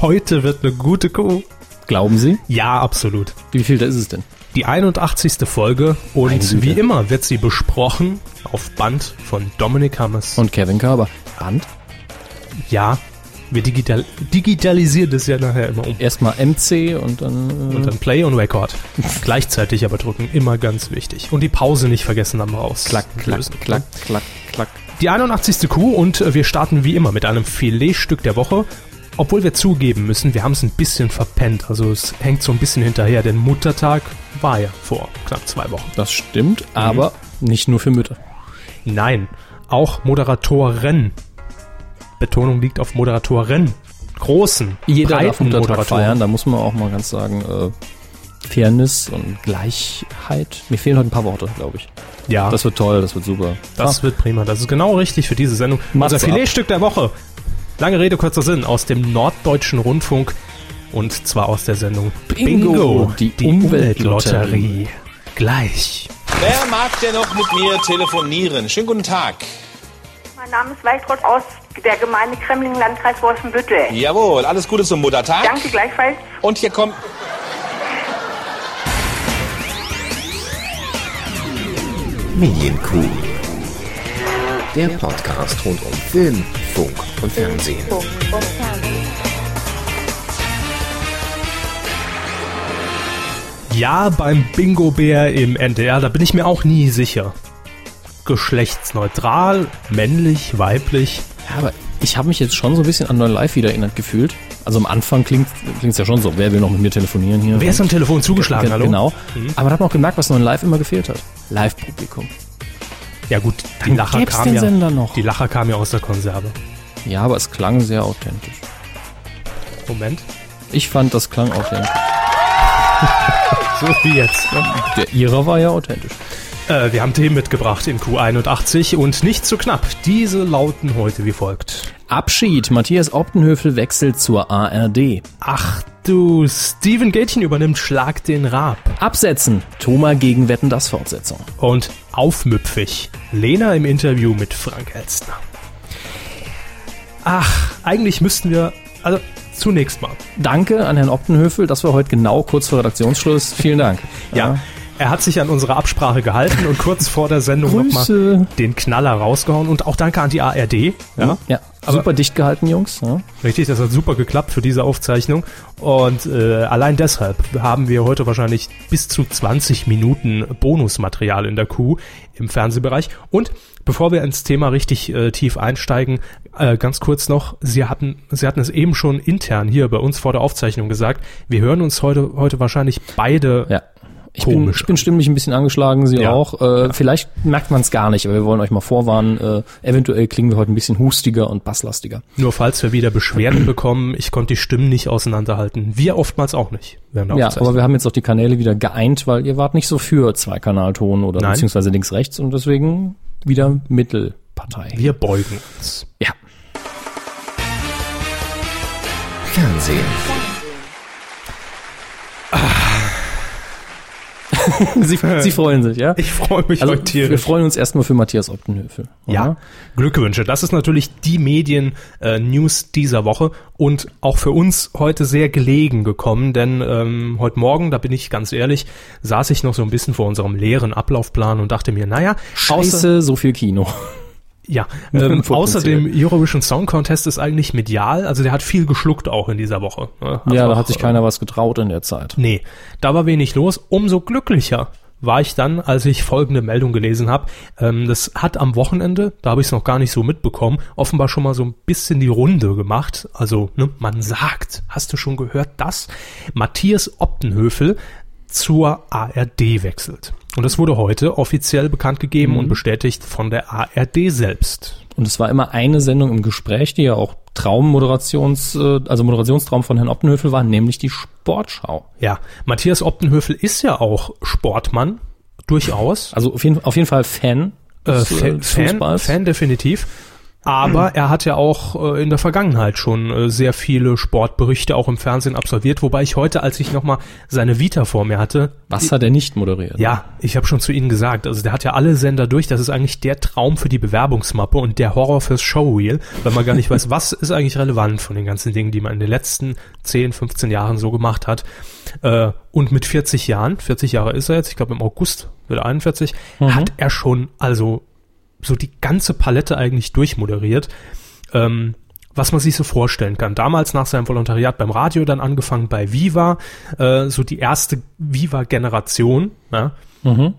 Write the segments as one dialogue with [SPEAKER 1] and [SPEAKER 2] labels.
[SPEAKER 1] Heute wird eine gute Kuh.
[SPEAKER 2] Glauben Sie?
[SPEAKER 1] Ja, absolut.
[SPEAKER 2] Wie viel da ist es denn?
[SPEAKER 1] Die 81. Folge
[SPEAKER 2] Meine
[SPEAKER 1] und
[SPEAKER 2] Güte.
[SPEAKER 1] wie immer wird sie besprochen auf Band von Dominik Hammes.
[SPEAKER 2] Und Kevin Körber. Band?
[SPEAKER 1] ja, wir digital digitalisieren das ja nachher immer um.
[SPEAKER 2] Erstmal MC und dann. Äh,
[SPEAKER 1] Und dann Play und Record. Gleichzeitig aber drücken, immer ganz wichtig. Und die Pause nicht vergessen am Raus.
[SPEAKER 2] klack, klack,
[SPEAKER 1] lösen.
[SPEAKER 2] klack, klack, klack.
[SPEAKER 1] Die 81. Kuh und äh, wir starten wie immer mit einem Filetstück der Woche. Obwohl wir zugeben müssen, wir haben es ein bisschen verpennt. Also es hängt so ein bisschen hinterher, denn Muttertag war ja vor knapp zwei Wochen.
[SPEAKER 2] Das stimmt, aber nicht nur für Mütter.
[SPEAKER 1] Nein, auch Moderatoren. Betonung liegt auf Moderatoren. Großen,
[SPEAKER 2] Jeder darf
[SPEAKER 1] breiten
[SPEAKER 2] Muttertag
[SPEAKER 1] Moderatoren.
[SPEAKER 2] feiern, da muss man auch mal ganz sagen, äh, Fairness und Gleichheit. Mir fehlen heute ein paar Worte, glaube ich.
[SPEAKER 1] Ja, das,
[SPEAKER 2] Das wird toll, das wird super.
[SPEAKER 1] wird prima. Das ist genau richtig für diese Sendung.
[SPEAKER 2] Macht's
[SPEAKER 1] Unser
[SPEAKER 2] ab.
[SPEAKER 1] Filetstück der Woche. Lange Rede, kurzer Sinn. Aus dem Norddeutschen Rundfunk. Und zwar aus der Sendung
[SPEAKER 2] Bingo, die Umweltlotterie.
[SPEAKER 1] Gleich.
[SPEAKER 3] Wer mag denn noch mit mir telefonieren? Schönen guten Tag.
[SPEAKER 4] Mein Name ist Waltraud aus der Gemeinde Kremling, Landkreis Wolfenbüttel.
[SPEAKER 3] Jawohl, alles Gute zum Muttertag.
[SPEAKER 4] Danke gleichfalls.
[SPEAKER 3] Und hier kommt.
[SPEAKER 5] Medienkuh. Der Podcast rund um Film, Funk und Fernsehen.
[SPEAKER 1] Ja, beim Bingo Bär im NDR, da bin ich mir auch nie sicher. Geschlechtsneutral, männlich, weiblich.
[SPEAKER 2] Ah, Ja, aber ich habe mich jetzt schon so ein bisschen an Neuen Live wieder erinnert gefühlt. Also am Anfang klingt es ja schon so, wer will noch mit mir telefonieren hier?
[SPEAKER 1] Wer ist am Telefon zugeschlagen?
[SPEAKER 2] Ge-
[SPEAKER 1] Hallo?
[SPEAKER 2] Genau. Aber da hat man auch gemerkt, was Neuen Live immer gefehlt hat. Live-Publikum.
[SPEAKER 1] Ja gut, die Lacher
[SPEAKER 2] gäb's
[SPEAKER 1] kamen
[SPEAKER 2] den
[SPEAKER 1] ja.
[SPEAKER 2] Sender noch.
[SPEAKER 1] Die Lacher kamen ja aus der Konserve.
[SPEAKER 2] Ja, aber es klang sehr authentisch.
[SPEAKER 1] Moment.
[SPEAKER 2] Ich fand, das klang authentisch.
[SPEAKER 1] So wie jetzt. Ne?
[SPEAKER 2] Der Ihrer war ja authentisch.
[SPEAKER 1] Äh, wir haben Themen mitgebracht in Q81 und nicht zu knapp. Diese lauten heute wie folgt.
[SPEAKER 2] Abschied. Matthias Optenhöfel wechselt zur ARD.
[SPEAKER 1] Ach du, Steven Gätchen übernimmt Schlag den Raab.
[SPEAKER 2] Absetzen. Thoma gegen Wetten das Fortsetzung.
[SPEAKER 1] Und aufmüpfig. Lena im Interview mit Frank Elstner. Ach, eigentlich müssten wir. Also, zunächst mal.
[SPEAKER 2] Danke an Herrn Optenhöfel. Das war heute genau kurz vor Redaktionsschluss. Vielen Dank.
[SPEAKER 1] Ja. Er hat sich an unsere Absprache gehalten und kurz vor der Sendung
[SPEAKER 2] Grüße.
[SPEAKER 1] nochmal den Knaller rausgehauen. Und auch danke an die ARD. Ja.
[SPEAKER 2] Ja. Super dicht gehalten, Jungs. Ja.
[SPEAKER 1] Richtig, das hat super geklappt für diese Aufzeichnung. Und äh, allein deshalb haben wir heute wahrscheinlich bis zu 20 Minuten Bonusmaterial in der Kuh im Fernsehbereich. Und bevor wir ins Thema richtig äh, tief einsteigen, äh, ganz kurz noch, Sie hatten, Sie hatten es eben schon intern hier bei uns vor der Aufzeichnung gesagt, wir hören uns heute, heute wahrscheinlich beide.
[SPEAKER 2] Ja. Ich bin,
[SPEAKER 1] Komisch.
[SPEAKER 2] ich bin stimmlich ein bisschen angeschlagen, Sie
[SPEAKER 1] Ja.
[SPEAKER 2] auch. Äh, Vielleicht merkt man es gar nicht, aber wir wollen euch mal vorwarnen. Äh, eventuell klingen wir heute ein bisschen hustiger und basslastiger.
[SPEAKER 1] Nur falls wir wieder Beschwerden bekommen, ich konnte die Stimmen nicht auseinanderhalten. Wir oftmals auch nicht. während der
[SPEAKER 2] Ja,
[SPEAKER 1] Aufzeichnung.
[SPEAKER 2] aber wir haben jetzt auch die Kanäle wieder geeint, weil ihr wart nicht so für Zweikanalton oder
[SPEAKER 1] Nein.
[SPEAKER 2] beziehungsweise links-rechts und deswegen wieder Mittelpartei.
[SPEAKER 1] wir beugen uns.
[SPEAKER 2] Ja.
[SPEAKER 5] Fernsehen.
[SPEAKER 2] Sie, Sie freuen sich, ja?
[SPEAKER 1] Ich freue mich
[SPEAKER 2] also
[SPEAKER 1] heute tierisch.
[SPEAKER 2] wir freuen ne? uns erstmal für Matthias Optenhöfel.
[SPEAKER 1] Ja,
[SPEAKER 2] oder?
[SPEAKER 1] Glückwünsche. Das ist natürlich die Medien-News dieser Woche und auch für uns heute sehr gelegen gekommen, denn ähm, heute Morgen, da bin ich ganz ehrlich, saß ich noch so ein bisschen vor unserem leeren Ablaufplan und dachte mir, naja, außer,
[SPEAKER 2] Scheiße, so viel Kino.
[SPEAKER 1] ja, ähm,
[SPEAKER 2] Potenzial.
[SPEAKER 1] außer dem Eurovision Song Contest ist eigentlich medial, also der hat viel geschluckt auch in dieser Woche. ne?
[SPEAKER 2] ja, da
[SPEAKER 1] auch,
[SPEAKER 2] hat sich keiner was getraut in der Zeit.
[SPEAKER 1] Nee, da war wenig los. Umso glücklicher war ich dann, als ich folgende Meldung gelesen habe. Ähm, das hat am Wochenende, da habe ich es noch gar nicht so mitbekommen, offenbar schon mal so ein bisschen die Runde gemacht. Also, ne, man sagt, hast du schon gehört, dass Matthias Optenhöfel zur ARD wechselt. Und das wurde heute offiziell bekannt gegeben und bestätigt von der ARD selbst.
[SPEAKER 2] Und es war immer eine Sendung im Gespräch, die ja auch Traummoderations, äh, also Moderationstraum von Herrn Optenhöfel war, nämlich die Sportschau.
[SPEAKER 1] Ja, Matthias Optenhöfel ist ja auch Sportmann, durchaus.
[SPEAKER 2] Also auf jeden, auf jeden Fall Fan
[SPEAKER 1] Äh,
[SPEAKER 2] des, äh,
[SPEAKER 1] Fan, Fan,
[SPEAKER 2] Fußballs.
[SPEAKER 1] Fan definitiv. Aber er hat ja auch äh, in der Vergangenheit schon äh, sehr viele Sportberichte auch im Fernsehen absolviert, wobei ich heute, als ich nochmal seine Vita vor mir hatte,
[SPEAKER 2] Was hat er nicht moderiert?
[SPEAKER 1] ja, ich habe schon zu Ihnen gesagt, also der hat ja alle Sender durch, das ist eigentlich der Traum für die Bewerbungsmappe und der Horror fürs Showreel, weil man gar nicht weiß, was ist eigentlich relevant von den ganzen Dingen, die man in den letzten 10, 15 Jahren so gemacht hat. Äh, und mit 40 Jahren, 40 Jahre ist er jetzt, ich glaube im August wird er 41, hat er schon also so die ganze Palette eigentlich durchmoderiert. Ähm, was man sich so vorstellen kann. Damals nach seinem Volontariat beim Radio, dann angefangen bei Viva, äh, so die erste Viva-Generation. Ja?
[SPEAKER 2] Mhm.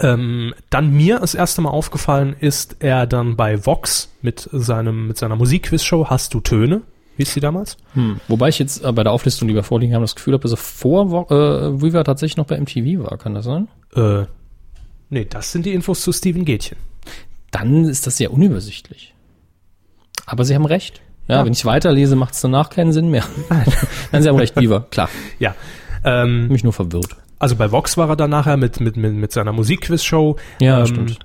[SPEAKER 1] Ähm, dann mir das erste Mal aufgefallen ist er dann bei Vox mit seinem mit seiner Musikquizshow Hast du Töne? Hieß die damals?
[SPEAKER 2] Wobei ich jetzt äh, bei der Auflistung, die wir vorliegen haben, das Gefühl habe, dass er vor Wo- äh, Weaver tatsächlich noch bei MTV war. Kann das sein?
[SPEAKER 1] Äh, nee, das sind die Infos zu Steven Gätchen.
[SPEAKER 2] Dann ist das sehr unübersichtlich. Aber Sie haben recht. Ja, wenn ich weiterlese, macht es danach keinen Sinn mehr. Nein, Sie haben recht, Weaver. Klar,
[SPEAKER 1] Ja. Ähm,
[SPEAKER 2] mich nur verwirrt.
[SPEAKER 1] also bei Vox war er dann nachher mit, mit, mit, mit seiner Musikquizshow.
[SPEAKER 2] Ja,
[SPEAKER 1] ähm,
[SPEAKER 2] stimmt.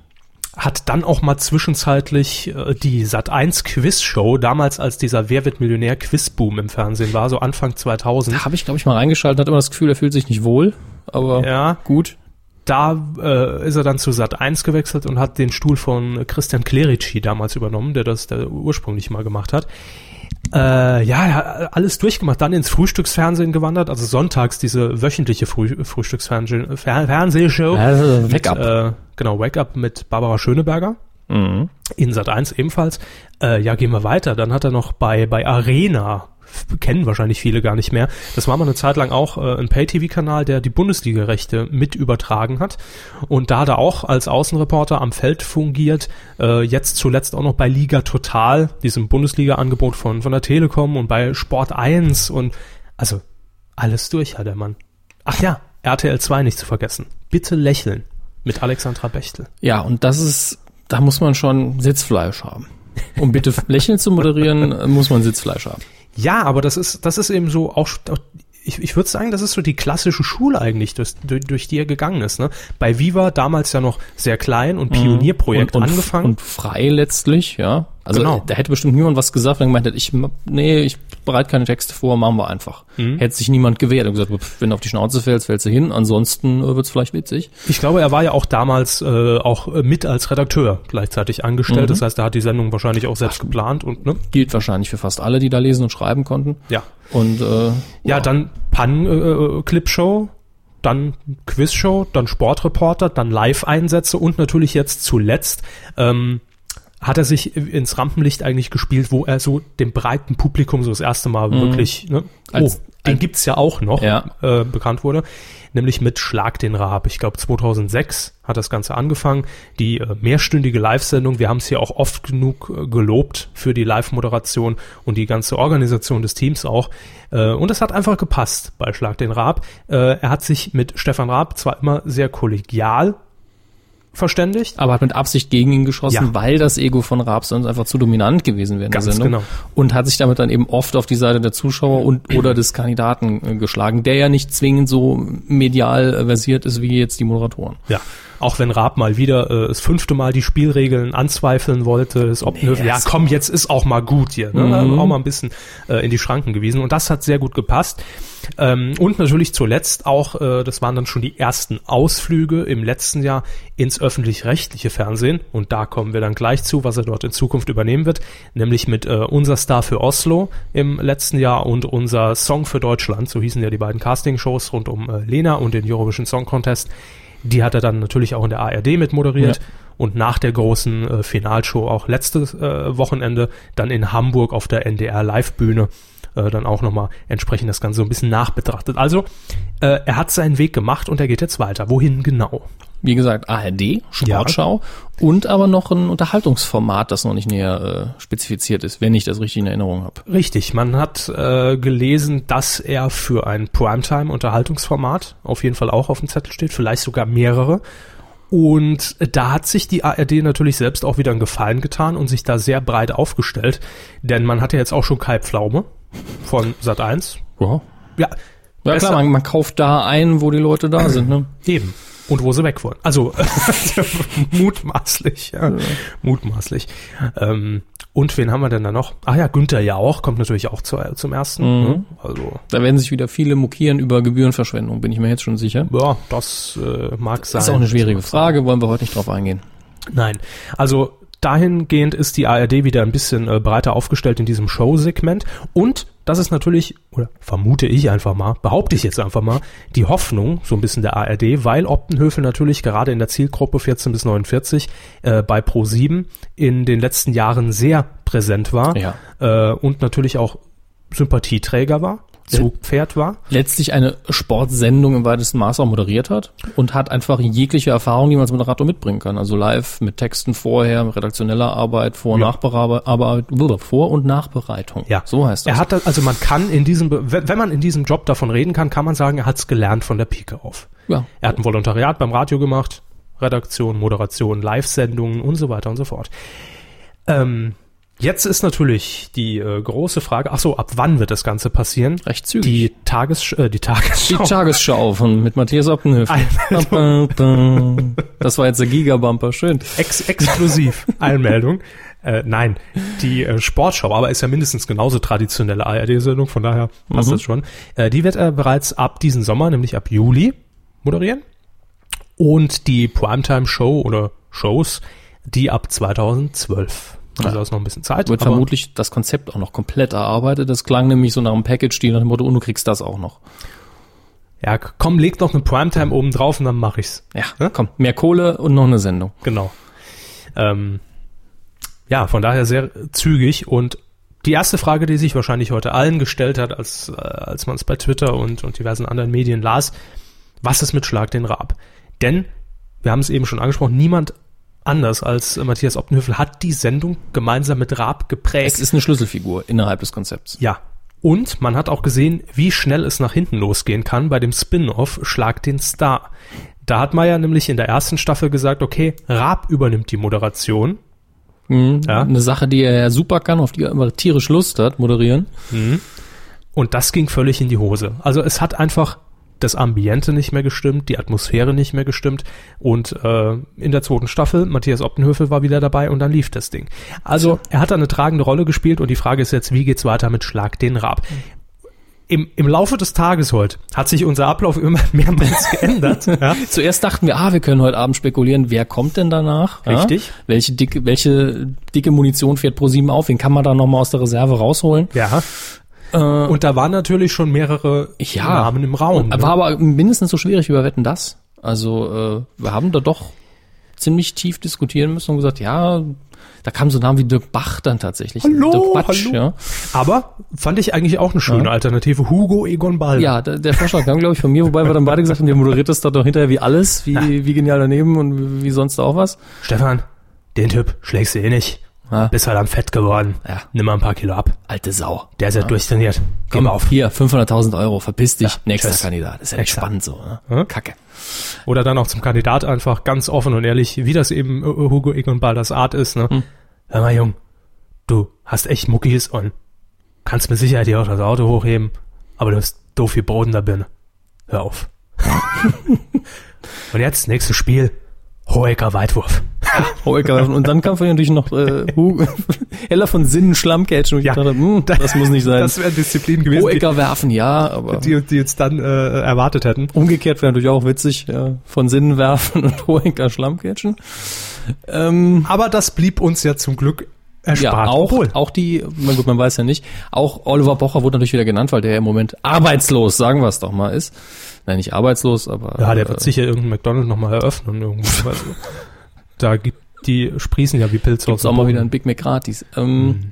[SPEAKER 1] Hat dann auch mal zwischenzeitlich äh, die Sat1 Quizshow, damals als dieser Wer wird Millionär Quizboom im Fernsehen war, so Anfang 2000.
[SPEAKER 2] Da habe ich, glaube ich, mal reingeschaltet, hatte immer das Gefühl, er fühlt sich nicht wohl. Aber
[SPEAKER 1] Ja.
[SPEAKER 2] gut.
[SPEAKER 1] da äh, ist er dann zu Sat 1 gewechselt und hat den Stuhl von Christian Clerici damals übernommen, der das der ursprünglich mal gemacht hat. Äh, ja, er hat alles durchgemacht, dann ins Frühstücksfernsehen gewandert, also sonntags diese wöchentliche Früh Frühstücksfernsehshow. Fer Fernsehshow.
[SPEAKER 2] Also,
[SPEAKER 1] Mit,
[SPEAKER 2] Wake Up.
[SPEAKER 1] Äh, genau, Wake Up mit Barbara Schöneberger. In Sat 1 ebenfalls. Äh, ja, gehen wir weiter. Dann hat er noch bei, bei Arena, f- kennen wahrscheinlich viele gar nicht mehr. Das war mal eine Zeit lang auch äh, ein Pay-TV-Kanal, der die Bundesliga-Rechte mit übertragen hat. Und da hat er auch als Außenreporter am Feld fungiert. Äh, jetzt zuletzt auch noch bei Liga Total, diesem Bundesliga-Angebot von, von der Telekom und bei Sport 1 und also alles durch hat der Mann. Ach ja, RTL 2 nicht zu vergessen. Bitte lächeln mit Alexandra Bechtel.
[SPEAKER 2] Ja, und das ist, da muss man schon Sitzfleisch haben. Um bitte lächeln zu moderieren, äh, muss man Sitzfleisch haben.
[SPEAKER 1] Ja, aber das ist, das ist eben so auch, auch- ich, ich würde sagen, das ist so die klassische Schule eigentlich, durch, durch, durch die er gegangen ist. Ne? Bei Viva damals ja noch sehr klein Mhm. und Pionierprojekt
[SPEAKER 2] und,
[SPEAKER 1] angefangen.
[SPEAKER 2] Und frei letztlich, ja. Also
[SPEAKER 1] Genau.
[SPEAKER 2] äh, da hätte bestimmt niemand was gesagt, wenn gemeint hätte, ich ma- nee, ich bereite keine Texte vor, machen wir einfach.
[SPEAKER 1] Mhm.
[SPEAKER 2] Hätte sich niemand gewehrt und gesagt, pff, wenn du auf die Schnauze fällst, fällst du hin, ansonsten äh, wird's vielleicht witzig.
[SPEAKER 1] ich glaube, er war ja auch damals äh, auch äh, mit als Redakteur gleichzeitig angestellt. Das heißt, er hat die Sendung wahrscheinlich auch selbst geplant und ne?
[SPEAKER 2] Gilt wahrscheinlich für fast alle, die da lesen und schreiben konnten.
[SPEAKER 1] Ja.
[SPEAKER 2] Und äh,
[SPEAKER 1] Ja, dann Pan-Clip-Show, dann Quiz-Show, dann Sportreporter, dann Live-Einsätze und natürlich jetzt zuletzt ähm, hat er sich ins Rampenlicht eigentlich gespielt, wo er so dem breiten Publikum so das erste Mal wirklich, ne? Oh,
[SPEAKER 2] Als-
[SPEAKER 1] den gibt's ja auch noch,
[SPEAKER 2] Ja.
[SPEAKER 1] äh, bekannt wurde, nämlich mit Schlag den Raab. Ich glaube 2006 hat das Ganze angefangen, die äh, mehrstündige Live-Sendung. Wir haben es hier auch oft genug äh, gelobt für die Live-Moderation und die ganze Organisation des Teams auch. Äh, und es hat einfach gepasst bei Schlag den Raab. Äh, er hat sich mit Stefan Raab zwar immer sehr kollegial verständigt,
[SPEAKER 2] aber hat mit Absicht gegen ihn geschossen,
[SPEAKER 1] Ja.
[SPEAKER 2] weil das Ego von Raab sonst einfach zu dominant gewesen wäre in
[SPEAKER 1] Ganz
[SPEAKER 2] der Sendung.
[SPEAKER 1] genau.
[SPEAKER 2] Und hat sich damit dann eben oft auf die Seite der Zuschauer und oder des Kandidaten äh, geschlagen, der ja nicht zwingend so medial äh, versiert ist wie jetzt die Moderatoren.
[SPEAKER 1] Ja, auch wenn Raab mal wieder äh, das fünfte Mal die Spielregeln anzweifeln wollte, das Obnövel, ja
[SPEAKER 2] das-
[SPEAKER 1] komm, jetzt ist auch mal gut hier, ne? auch mal ein bisschen äh, in die Schranken gewiesen und das hat sehr gut gepasst. Ähm, und natürlich zuletzt auch, äh, das waren dann schon die ersten Ausflüge im letzten Jahr ins öffentlich-rechtliche Fernsehen und da kommen wir dann gleich zu, was er dort in Zukunft übernehmen wird, nämlich mit äh, Unser Star für Oslo im letzten Jahr und Unser Song für Deutschland, so hießen ja die beiden Castingshows rund um äh, Lena und den Eurovision Song Contest. Die hat er dann natürlich auch in der ARD mit moderiert
[SPEAKER 2] Ja.
[SPEAKER 1] und nach der großen äh, Finalshow auch letztes äh, Wochenende dann in Hamburg auf der NDR Live-Bühne äh, dann auch nochmal entsprechend das Ganze so ein bisschen nachbetrachtet. Also, äh, er hat seinen Weg gemacht und er geht jetzt weiter. Wohin genau?
[SPEAKER 2] Wie gesagt, ARD, Sportschau und aber noch ein Unterhaltungsformat, das noch nicht näher äh, spezifiziert ist, wenn ich das richtig in Erinnerung habe.
[SPEAKER 1] Richtig, man hat äh, gelesen, dass er für ein Primetime-Unterhaltungsformat auf jeden Fall auch auf dem Zettel steht, vielleicht sogar mehrere. Und da hat sich die ARD natürlich selbst auch wieder einen Gefallen getan und sich da sehr breit aufgestellt, denn man hatte jetzt auch schon Kai Pflaume von Sat1.
[SPEAKER 2] Ja,
[SPEAKER 1] Ja,
[SPEAKER 2] ja
[SPEAKER 1] besser-
[SPEAKER 2] klar, man, man kauft da ein, wo die Leute da sind. Ne?
[SPEAKER 1] eben. Und wo sie weg wollen. Also mutmaßlich, ja. Mutmaßlich. Ähm, und wen haben wir denn da noch? Ach ja, Günther Jauch kommt natürlich auch zu, zum ersten. Ne? Also,
[SPEAKER 2] Da werden sich wieder viele mokieren über Gebührenverschwendung, bin ich mir jetzt schon sicher.
[SPEAKER 1] ja, das äh, mag sein.
[SPEAKER 2] Ist auch eine schwierige Frage, wollen wir heute nicht drauf eingehen.
[SPEAKER 1] Nein, also dahingehend ist die ARD wieder ein bisschen äh, breiter aufgestellt in diesem Show-Segment und das ist natürlich, oder vermute ich einfach mal, behaupte ich jetzt einfach mal, die Hoffnung so ein bisschen der ARD, weil Optenhöfel natürlich gerade in der Zielgruppe 14 bis 49 äh, bei Pro7 in den letzten Jahren sehr präsent war
[SPEAKER 2] Ja.
[SPEAKER 1] äh, und natürlich auch Sympathieträger war, Zugpferd war.
[SPEAKER 2] Letztlich eine Sportsendung im weitesten Maße auch moderiert hat und hat einfach jegliche Erfahrung, die man als Moderator mitbringen kann. Also live mit Texten vorher, mit redaktioneller Arbeit, Vor- und Nachbearbeitung, blub, Vor- und Nachbereitung.
[SPEAKER 1] Ja.
[SPEAKER 2] So heißt das.
[SPEAKER 1] Er hat das, also man kann in diesem, Be- wenn wenn man in diesem Job davon reden kann, kann man sagen, er hat es gelernt von der Pike auf.
[SPEAKER 2] ja.
[SPEAKER 1] Er hat ein Volontariat beim Radio gemacht, Redaktion, Moderation, Live-Sendungen und so weiter und so fort. Ähm, jetzt ist natürlich die äh, große Frage, ach so, ab wann wird das Ganze passieren?
[SPEAKER 2] Recht zügig.
[SPEAKER 1] Die Tagessch äh, die
[SPEAKER 2] Die
[SPEAKER 1] Tagesschau.
[SPEAKER 2] Tagesschau von, mit Matthias Oppenhöfer. Das war jetzt der Gigabumper, schön.
[SPEAKER 1] Ex exklusiv Einmeldung. Äh, nein, die äh, Sportschau, aber ist ja mindestens genauso traditionelle ARD-Sendung, von daher passt das schon. Äh, die wird er bereits ab diesen Sommer, nämlich ab Juli, moderieren. Und die Primetime-Show oder Shows, die ab 2012. Also da ist noch ein bisschen Zeit.
[SPEAKER 2] Wird vermutlich das Konzept auch noch komplett erarbeitet. Das klang nämlich so nach einem Package-Deal nach dem Motto, und du kriegst das auch noch.
[SPEAKER 1] ja, komm, leg noch eine Primetime oben drauf und dann mach ich's.
[SPEAKER 2] Ja, komm, mehr Kohle und noch eine Sendung.
[SPEAKER 1] Genau. Ähm, ja, von daher sehr zügig und die erste Frage, die sich wahrscheinlich heute allen gestellt hat, als, äh, als man es bei Twitter und, und diversen anderen Medien las, was ist mit Schlag den Raab? Denn, wir haben es eben schon angesprochen, niemand anders als äh, Matthias Optenhöfel hat die Sendung gemeinsam mit Raab geprägt.
[SPEAKER 2] Es ist eine Schlüsselfigur innerhalb des Konzepts.
[SPEAKER 1] ja. Und man hat auch gesehen, wie schnell es nach hinten losgehen kann bei dem Spin-off Schlag den Star. Da hat Meyer nämlich in der ersten Staffel gesagt, okay, Raab übernimmt die Moderation. Ja.
[SPEAKER 2] Eine Sache, die er ja super kann, auf die er immer tierisch Lust hat, moderieren.
[SPEAKER 1] Und das ging völlig in die Hose. Also es hat einfach das Ambiente nicht mehr gestimmt, die Atmosphäre nicht mehr gestimmt. Und äh, in der zweiten Staffel, Matthias Optenhöfel war wieder dabei und dann lief das Ding. Also er hat da eine tragende Rolle gespielt und die Frage ist jetzt, wie geht's weiter mit Schlag den Raab?
[SPEAKER 2] Mhm.
[SPEAKER 1] Im, Im Laufe des Tages heute hat sich unser Ablauf immer mehrmals geändert. Ja?
[SPEAKER 2] Zuerst dachten wir, ah, wir können heute Abend spekulieren, wer kommt denn danach?
[SPEAKER 1] Richtig.
[SPEAKER 2] Ja? Welche, dicke, welche dicke Munition fährt ProSieben auf? Wen kann man da nochmal aus der Reserve rausholen?
[SPEAKER 1] ja. und da waren natürlich schon mehrere
[SPEAKER 2] Äh, Ja.
[SPEAKER 1] Namen im Raum. ne?
[SPEAKER 2] War aber mindestens so schwierig wie bei Wetten das. Also äh, wir haben da doch ziemlich tief diskutieren müssen und gesagt, ja, da kamen so Namen wie Dirk Bach dann tatsächlich.
[SPEAKER 1] Hallo,
[SPEAKER 2] Dirk Batsch,
[SPEAKER 1] hallo.
[SPEAKER 2] ja.
[SPEAKER 1] Aber fand ich eigentlich auch eine schöne Alternative. Hugo Egon Balder.
[SPEAKER 2] Ja, der, der Vorschlag kam, glaube ich, von mir, wobei wir dann beide gesagt haben, der moderiert das da doch hinterher wie alles, wie, wie genial daneben und wie sonst auch was.
[SPEAKER 1] Stefan, den Typ schlägst du eh nicht.
[SPEAKER 2] Ja.
[SPEAKER 1] Bist halt am Fett geworden.
[SPEAKER 2] Ja.
[SPEAKER 1] Nimm mal ein paar Kilo ab.
[SPEAKER 2] Alte Sau.
[SPEAKER 1] Der ist ja, durchtrainiert. Geh
[SPEAKER 2] Komm
[SPEAKER 1] mal
[SPEAKER 2] auf.
[SPEAKER 1] auf.
[SPEAKER 2] Hier, 500.000 Euro, verpiss dich. Nächster
[SPEAKER 1] tschüss.
[SPEAKER 2] Kandidat. Ist ja nicht
[SPEAKER 1] Exakt.
[SPEAKER 2] spannend so. Ne?
[SPEAKER 1] Hm?
[SPEAKER 2] Kacke.
[SPEAKER 1] Oder dann auch zum Kandidat einfach ganz offen und ehrlich, wie das eben äh, Hugo Egon Balders Art ist. Ne?
[SPEAKER 2] Hm.
[SPEAKER 1] Hör mal, Jung, du hast echt Muckis und kannst mit Sicherheit hier auch das Auto hochheben, aber du hast doof wie Boden da bin. Hör auf. und jetzt, nächstes Spiel, Hohecker Weitwurf.
[SPEAKER 2] Holker. Oh, Und dann kam von natürlich noch äh, Hugo- Heller von Sinnen Schlammcatchen. Und ich
[SPEAKER 1] Ja.
[SPEAKER 2] dachte, hm, das muss nicht sein.
[SPEAKER 1] wäre Disziplin gewesen,
[SPEAKER 2] Hohecker werfen, ja, aber
[SPEAKER 1] die uns dann äh, erwartet hätten.
[SPEAKER 2] umgekehrt wäre natürlich auch witzig, ja, von Sinnen werfen und Hohecker Schlammcatchen. Ähm,
[SPEAKER 1] Aber das blieb uns ja zum Glück erspart.
[SPEAKER 2] ja, auch,
[SPEAKER 1] Obwohl,
[SPEAKER 2] auch die, na gut, man weiß ja nicht, auch Oliver Pocher wurde natürlich wieder genannt, weil der ja im Moment arbeitslos, sagen wir es doch mal, ist. Nein, nicht arbeitslos, aber äh,
[SPEAKER 1] ja, der wird sicher irgendeinen McDonald's nochmal eröffnen irgendwo. Also, da gibt die sprießen ja wie Pilze
[SPEAKER 2] Gibt's
[SPEAKER 1] dem
[SPEAKER 2] auch mal
[SPEAKER 1] Boden.
[SPEAKER 2] wieder ein Big Mac gratis. Ähm,
[SPEAKER 1] Mhm.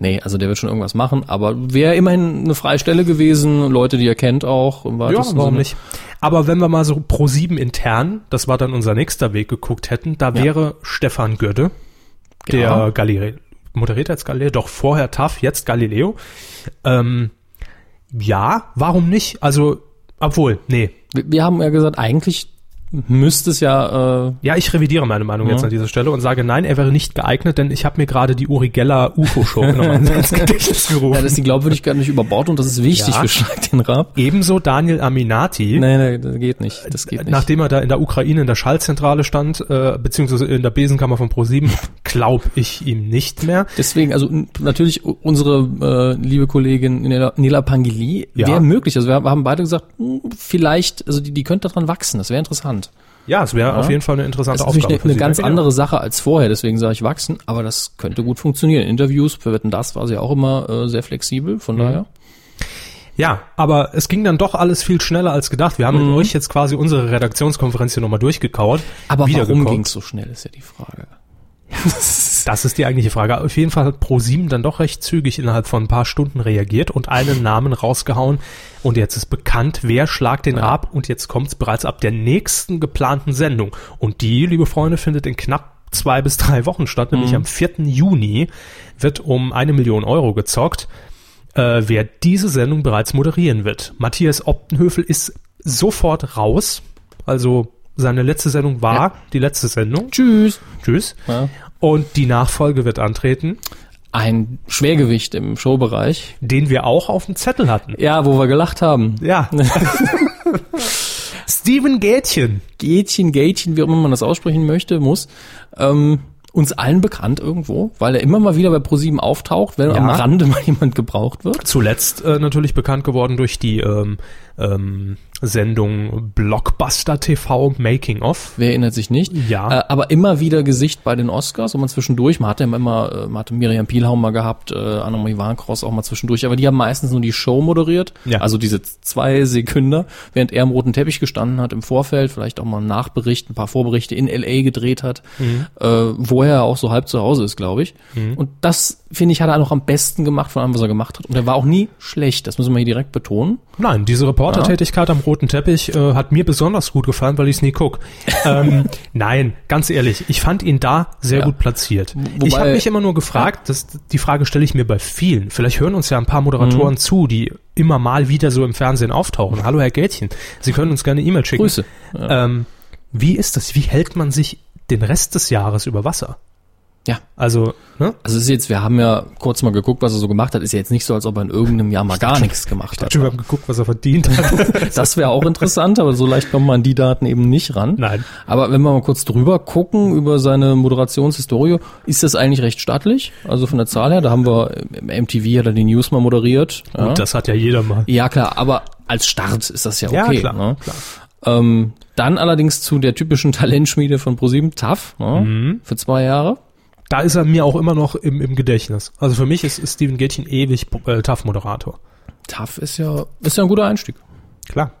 [SPEAKER 2] Nee, also der wird schon irgendwas machen, aber wäre immerhin eine freie Stelle gewesen, Leute, die er kennt auch. im
[SPEAKER 1] Ja,
[SPEAKER 2] weitesten
[SPEAKER 1] warum
[SPEAKER 2] Sinne.
[SPEAKER 1] nicht? Aber wenn wir mal so pro sieben intern, das war dann unser nächster Weg geguckt hätten, da wäre Stefan Gödde, der
[SPEAKER 2] Ja.
[SPEAKER 1] Galileo, moderiert jetzt Galileo, doch vorher TAF, jetzt Galileo. Ähm, ja, warum nicht? Also, obwohl, nee,
[SPEAKER 2] Wir, wir haben ja gesagt, eigentlich müsste es ja, äh,
[SPEAKER 1] Ja, ich revidiere meine Meinung jetzt an dieser Stelle und sage, nein, er wäre nicht geeignet, denn ich habe mir gerade die Uri Geller UFO-Show nochmal ins Gedächtnis
[SPEAKER 2] ja,
[SPEAKER 1] gerufen.
[SPEAKER 2] das ist die Glaubwürdigkeit nicht über Bord und das ist wichtig
[SPEAKER 1] Ja.
[SPEAKER 2] für Schlag den Raab.
[SPEAKER 1] Ebenso Daniel Aminati,
[SPEAKER 2] Nein, nein, das geht nicht. Das geht nicht.
[SPEAKER 1] nachdem er da in der Ukraine in der Schallzentrale stand, äh, beziehungsweise in der Besenkammer von ProSieben, glaub ich ihm nicht mehr.
[SPEAKER 2] Deswegen, also n- natürlich u- unsere äh, liebe Kollegin Nela, Nela Pangili
[SPEAKER 1] Ja.
[SPEAKER 2] wäre möglich. Also wir haben beide gesagt, hm, vielleicht, also die, die könnte daran wachsen, das wäre interessant.
[SPEAKER 1] Ja, es wäre auf jeden Fall eine
[SPEAKER 2] Das
[SPEAKER 1] interessante
[SPEAKER 2] ist natürlich
[SPEAKER 1] Aufgabe
[SPEAKER 2] eine, eine ganz
[SPEAKER 1] Ja.
[SPEAKER 2] andere Sache als vorher, deswegen sage ich wachsen, aber das könnte gut funktionieren. Interviews, für Wetten, das war sie auch immer äh, sehr flexibel,
[SPEAKER 1] Mhm.
[SPEAKER 2] von daher.
[SPEAKER 1] Ja, aber es ging dann doch alles viel schneller als gedacht. Wir haben
[SPEAKER 2] Mhm.
[SPEAKER 1] mit euch jetzt quasi unsere Redaktionskonferenz hier nochmal durchgekauert.
[SPEAKER 2] Aber warum
[SPEAKER 1] Wiedergekocht.
[SPEAKER 2] ging es so schnell, ist ja die Frage.
[SPEAKER 1] Das ist die eigentliche Frage. Auf jeden Fall hat ProSieben dann doch recht zügig innerhalb von ein paar Stunden reagiert und einen Namen rausgehauen. Und jetzt ist bekannt, wer schlagt den Rab. Und jetzt kommt's bereits ab der nächsten geplanten Sendung. Und die, liebe Freunde, findet in knapp zwei bis drei Wochen statt, nämlich am 4. Juni wird um eine Million Euro gezockt äh, wer diese Sendung bereits moderieren wird. Matthias Optenhöfel ist sofort raus. Also seine letzte Sendung war die letzte Sendung. Tschüss. Tschüss.
[SPEAKER 2] Ja.
[SPEAKER 1] Und die Nachfolge wird antreten,
[SPEAKER 2] Ein Schwergewicht im Showbereich.
[SPEAKER 1] den wir auch auf dem Zettel hatten.
[SPEAKER 2] Ja, wo wir gelacht haben.
[SPEAKER 1] Ja. Steven Gätchen.
[SPEAKER 2] Gätchen, Gätchen, wie auch immer man das aussprechen möchte, muss, ähm, uns allen bekannt irgendwo, weil er immer mal wieder bei ProSieben auftaucht, wenn am Rande mal jemand gebraucht wird.
[SPEAKER 1] Zuletzt äh, natürlich bekannt geworden durch die ähm, ähm, Sendung Blockbuster TV Making of.
[SPEAKER 2] Wer erinnert sich nicht?
[SPEAKER 1] Ja.
[SPEAKER 2] Äh, aber immer wieder Gesicht bei den Oscars und man zwischendurch, man hatte immer, immer äh, man hatte Miriam Pielhaum mal gehabt, äh, Annemarie Warnkross auch mal zwischendurch, aber die haben meistens nur die Show moderiert,
[SPEAKER 1] Ja.
[SPEAKER 2] also diese zwei Sekünder, während er am roten Teppich gestanden hat im Vorfeld, vielleicht auch mal einen Nachbericht, ein paar Vorberichte in L.A. gedreht hat,
[SPEAKER 1] Mhm.
[SPEAKER 2] äh, wo er auch so halb zu Hause ist, glaube ich. Und das, finde ich, hat er noch am besten gemacht von allem, was er gemacht hat. Und er war auch nie schlecht, das müssen wir hier direkt betonen.
[SPEAKER 1] Nein, diese Reportertätigkeit am roten Teppich äh, hat mir besonders gut gefallen, weil ich es nie guck. ähm, nein, ganz ehrlich, ich fand ihn da sehr gut platziert. ich
[SPEAKER 2] wobei-
[SPEAKER 1] habe mich immer nur gefragt, das, die Frage stelle ich mir bei vielen. Vielleicht hören uns ja ein paar Moderatoren
[SPEAKER 2] Mhm.
[SPEAKER 1] zu, die immer mal wieder so im Fernsehen auftauchen. Hallo Herr Gätchen, Sie können uns gerne eine E-Mail schicken.
[SPEAKER 2] Grüße.
[SPEAKER 1] Ähm, wie ist das? Wie hält man sich den Rest des Jahres über Wasser?
[SPEAKER 2] Ja.
[SPEAKER 1] Also, ne?
[SPEAKER 2] Also ist jetzt, wir haben ja kurz mal geguckt, was er so gemacht hat. Ist ja jetzt nicht so, als ob er in irgendeinem Jahr mal gar nichts gemacht hat.
[SPEAKER 1] Wir haben geguckt, was er verdient hat.
[SPEAKER 2] Das wäre auch interessant, aber so leicht kommt man an die Daten eben nicht ran.
[SPEAKER 1] Nein.
[SPEAKER 2] Aber wenn wir mal kurz drüber gucken, über seine Moderationshistorie, ist das eigentlich recht stattlich. Also von der Zahl her, da haben wir äh, im MTV hat er die News mal moderiert. Ja,
[SPEAKER 1] Das hat ja jeder mal.
[SPEAKER 2] ja klar, aber als Start ist das ja okay.
[SPEAKER 1] Ja, klar,
[SPEAKER 2] ne? Ähm, dann allerdings zu der typischen Talentschmiede von ProSieben, TAF, ne?
[SPEAKER 1] Mhm.
[SPEAKER 2] für zwei Jahre.
[SPEAKER 1] da ist er mir auch immer noch im, im Gedächtnis. Also für mich ist, ist Steven Gätchen ewig äh, TAF-Moderator.
[SPEAKER 2] TAF ist ja, ist ja ein guter Einstieg.
[SPEAKER 1] Klar.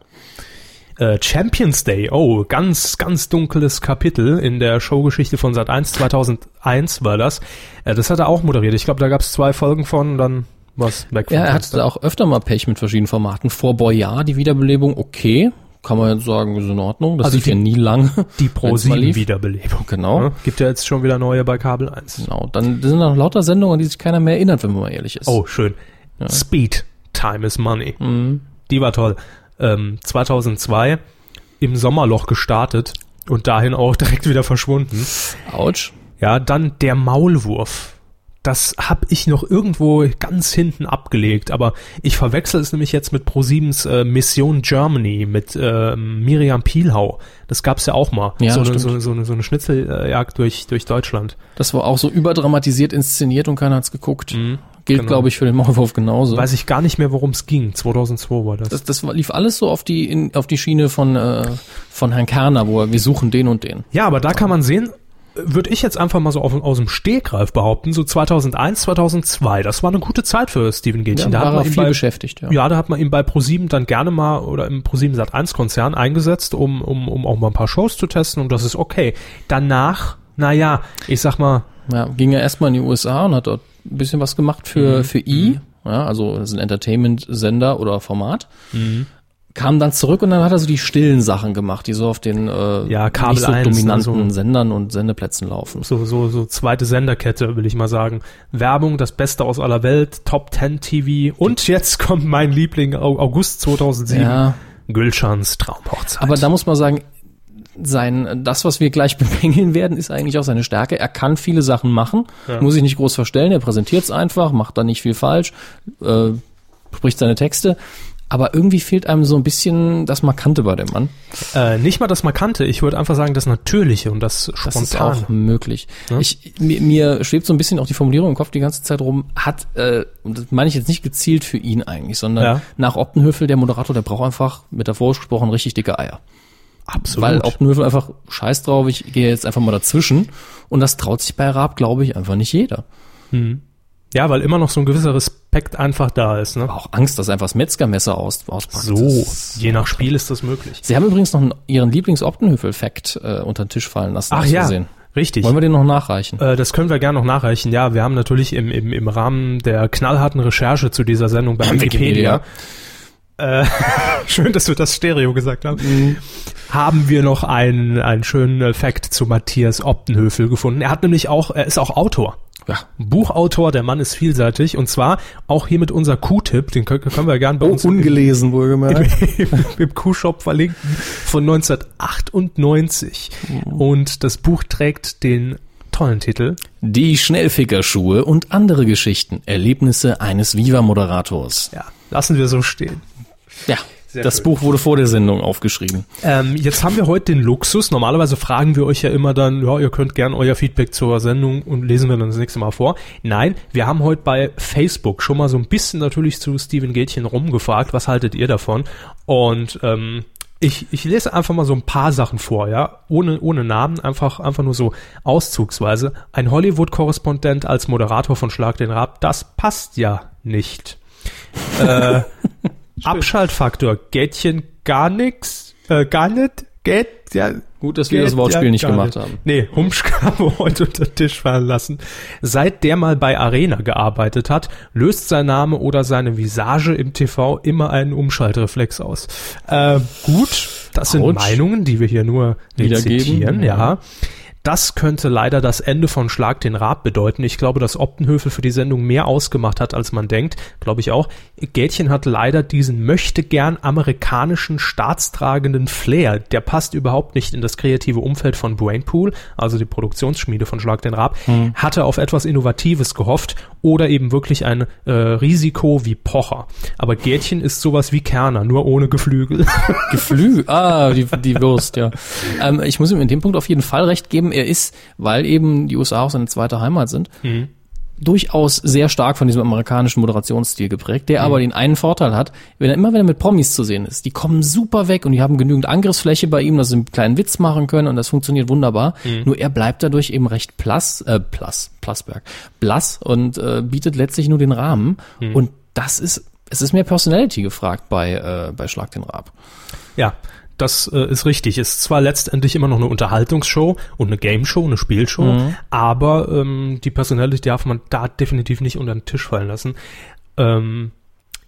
[SPEAKER 1] Äh, Champions Day, oh, ganz, ganz dunkles Kapitel in der Showgeschichte von Sat1 2001 war das. Äh, das hat er auch moderiert. Ich glaube, da gab es zwei Folgen von, dann was weg.
[SPEAKER 2] Ja,
[SPEAKER 1] vom
[SPEAKER 2] er
[SPEAKER 1] Fenster.
[SPEAKER 2] hatte da auch öfter mal Pech mit verschiedenen Formaten. Vor Boyard die Wiederbelebung, okay. Kann man jetzt sagen, ist in Ordnung. Das
[SPEAKER 1] Also
[SPEAKER 2] lief
[SPEAKER 1] die-
[SPEAKER 2] ja nie lange.
[SPEAKER 1] die
[SPEAKER 2] wenn's mal lief.
[SPEAKER 1] Pro-7-Wiederbelebung.
[SPEAKER 2] Genau.
[SPEAKER 1] Ne? Gibt ja jetzt schon wieder neue bei Kabel 1.
[SPEAKER 2] Genau. Dann sind da noch lauter Sendungen, an die sich keiner mehr erinnert, wenn man mal ehrlich ist.
[SPEAKER 1] Oh, schön. Speed, Time is Money.
[SPEAKER 2] Mhm.
[SPEAKER 1] Die war toll. Ähm, 2002 im Sommerloch gestartet und dahin auch direkt wieder verschwunden.
[SPEAKER 2] Autsch.
[SPEAKER 1] Ja, dann der Maulwurf. Das hab ich noch irgendwo ganz hinten abgelegt, aber ich verwechsel es nämlich jetzt mit ProSiebens äh, Mission Germany mit äh, Miriam Pielhau. Das gab's ja auch mal.
[SPEAKER 2] Ja,
[SPEAKER 1] so, eine,
[SPEAKER 2] stimmt.
[SPEAKER 1] so, eine, so, eine, so eine Schnitzeljagd durch, durch Deutschland.
[SPEAKER 2] Das war auch so überdramatisiert inszeniert und keiner hat's geguckt. Gilt, glaube ich, für den Maulwurf genauso.
[SPEAKER 1] Mhm, genau. Weiß ich gar nicht mehr, worum es ging. 2002 war das.
[SPEAKER 2] das, das war- lief alles so auf die, in, auf die Schiene von, äh, von Herrn Kerner, wo er, wir suchen den und den.
[SPEAKER 1] Ja, aber da kann man sehen, würde ich jetzt einfach mal so auf, aus dem Stegreif behaupten, so 2001, 2002, das war eine gute Zeit für Steven Gätchen. da hat
[SPEAKER 2] war
[SPEAKER 1] man
[SPEAKER 2] er
[SPEAKER 1] ihn
[SPEAKER 2] viel
[SPEAKER 1] bei,
[SPEAKER 2] beschäftigt, ja.
[SPEAKER 1] Ja, da hat man ihn bei ProSieben dann gerne mal oder im ProSieben Sat 1 Konzern eingesetzt, um, um, um auch mal ein paar Shows zu testen und das ist okay. Danach, naja, ich sag mal,
[SPEAKER 2] Ja, ging er erstmal in die USA und hat dort ein bisschen was gemacht
[SPEAKER 1] Mhm.
[SPEAKER 2] für, für E, ja, also das ist ein Entertainment-Sender oder Format.
[SPEAKER 1] Mhm.
[SPEAKER 2] Kam dann zurück und dann hat er so die stillen Sachen gemacht, die so auf den äh,
[SPEAKER 1] Ja, Kabel
[SPEAKER 2] nicht so
[SPEAKER 1] 1,
[SPEAKER 2] dominanten
[SPEAKER 1] also-
[SPEAKER 2] Sendern und Sendeplätzen laufen.
[SPEAKER 1] so, so, so zweite Senderkette, will ich mal sagen. Werbung, das Beste aus aller Welt, Top 10 TV und jetzt kommt mein Liebling Au- August 2007,
[SPEAKER 2] Ja.
[SPEAKER 1] Gülschans Traumhochzeit.
[SPEAKER 2] Aber da muss man sagen, sein, das, was wir gleich bemängeln werden, ist eigentlich auch seine Stärke. Er kann viele Sachen machen, muss sich nicht groß verstellen, er präsentiert es einfach, macht da nicht viel falsch, äh, spricht seine Texte. Aber irgendwie fehlt einem so ein bisschen das Markante bei dem Mann.
[SPEAKER 1] Äh, nicht mal das Markante, ich würde einfach sagen, das Natürliche und das
[SPEAKER 2] Das ist
[SPEAKER 1] Spontane.
[SPEAKER 2] auch möglich. Ich, mir, mir schwebt so ein bisschen auch die Formulierung im Kopf die ganze Zeit rum, hat, äh, und das meine ich jetzt nicht gezielt für ihn eigentlich, sondern
[SPEAKER 1] Ja.
[SPEAKER 2] nach Optenhöfel, der Moderator, der braucht einfach, metaphorisch gesprochen, richtig dicke Eier.
[SPEAKER 1] Absolut.
[SPEAKER 2] Weil Optenhöfel einfach, scheiß drauf, ich gehe jetzt einfach mal dazwischen. Und das traut sich bei Raab, glaube ich, einfach nicht jeder.
[SPEAKER 1] ja, weil immer noch so ein gewisser Respekt einfach da ist. Ne?
[SPEAKER 2] Aber auch Angst, dass einfach das Metzgermesser aus, auspackt.
[SPEAKER 1] So, je nach Spiel ist das möglich.
[SPEAKER 2] Sie haben übrigens noch einen, ihren Lieblings-Optenhöfel-Fact äh, unter den Tisch fallen lassen.
[SPEAKER 1] Ach
[SPEAKER 2] hab ich
[SPEAKER 1] ja,
[SPEAKER 2] gesehen.
[SPEAKER 1] richtig.
[SPEAKER 2] Wollen wir den noch nachreichen?
[SPEAKER 1] Äh, das können wir gerne noch nachreichen. Ja, wir haben natürlich im, im, im Rahmen der knallharten Recherche zu dieser Sendung bei Wikipedia, schön, dass wir das Stereo gesagt haben,
[SPEAKER 2] Mhm.
[SPEAKER 1] haben wir noch einen, einen schönen äh, Fact zu Matthias Optenhöfel gefunden. Er hat nämlich auch, er ist auch Autor.
[SPEAKER 2] Ja.
[SPEAKER 1] Buchautor, der Mann ist vielseitig und zwar auch hier mit unser Q-Tipp, den können, können wir
[SPEAKER 2] Oh,
[SPEAKER 1] gerne bei uns im,
[SPEAKER 2] ungelesen wohlgemerkt.
[SPEAKER 1] im Q-Shop verlinken, von 1998. Und das Buch trägt den tollen Titel
[SPEAKER 2] Die Schnellfickerschuhe und andere Geschichten. Erlebnisse eines Viva-Moderators.
[SPEAKER 1] Ja, lassen wir so stehen.
[SPEAKER 2] Ja, das
[SPEAKER 1] schön.
[SPEAKER 2] Buch wurde vor der Sendung aufgeschrieben.
[SPEAKER 1] Ähm, jetzt haben wir heute den Luxus. Normalerweise fragen wir euch ja immer dann, ja, ihr könnt gern euer Feedback zur Sendung und lesen wir dann das nächste Mal vor. Nein, wir haben heute bei Facebook schon mal so ein bisschen natürlich zu Steven Gätchen rumgefragt, was haltet ihr davon? Und ähm, ich, ich lese einfach mal so ein paar Sachen vor, ja, ohne, ohne Namen, einfach, einfach nur so auszugsweise. Ein Hollywood-Korrespondent als Moderator von Schlag den Rab, das passt ja nicht. Abschaltfaktor, Gätchen gar nix, äh, gar nicht, geht, ja.
[SPEAKER 2] Gut, dass wir das Wortspiel nicht
[SPEAKER 1] gar
[SPEAKER 2] gemacht haben.
[SPEAKER 1] Nee, Humsch haben heute unter den Tisch fallen lassen. Seit der mal bei Arena gearbeitet hat, löst sein Name oder seine Visage im TV immer einen Umschaltreflex aus. Äh, gut, das sind
[SPEAKER 2] Autsch.
[SPEAKER 1] Meinungen, die wir hier nur
[SPEAKER 2] Wiedergeben,
[SPEAKER 1] rezitieren,
[SPEAKER 2] ja.
[SPEAKER 1] ja. Das könnte leider das Ende von Schlag den Rab bedeuten. Ich glaube, dass Optenhöfel für die Sendung mehr ausgemacht hat, als man denkt. Glaube ich auch. Gätchen hat leider diesen möchte gern amerikanischen staatstragenden Flair. Der passt überhaupt nicht in das kreative Umfeld von Brainpool, also die Produktionsschmiede von Schlag den Rab. Hatte auf etwas Innovatives gehofft oder eben wirklich ein äh, Risiko wie Pocher. Aber Gätchen ist sowas wie Kerner, nur ohne Geflügel.
[SPEAKER 2] Geflügel, ah, die, die Wurst, ja. Ähm, ich muss ihm in dem Punkt auf jeden Fall recht geben. Er ist, weil eben die USA auch seine zweite Heimat sind, durchaus sehr stark von diesem amerikanischen Moderationsstil geprägt, der aber den einen Vorteil hat, wenn er immer wieder mit Promis zu sehen ist. Die kommen super weg und die haben genügend Angriffsfläche bei ihm, dass sie einen kleinen Witz machen können und das funktioniert wunderbar. Nur er bleibt dadurch eben recht plass, äh, plass, Plassberg, blass und äh, bietet letztlich nur den Rahmen. Und das ist, es ist mehr Personality gefragt bei, äh, bei Schlag den Raab.
[SPEAKER 1] Ja, das äh, ist richtig. Ist zwar letztendlich immer noch eine Unterhaltungsshow und eine Gameshow, eine Spielshow,
[SPEAKER 2] Mhm.
[SPEAKER 1] aber ähm, die Personality darf man da definitiv nicht unter den Tisch fallen lassen. Ähm,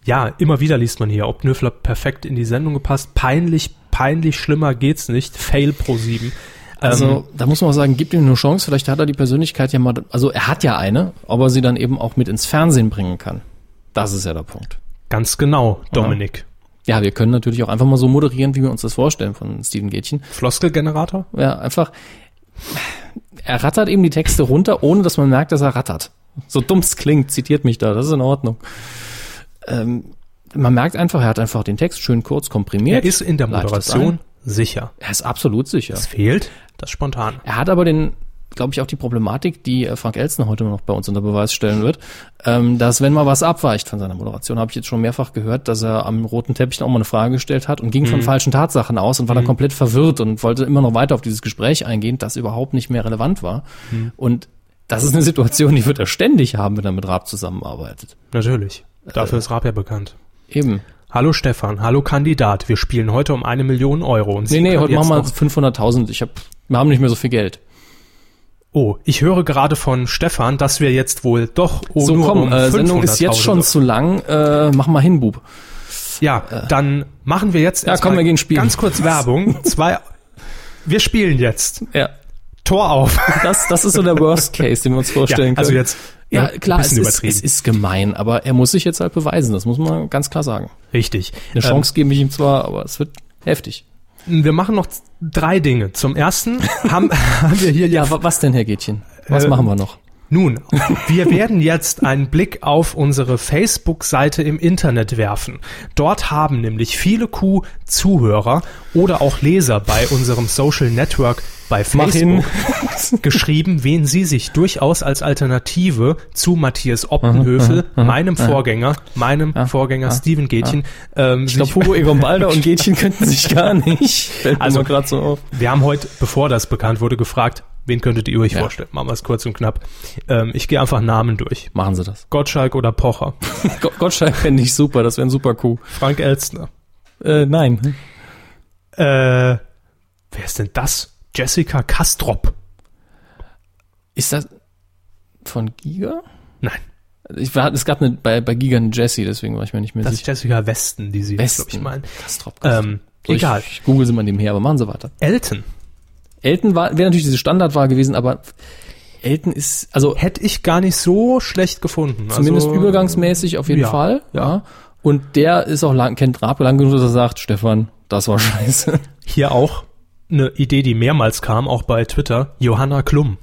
[SPEAKER 1] ja, immer wieder liest man hier, ob Nöfler perfekt in die Sendung gepasst. Peinlich, peinlich, schlimmer geht's nicht. Fail pro Ähm, 7.
[SPEAKER 2] Also da muss man auch sagen, gibt ihm eine Chance, vielleicht hat er die Persönlichkeit ja mal, also er hat ja eine, ob er sie dann eben auch mit ins Fernsehen bringen kann. Das ist ja der Punkt.
[SPEAKER 1] Ganz genau, Dominik.
[SPEAKER 2] Ja, wir können natürlich auch einfach mal so moderieren, wie wir uns das vorstellen von Steven Gätchen.
[SPEAKER 1] Floskelgenerator?
[SPEAKER 2] Ja, einfach, er rattert eben die Texte runter, ohne dass man merkt, dass er rattert. So dumm es klingt, zitiert mich da, das ist in Ordnung. Ähm, man merkt einfach, er hat einfach den Text schön kurz komprimiert.
[SPEAKER 1] Er ist in der
[SPEAKER 2] leitet es
[SPEAKER 1] Moderation
[SPEAKER 2] ein.
[SPEAKER 1] sicher.
[SPEAKER 2] Er ist absolut sicher.
[SPEAKER 1] Es fehlt das Spontan.
[SPEAKER 2] Er hat aber den, glaube ich, auch die Problematik, die äh, Frank Elsen heute noch bei uns unter Beweis stellen wird, ähm, dass wenn mal was abweicht von seiner Moderation, habe ich jetzt schon mehrfach gehört, dass er am roten Teppich auch mal eine Frage gestellt hat und ging
[SPEAKER 1] Mhm.
[SPEAKER 2] von falschen Tatsachen aus und war dann komplett verwirrt und wollte immer noch weiter auf dieses Gespräch eingehen, das überhaupt nicht mehr relevant war.
[SPEAKER 1] Mhm.
[SPEAKER 2] Und das ist eine Situation, die wird er ständig haben, wenn er mit Raab zusammenarbeitet.
[SPEAKER 1] Natürlich.
[SPEAKER 2] Äh,
[SPEAKER 1] Dafür ist Rap ja bekannt.
[SPEAKER 2] Eben.
[SPEAKER 1] Hallo Stefan, hallo Kandidat. Wir spielen heute um eine Million Euro. Und
[SPEAKER 2] Nee, nee,
[SPEAKER 1] können
[SPEAKER 2] heute
[SPEAKER 1] jetzt
[SPEAKER 2] machen wir
[SPEAKER 1] noch-
[SPEAKER 2] 500.000. Ich hab, wir haben nicht mehr so viel Geld.
[SPEAKER 1] Oh, ich höre gerade von Stefan, dass wir jetzt wohl doch oh,
[SPEAKER 2] So,
[SPEAKER 1] nur
[SPEAKER 2] komm,
[SPEAKER 1] um
[SPEAKER 2] äh, Sendung ist jetzt
[SPEAKER 1] 500.000
[SPEAKER 2] schon zu lang. Äh, mach mal hin, Bub.
[SPEAKER 1] Ja, dann machen wir jetzt.
[SPEAKER 2] äh. Ja,
[SPEAKER 1] erst
[SPEAKER 2] komm,
[SPEAKER 1] mal
[SPEAKER 2] wir gehen spielen.
[SPEAKER 1] Ganz kurz Werbung. Zwei. Wir spielen jetzt.
[SPEAKER 2] Ja.
[SPEAKER 1] Tor auf.
[SPEAKER 2] Das, das ist so der Worst Case, den wir uns
[SPEAKER 1] Ja,
[SPEAKER 2] vorstellen können.
[SPEAKER 1] also jetzt.
[SPEAKER 2] Ja,
[SPEAKER 1] ne,
[SPEAKER 2] klar,
[SPEAKER 1] ein
[SPEAKER 2] es
[SPEAKER 1] bisschen
[SPEAKER 2] ist,
[SPEAKER 1] übertrieben.
[SPEAKER 2] es ist gemein, aber er muss sich jetzt halt beweisen, das muss man ganz klar sagen.
[SPEAKER 1] Richtig.
[SPEAKER 2] Eine Chance gebe ich ihm zwar, aber es wird heftig.
[SPEAKER 1] Ähm, Wir machen noch z- drei Dinge. Zum ersten haben, haben wir Äh, hier ja
[SPEAKER 2] Ja, wa- was denn, Herr Gätchen? Was
[SPEAKER 1] Äh,
[SPEAKER 2] machen wir noch?
[SPEAKER 1] Nun, wir werden jetzt einen Blick auf unsere Facebook-Seite im Internet werfen. Dort haben nämlich viele Kuh Zuhörer oder auch Leser bei unserem Social Network bei
[SPEAKER 2] Mach
[SPEAKER 1] Facebook geschrieben, wen sie sich durchaus als Alternative zu Matthias
[SPEAKER 2] Mhm,
[SPEAKER 1] Oppenhövel, meinem Vorgänger, meinem Vorgänger Steven Gätchen, ähm,
[SPEAKER 2] Ich glaube,
[SPEAKER 1] sich-
[SPEAKER 2] Hugo Egon Balder und Gätchen könnten sich gar nicht. Fällt mir
[SPEAKER 1] Also-
[SPEAKER 2] also gerade so auf.
[SPEAKER 1] Wir haben heute, bevor das bekannt wurde, gefragt, wen könntet ihr euch
[SPEAKER 2] Ja.
[SPEAKER 1] vorstellen? Machen wir es kurz und knapp. Ähm, ich gehe einfach Namen durch.
[SPEAKER 2] Machen Sie das.
[SPEAKER 1] Gottschalk oder Pocher?
[SPEAKER 2] Go- Gottschalk fände ich super, das wäre ein super Coup.
[SPEAKER 1] Frank Elstner.
[SPEAKER 2] Äh, nein.
[SPEAKER 1] Äh, wer ist denn das? Jessica Kastrop.
[SPEAKER 2] Ist das von Giga?
[SPEAKER 1] Nein,
[SPEAKER 2] Ich war, es gab eine, bei, bei Giga einen Jesse, deswegen war ich mir nicht mehr
[SPEAKER 1] das ist
[SPEAKER 2] sicher.
[SPEAKER 1] Jessica Westen, die sie,
[SPEAKER 2] Hm. Westen.
[SPEAKER 1] glaub ich, meinen.
[SPEAKER 2] Kastrop, Kastrop.
[SPEAKER 1] Ähm,
[SPEAKER 2] So,
[SPEAKER 1] egal.
[SPEAKER 2] Ich, ich google sie mal nebenher, aber machen Sie weiter.
[SPEAKER 1] Elton.
[SPEAKER 2] Elton war, wäre natürlich diese Standardwahl gewesen, aber Elton ist, also
[SPEAKER 1] Hätte ich gar nicht so schlecht gefunden.
[SPEAKER 2] zumindest
[SPEAKER 1] also,
[SPEAKER 2] übergangsmäßig auf jeden
[SPEAKER 1] ja,
[SPEAKER 2] Fall. Ja. Und der ist auch lang, kennt Rabe lang genug, dass er sagt, Stefan, das war scheiße.
[SPEAKER 1] Hier auch eine Idee, die mehrmals kam, auch bei Twitter. Johanna Klum.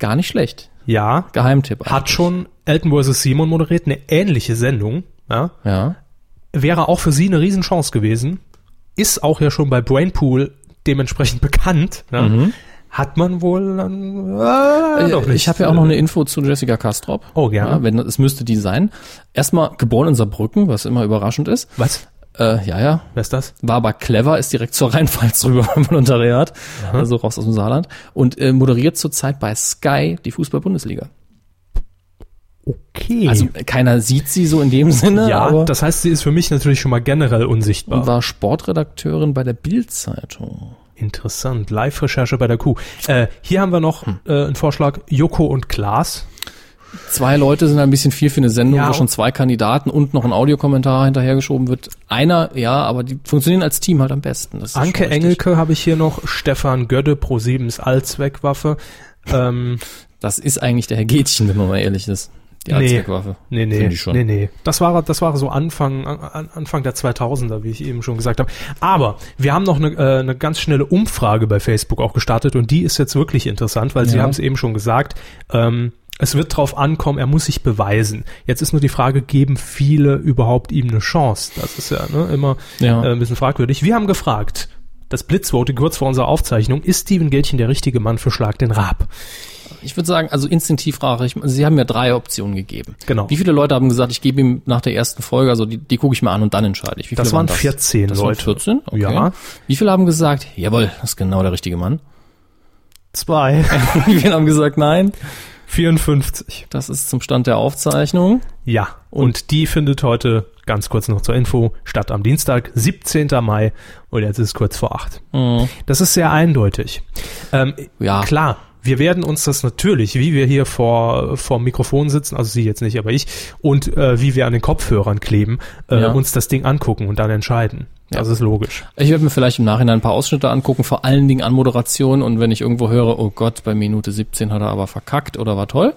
[SPEAKER 2] Gar nicht schlecht.
[SPEAKER 1] Ja,
[SPEAKER 2] Geheimtipp.
[SPEAKER 1] hat schon Elton vs. Simon moderiert, eine ähnliche Sendung. Ja,
[SPEAKER 2] Ja.
[SPEAKER 1] wäre auch für sie eine Riesenchance gewesen. Ist auch ja schon bei Brainpool dementsprechend bekannt. Ja. Hat man wohl dann äh, doch
[SPEAKER 2] Mhm. Äh,
[SPEAKER 1] nicht.
[SPEAKER 2] ich habe ja auch noch eine Info zu Jessica Kastrop.
[SPEAKER 1] Oh, gerne.
[SPEAKER 2] Ja, wenn, es müsste die sein. Erstmal geboren in Saarbrücken, was immer überraschend ist.
[SPEAKER 1] Was?
[SPEAKER 2] Äh, ja, ja.
[SPEAKER 1] Wer ist das?
[SPEAKER 2] War aber clever, ist direkt zur Rheinpfalz rüber im Volontariat. Also raus aus dem Saarland. Und äh, moderiert zurzeit bei Sky die Fußball-Bundesliga.
[SPEAKER 1] Okay.
[SPEAKER 2] Also äh, keiner sieht sie so in dem Sinne,
[SPEAKER 1] ja,
[SPEAKER 2] aber
[SPEAKER 1] das heißt, sie ist für mich natürlich schon mal generell unsichtbar.
[SPEAKER 2] war Sportredakteurin bei der Bild-Zeitung.
[SPEAKER 1] Interessant. Live-Recherche bei der Kuh. Äh, hier haben wir noch
[SPEAKER 2] Hm.
[SPEAKER 1] äh, einen Vorschlag. Joko und Klaas.
[SPEAKER 2] Zwei Leute sind ein bisschen viel für eine Sendung,
[SPEAKER 1] Ja,
[SPEAKER 2] wo schon
[SPEAKER 1] und-
[SPEAKER 2] zwei Kandidaten und noch ein Audiokommentar hinterhergeschoben wird. Einer, ja, aber die funktionieren als Team halt am besten. Das ist schon
[SPEAKER 1] Anke
[SPEAKER 2] richtig.
[SPEAKER 1] Engelke habe ich hier noch. Stefan Gödde, ProSiebens Allzweckwaffe. Ähm,
[SPEAKER 2] Das ist eigentlich der Herr Gätchen, wenn man mal ehrlich ist. Die Allzweckwaffe.
[SPEAKER 1] Nee, nee,
[SPEAKER 2] Finde ich schon.
[SPEAKER 1] nee, nee. Das war, das war so Anfang, an, Anfang der 2000er, wie ich eben schon gesagt habe. Aber wir haben noch eine, äh, eine ganz schnelle Umfrage bei Facebook auch gestartet und die ist jetzt wirklich interessant, weil Sie
[SPEAKER 2] Ja.
[SPEAKER 1] haben es eben schon gesagt. Ähm, es wird drauf ankommen, er muss sich beweisen. Jetzt ist nur die Frage, geben viele überhaupt ihm eine Chance? Das ist ja ne, immer
[SPEAKER 2] Ja.
[SPEAKER 1] Äh, ein bisschen fragwürdig. Wir haben gefragt, das Blitzvote kurz vor unserer Aufzeichnung, ist Steven Gätchen der richtige Mann für Schlag den Raab?
[SPEAKER 2] Ich würde sagen, also instinktiv frage ich, Sie haben mir drei Optionen gegeben.
[SPEAKER 1] Genau.
[SPEAKER 2] Wie viele Leute haben gesagt, ich gebe ihm nach der ersten Folge, also die, die gucke ich mir an und dann entscheide ich. Wie
[SPEAKER 1] Das
[SPEAKER 2] viele
[SPEAKER 1] waren 14
[SPEAKER 2] das
[SPEAKER 1] Leute.
[SPEAKER 2] Waren 14? Okay.
[SPEAKER 1] Ja.
[SPEAKER 2] Wie viele haben gesagt, jawohl, das ist genau der richtige Mann?
[SPEAKER 1] Zwei.
[SPEAKER 2] Wie viele haben gesagt, nein?
[SPEAKER 1] 54.
[SPEAKER 2] Das ist zum Stand der Aufzeichnung.
[SPEAKER 1] Ja, und die findet heute, ganz kurz noch zur Info, statt am Dienstag, 17. Mai. Und jetzt ist kurz vor acht. Das ist sehr eindeutig. Ähm,
[SPEAKER 2] Mhm. Ja.
[SPEAKER 1] Klar, wir werden uns das natürlich, wie wir hier vor, vor dem Mikrofon sitzen, also Sie jetzt nicht, aber ich, und äh, wie wir an den Kopfhörern kleben, äh,
[SPEAKER 2] Ja.
[SPEAKER 1] uns das Ding angucken und dann entscheiden. Das ist logisch.
[SPEAKER 2] Ich werde mir vielleicht im Nachhinein ein paar Ausschnitte angucken, vor allen Dingen an Moderation und wenn ich irgendwo höre, oh Gott, bei Minute 17 hat er aber verkackt oder war toll.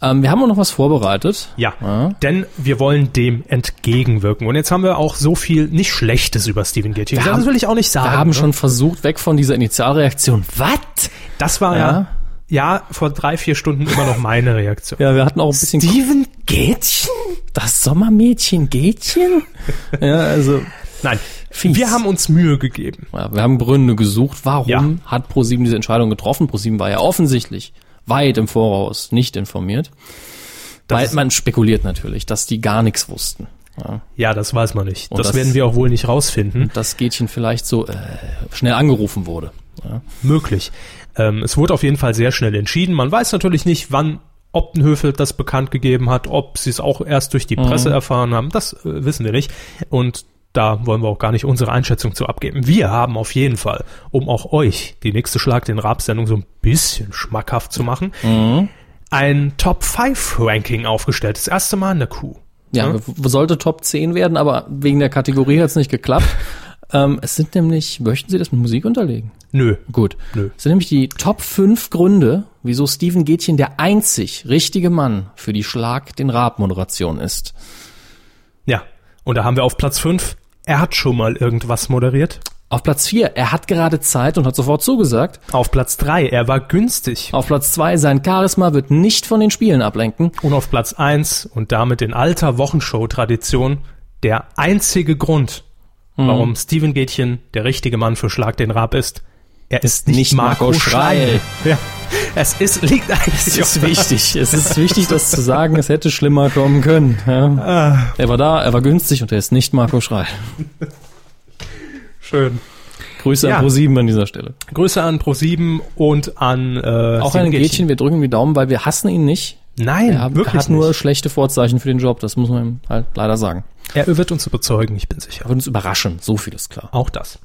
[SPEAKER 2] Ähm, wir haben auch noch was vorbereitet.
[SPEAKER 1] Mhm. Ja, denn wir wollen dem entgegenwirken. Und jetzt haben wir auch so viel nicht Schlechtes über Stephen Gätchen. gesagt. Das
[SPEAKER 2] haben-
[SPEAKER 1] will ich auch nicht sagen.
[SPEAKER 2] Wir haben
[SPEAKER 1] ne?
[SPEAKER 2] schon versucht, weg von dieser Initialreaktion. Was?
[SPEAKER 1] Das war ja, ja, vor drei, vier Stunden immer noch meine Reaktion.
[SPEAKER 2] Ja, wir hatten auch ein bisschen.
[SPEAKER 1] Steven
[SPEAKER 2] Gätchen? Das Sommermädchen Gätchen? ja, also.
[SPEAKER 1] Nein,
[SPEAKER 2] Fies.
[SPEAKER 1] wir haben uns Mühe gegeben.
[SPEAKER 2] Ja, wir haben Gründe gesucht. Warum
[SPEAKER 1] Ja.
[SPEAKER 2] hat ProSieben diese Entscheidung getroffen? ProSieben war ja offensichtlich weit im Voraus nicht informiert. weil
[SPEAKER 1] ist-
[SPEAKER 2] man spekuliert natürlich, dass die gar nichts wussten.
[SPEAKER 1] Ja, das weiß man nicht.
[SPEAKER 2] Und
[SPEAKER 1] das,
[SPEAKER 2] das-
[SPEAKER 1] werden wir auch wohl nicht rausfinden.
[SPEAKER 2] Dass Gätchen vielleicht so äh, schnell angerufen wurde.
[SPEAKER 1] Möglich. Ähm, es wurde auf jeden Fall sehr schnell entschieden. Man weiß natürlich nicht, wann Optenhöfel das bekannt gegeben hat, ob sie es auch erst durch die Presse erfahren haben. Das äh, wissen wir nicht. Und da wollen wir auch gar nicht unsere Einschätzung zu abgeben. Wir haben auf jeden Fall, um auch euch die nächste Schlag den Rab-Sendung so ein bisschen schmackhaft zu machen, ein Top-5-Ranking aufgestellt. Das erste Mal in der Kuh.
[SPEAKER 2] Ja,
[SPEAKER 1] Ja.
[SPEAKER 2] w- sollte Top 10 werden, aber wegen der Kategorie hat es nicht geklappt. ähm, es sind nämlich, möchten Sie das mit Musik unterlegen?
[SPEAKER 1] Nö.
[SPEAKER 2] Gut.
[SPEAKER 1] Nö.
[SPEAKER 2] Das sind nämlich die Top 5 Gründe, wieso Steven Gätchen der einzig richtige Mann für die Schlag den Rab Moderation ist.
[SPEAKER 1] Ja. Und da haben wir auf Platz 5, er hat schon mal irgendwas moderiert.
[SPEAKER 2] Auf Platz 4, er hat gerade Zeit und hat sofort zugesagt.
[SPEAKER 1] Auf Platz 3, er war günstig.
[SPEAKER 2] Auf Platz 2, sein Charisma wird nicht von den Spielen ablenken.
[SPEAKER 1] Und auf Platz 1 und damit in alter Wochenshow-Tradition der einzige Grund,
[SPEAKER 2] Mhm.
[SPEAKER 1] warum Steven Gätchen der richtige Mann für Schlag den Raab ist. Er ist nicht,
[SPEAKER 2] nicht
[SPEAKER 1] Marco,
[SPEAKER 2] Marco
[SPEAKER 1] Schreil.
[SPEAKER 2] Schreil.
[SPEAKER 1] Ja. Es ist, liegt eigentlich
[SPEAKER 2] Es ist
[SPEAKER 1] auf der
[SPEAKER 2] wichtig. Es ist wichtig, das zu sagen. Es hätte schlimmer kommen können.
[SPEAKER 1] Ah.
[SPEAKER 2] Ja. Er war da, er war günstig und er ist nicht Marco Schreil.
[SPEAKER 1] Schön.
[SPEAKER 2] Grüße
[SPEAKER 1] Ja.
[SPEAKER 2] an ProSieben an dieser Stelle.
[SPEAKER 1] Grüße an ProSieben und an äh,
[SPEAKER 2] Auch
[SPEAKER 1] Steven
[SPEAKER 2] an Gätchen, wir drücken die Daumen, weil wir hassen ihn nicht.
[SPEAKER 1] Nein,
[SPEAKER 2] Er hat-
[SPEAKER 1] wirklich
[SPEAKER 2] hat nur
[SPEAKER 1] nicht.
[SPEAKER 2] schlechte Vorzeichen für den Job. Das muss man ihm halt leider sagen.
[SPEAKER 1] Er wird uns überzeugen, ich bin sicher.
[SPEAKER 2] Er wird uns überraschen. So viel ist klar.
[SPEAKER 1] Auch das.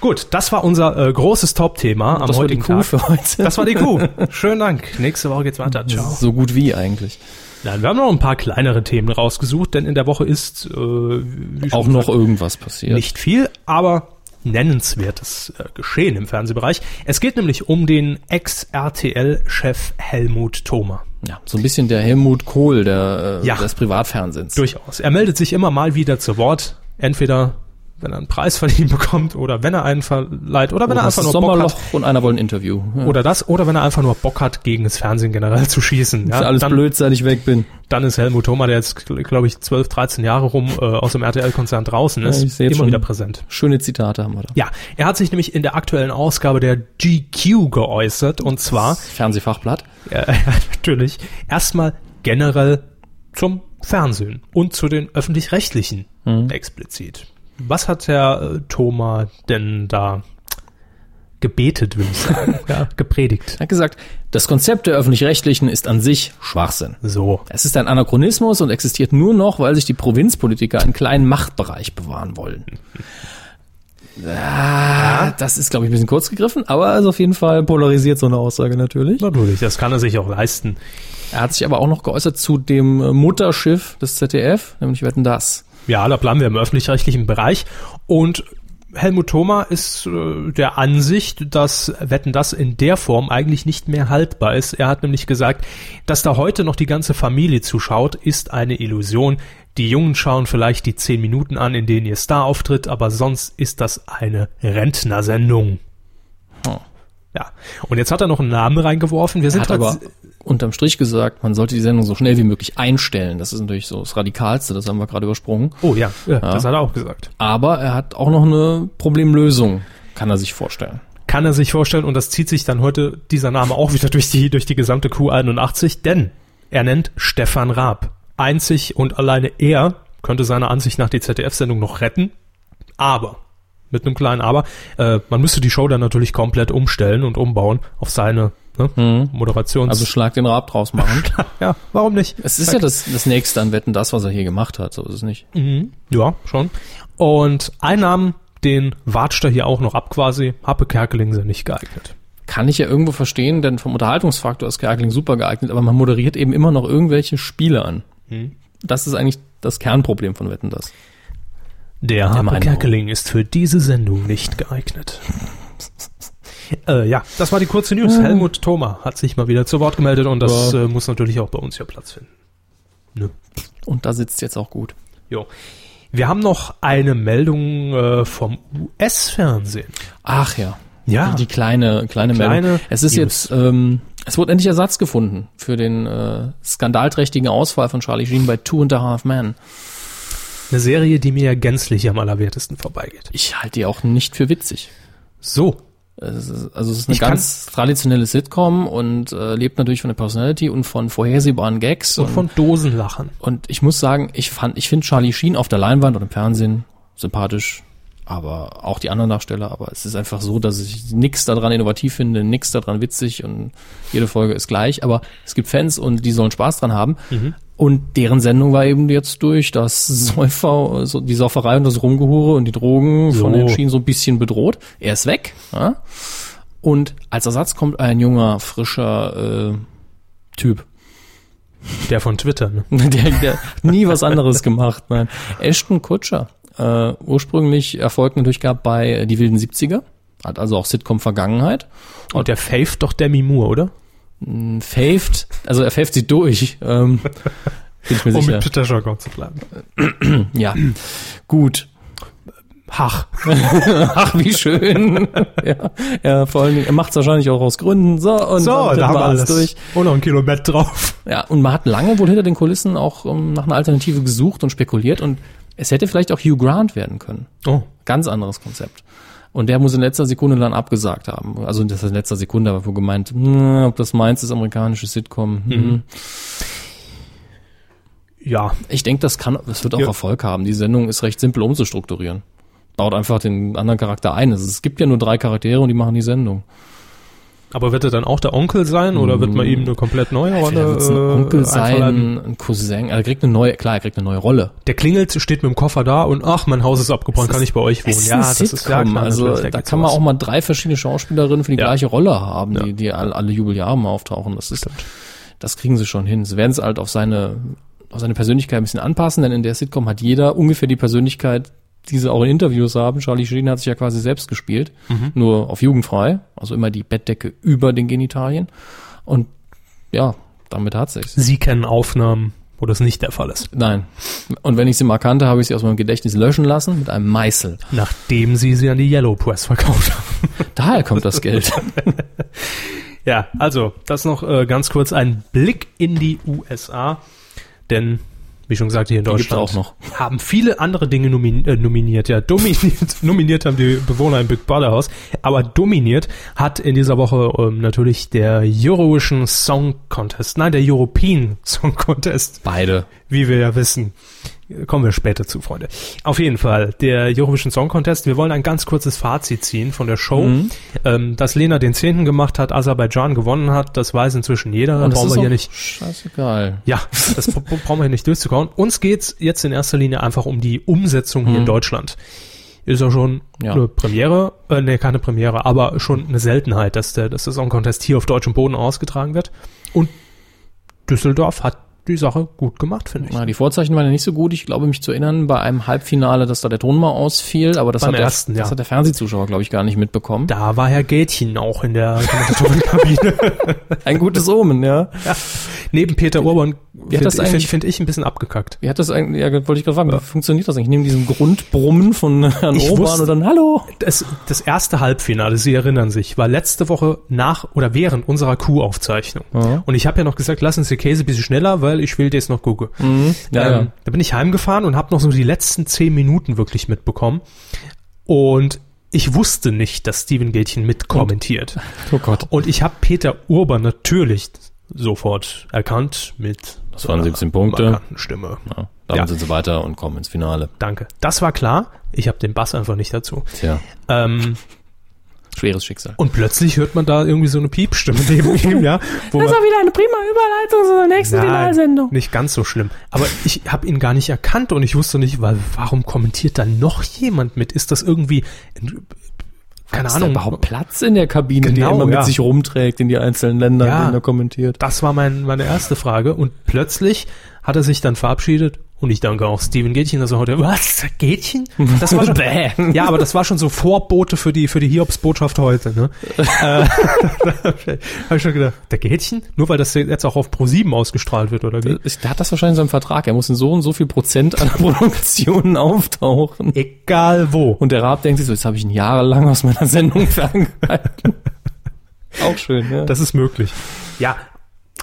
[SPEAKER 1] Gut, das war unser äh, großes Top-Thema am
[SPEAKER 2] das war die
[SPEAKER 1] heutigen
[SPEAKER 2] Kuh
[SPEAKER 1] Tag.
[SPEAKER 2] für heute.
[SPEAKER 1] Das war die Kuh. Schönen Dank. Nächste Woche geht's weiter. Ciao.
[SPEAKER 2] so gut wie eigentlich.
[SPEAKER 1] Nein, wir haben noch ein paar kleinere Themen rausgesucht, denn in der Woche ist äh, wie schon
[SPEAKER 2] Auch noch irgendwas passiert.
[SPEAKER 1] nicht viel, aber nennenswertes äh, Geschehen im Fernsehbereich. Es geht nämlich um den Ex-RTL-Chef Helmut Thoma.
[SPEAKER 2] Ja, so ein bisschen der Helmut Kohl der, äh,
[SPEAKER 1] Ja.
[SPEAKER 2] des Privatfernsehens.
[SPEAKER 1] Durchaus. Er meldet sich immer mal wieder zu Wort, entweder wenn er einen Preis verliehen bekommt oder wenn er einen verleiht oder wenn
[SPEAKER 2] Oder
[SPEAKER 1] er
[SPEAKER 2] Oh, das
[SPEAKER 1] einfach nur Bock
[SPEAKER 2] Sommerloch
[SPEAKER 1] hat.
[SPEAKER 2] und einer wollen ein Interview. Ja.
[SPEAKER 1] Oder das, oder wenn er einfach nur Bock hat, gegen das Fernsehen generell zu schießen. Ja,
[SPEAKER 2] ist alles
[SPEAKER 1] dann,
[SPEAKER 2] blöd, seit ich weg bin.
[SPEAKER 1] dann ist Helmut Thoma, der jetzt, glaube ich, 12, 13 Jahre rum äh, aus dem RTL-Konzern draußen ist,
[SPEAKER 2] ich seh
[SPEAKER 1] immer
[SPEAKER 2] jetzt schon.
[SPEAKER 1] wieder präsent.
[SPEAKER 2] Schöne Zitate haben wir da.
[SPEAKER 1] Ja, er hat sich nämlich in der aktuellen Ausgabe der GQ geäußert und zwar
[SPEAKER 2] Fernsehfachblatt.
[SPEAKER 1] äh, natürlich erstmal generell zum Fernsehen und zu den öffentlich-rechtlichen explizit. Was hat Herr äh, Thoma denn da gebetet, würde ich sagen, ja, gepredigt?
[SPEAKER 2] Er hat gesagt, das Konzept der Öffentlich-Rechtlichen ist an sich Schwachsinn.
[SPEAKER 1] So.
[SPEAKER 2] Es ist ein Anachronismus und existiert nur noch, weil sich die Provinzpolitiker einen kleinen Machtbereich bewahren wollen. Ah, das ist, glaube ich, ein bisschen kurz gegriffen, aber ist auf jeden Fall polarisiert so eine Aussage natürlich.
[SPEAKER 1] Natürlich, das kann er sich auch leisten.
[SPEAKER 2] Er hat sich aber auch noch geäußert zu dem äh, Mutterschiff des ZDF, nämlich Wetten das.
[SPEAKER 1] Ja, da bleiben wir im öffentlich-rechtlichen Bereich. Und Helmut Thoma ist äh, der Ansicht, dass Wetten das in der Form eigentlich nicht mehr haltbar ist. Er hat nämlich gesagt, dass da heute noch die ganze Familie zuschaut, ist eine Illusion. Die Jungen schauen vielleicht die zehn Minuten an, in denen ihr Star auftritt, aber sonst ist das eine Rentnersendung. Ja. Und jetzt hat er noch einen Namen reingeworfen. Wir sind
[SPEAKER 2] Hm. Hat
[SPEAKER 1] halt
[SPEAKER 2] aber unterm Strich gesagt, man sollte die Sendung so schnell wie möglich einstellen. Das ist natürlich so das Radikalste, das haben wir gerade übersprungen.
[SPEAKER 1] Oh ja, ja, das hat er auch gesagt.
[SPEAKER 2] Aber er hat auch noch eine Problemlösung, kann er sich vorstellen.
[SPEAKER 1] kann er sich vorstellen, und das zieht sich dann heute dieser Name auch wieder durch die, durch die gesamte Q81, denn er nennt Stefan Raab. Einzig und alleine er könnte seiner Ansicht nach die ZDF-Sendung noch retten, aber, mit einem kleinen Aber, äh, man müsste die Show dann natürlich komplett umstellen und umbauen auf seine ne, Moderations...
[SPEAKER 2] Also Schlag den Rab draus machen.
[SPEAKER 1] ja, warum nicht?
[SPEAKER 2] Es ist ja das, das nächste an Wetten, das, was er hier gemacht hat, so ist es nicht.
[SPEAKER 1] Ja, schon. Und einen Namen, den watscht er hier auch noch ab quasi, Happe Kerkeling sind nicht geeignet.
[SPEAKER 2] Kann ich ja irgendwo verstehen, denn vom Unterhaltungsfaktor ist Kerkeling super geeignet, aber man moderiert eben immer noch irgendwelche Spiele an.
[SPEAKER 1] Hm.
[SPEAKER 2] Das ist eigentlich das Kernproblem von Wetten, das.
[SPEAKER 1] Der Harpe
[SPEAKER 2] Meinung.
[SPEAKER 1] Kerkeling ist für diese Sendung nicht geeignet. äh, ja, das war die kurze News. Helmut Thoma hat sich mal wieder zu Wort gemeldet und das
[SPEAKER 2] Ja.
[SPEAKER 1] äh, muss natürlich auch bei uns hier Platz finden.
[SPEAKER 2] Und da sitzt jetzt auch gut.
[SPEAKER 1] Jo. Wir haben noch eine Meldung äh, vom US-Fernsehen.
[SPEAKER 2] Ach ja.
[SPEAKER 1] Ja.
[SPEAKER 2] Die kleine, kleine,
[SPEAKER 1] Kleine
[SPEAKER 2] Meldung. Es ist
[SPEAKER 1] News.
[SPEAKER 2] jetzt, ähm, es wurde endlich Ersatz gefunden für den äh, skandalträchtigen Ausfall von Charlie Sheen bei Two and a Half Men.
[SPEAKER 1] Eine Serie, die mir ja gänzlich am allerwertesten vorbeigeht.
[SPEAKER 2] Ich halte die auch nicht für witzig.
[SPEAKER 1] So.
[SPEAKER 2] Es ist, also es ist eine
[SPEAKER 1] Ich kann-
[SPEAKER 2] ganz traditionelle Sitcom und äh, lebt natürlich von der Personality und von vorhersehbaren Gags.
[SPEAKER 1] Und von Dosenlachen.
[SPEAKER 2] und ich muss sagen, ich fand, ich finde Charlie Sheen auf der Leinwand und im Fernsehen sympathisch, aber auch die anderen Darsteller, aber es ist einfach so, dass ich nichts daran innovativ finde, nichts daran witzig und jede Folge ist gleich, aber es gibt Fans und die sollen Spaß dran haben. Und deren Sendung war eben jetzt durch das Säufer, so die Sauferei und das Rumgehure und die Drogen von
[SPEAKER 1] So.
[SPEAKER 2] den Schienen so ein bisschen bedroht. Er ist weg. Ja? Und als Ersatz kommt ein junger, frischer äh, Typ.
[SPEAKER 1] Der von Twitter, ne?
[SPEAKER 2] Der, der hat nie was anderes gemacht, nein. Ashton Kutscher, äh, ursprünglich Erfolg natürlich gab bei äh, Die wilden 70er, hat also auch Sitcom-Vergangenheit.
[SPEAKER 1] Und der faved doch Demi Moore, oder?
[SPEAKER 2] Faved, also er faved sie durch, ähm, bin ich mir
[SPEAKER 1] Um mit
[SPEAKER 2] sicher.
[SPEAKER 1] Peter Jargon zu bleiben.
[SPEAKER 2] Ja, gut.
[SPEAKER 1] Hach.
[SPEAKER 2] Ach, wie schön. ja, ja, vor allen Dingen, er macht es wahrscheinlich auch aus Gründen. So, und
[SPEAKER 1] So,
[SPEAKER 2] dann
[SPEAKER 1] da haben wir
[SPEAKER 2] war's
[SPEAKER 1] alles. Durch. Und noch ein Kilo Bett drauf.
[SPEAKER 2] Ja, und man hat lange wohl hinter den Kulissen auch ähm, nach einer Alternative gesucht und spekuliert und es hätte vielleicht auch Hugh Grant werden können.
[SPEAKER 1] Oh.
[SPEAKER 2] Ganz anderes Konzept. Und der muss in letzter Sekunde dann abgesagt haben. Also das ist in letzter Sekunde, aber wo gemeint, hm, ob das meins ist, amerikanisches Sitcom. Hm.
[SPEAKER 1] Mhm. Ja,
[SPEAKER 2] Ich denke, das kann, das wird auch
[SPEAKER 1] Ja.
[SPEAKER 2] Erfolg haben. Die Sendung ist recht simpel umzustrukturieren. Baut einfach den anderen Charakter ein. Es es gibt ja nur drei Charaktere und die machen die Sendung.
[SPEAKER 1] aber wird er dann auch der Onkel sein oder wird man ihm eine komplett neue Rolle?
[SPEAKER 2] Da wird's ein
[SPEAKER 1] äh,
[SPEAKER 2] Onkel
[SPEAKER 1] einverleiben?
[SPEAKER 2] sein, ein Cousin. Er kriegt eine neue, klar, er kriegt eine neue Rolle.
[SPEAKER 1] Der klingelt, steht mit dem Koffer da und ach, mein Haus ist abgebrannt, kann ich bei euch wohnen?
[SPEAKER 2] Es ist ein
[SPEAKER 1] ja
[SPEAKER 2] Sitcom.
[SPEAKER 1] klar,
[SPEAKER 2] also
[SPEAKER 1] natürlich,
[SPEAKER 2] da
[SPEAKER 1] geht's
[SPEAKER 2] kann man
[SPEAKER 1] raus.
[SPEAKER 2] auch mal drei verschiedene Schauspielerinnen für die
[SPEAKER 1] Ja.
[SPEAKER 2] gleiche Rolle haben, die, die alle, alle Jubeljahre mal auftauchen. Das ist, das kriegen sie schon hin. Sie werden es halt auf seine, auf seine Persönlichkeit ein bisschen anpassen, denn in der Sitcom hat jeder ungefähr die Persönlichkeit, die sie auch in Interviews haben. Charlie Sheen hat sich ja quasi selbst gespielt,
[SPEAKER 1] Mhm.
[SPEAKER 2] nur auf jugendfrei, also immer die Bettdecke über den Genitalien. Und ja, damit hat sich's.
[SPEAKER 1] Sie kennen Aufnahmen, wo das nicht der Fall ist.
[SPEAKER 2] Nein. Und wenn ich sie mal kannte, habe ich sie aus meinem Gedächtnis löschen lassen mit einem Meißel.
[SPEAKER 1] Nachdem sie sie an die Yellow Press verkauft haben.
[SPEAKER 2] Daher kommt das Geld.
[SPEAKER 1] Ja, also, das noch äh, ganz kurz ein Blick in die USA, denn wie schon gesagt, hier in
[SPEAKER 2] Die gibt's
[SPEAKER 1] Deutschland
[SPEAKER 2] auch noch.
[SPEAKER 1] haben viele andere Dinge nomin äh, nominiert, ja, dominiert, nominiert haben die Bewohner im Big Brother Haus, aber dominiert hat in dieser Woche ähm, natürlich der Eurovision Song Contest, nein, der European Song Contest
[SPEAKER 2] Beide.
[SPEAKER 1] wie wir ja wissen. Kommen wir später zu, Freunde. Auf jeden Fall, der Eurovision Song Contest. Wir wollen ein ganz kurzes Fazit ziehen von der Show.
[SPEAKER 2] Mhm.
[SPEAKER 1] Ähm, dass Lena den Zehnten gemacht hat, Aserbaidschan gewonnen hat, das weiß inzwischen jeder.
[SPEAKER 2] Und das
[SPEAKER 1] brauchen
[SPEAKER 2] ist
[SPEAKER 1] wir
[SPEAKER 2] auch
[SPEAKER 1] hier nicht.
[SPEAKER 2] Scheißegal.
[SPEAKER 1] Ja, das bra- bra- brauchen wir hier nicht durchzukauen. Uns geht's jetzt in erster Linie einfach um die Umsetzung hier in Deutschland. Ist ja schon
[SPEAKER 2] Mhm. Ja.
[SPEAKER 1] eine Premiere, äh, nee, keine Premiere, aber schon eine Seltenheit, dass der, dass der Song Contest hier auf deutschem Boden ausgetragen wird. Und Düsseldorf hat die Sache gut gemacht, finde ich.
[SPEAKER 2] Na, die Vorzeichen waren ja nicht so gut. Ich glaube, mich zu erinnern, bei einem Halbfinale, dass da der Ton mal ausfiel, aber das,
[SPEAKER 1] Beim
[SPEAKER 2] hat der,
[SPEAKER 1] ersten, ja.
[SPEAKER 2] das hat der Fernsehzuschauer, glaube ich, gar nicht mitbekommen.
[SPEAKER 1] Da war Herr Gätchen auch in der Kommentatorenkabine.
[SPEAKER 2] Ein gutes Omen, ja.
[SPEAKER 1] Neben Peter Urban
[SPEAKER 2] hat
[SPEAKER 1] finde
[SPEAKER 2] das
[SPEAKER 1] ich-
[SPEAKER 2] eigentlich-
[SPEAKER 1] find, find ich ein bisschen abgekackt.
[SPEAKER 2] Wie hat das eigentlich, ja, wollte ich gerade fragen, wie funktioniert das eigentlich? Neben diesem Grundbrummen von Herrn
[SPEAKER 1] Ich
[SPEAKER 2] Orban
[SPEAKER 1] wusste-
[SPEAKER 2] und dann Hallo?
[SPEAKER 1] Das, das erste Halbfinale, Sie erinnern sich, war letzte Woche nach oder während unserer Q-Aufzeichnung.
[SPEAKER 2] Ja.
[SPEAKER 1] Und ich habe ja noch gesagt, lass uns die Käse ein bisschen schneller, weil ich will dir jetzt noch gucken.
[SPEAKER 2] Mhm. Ja,
[SPEAKER 1] ähm,
[SPEAKER 2] ja.
[SPEAKER 1] Da bin ich heimgefahren und habe noch so die letzten zehn Minuten wirklich mitbekommen. Und ich wusste nicht, dass Steven Gätchen mitkommentiert.
[SPEAKER 2] Oh Gott.
[SPEAKER 1] Und ich habe Peter Urban natürlich sofort erkannt mit
[SPEAKER 2] Das waren 17 Punkte.
[SPEAKER 1] markanten Stimme.
[SPEAKER 2] Ja, damit
[SPEAKER 1] Ja.
[SPEAKER 2] sind sie weiter und kommen ins Finale.
[SPEAKER 1] Danke. Das war klar. Ich habe den Bass einfach nicht dazu.
[SPEAKER 2] Tja,
[SPEAKER 1] Ähm,
[SPEAKER 2] schweres Schicksal.
[SPEAKER 1] und plötzlich hört man da irgendwie so eine Piepstimme neben ihm, ja. Wo man,
[SPEAKER 2] wieder eine prima Überleitung zu der nächsten
[SPEAKER 1] nein, nicht ganz so schlimm. Aber ich habe ihn gar nicht erkannt und ich wusste nicht, weil warum kommentiert dann noch jemand mit? Ist das irgendwie, keine
[SPEAKER 2] Ist da
[SPEAKER 1] Ahnung.
[SPEAKER 2] überhaupt Platz in der Kabine, die er
[SPEAKER 1] Genau,
[SPEAKER 2] immer
[SPEAKER 1] ja.
[SPEAKER 2] mit sich rumträgt in die einzelnen Länder,
[SPEAKER 1] Ja.
[SPEAKER 2] in denen er kommentiert?
[SPEAKER 1] Das war mein, meine erste Frage. Und plötzlich hat er sich dann verabschiedet. Und ich danke auch Steven Gätchen, dass er heute, was, Gätchen? Das war
[SPEAKER 2] Bäh.
[SPEAKER 1] schon, ja, aber das war schon so Vorbote für die, für die Hiobsbotschaft heute, ne? äh, hab ich schon gedacht, der Gätchen? Nur weil das jetzt auch auf Pro7 ausgestrahlt wird, oder wie?
[SPEAKER 2] Ist- Der hat das wahrscheinlich in seinem Vertrag. Er muss in so und so viel Prozent an der Produktion auftauchen.
[SPEAKER 1] Egal wo.
[SPEAKER 2] Und der Raab denkt sich so, jetzt habe ich ihn jahrelang aus meiner Sendung ferngehalten. Auch schön, ja.
[SPEAKER 1] Das ist möglich. Ja,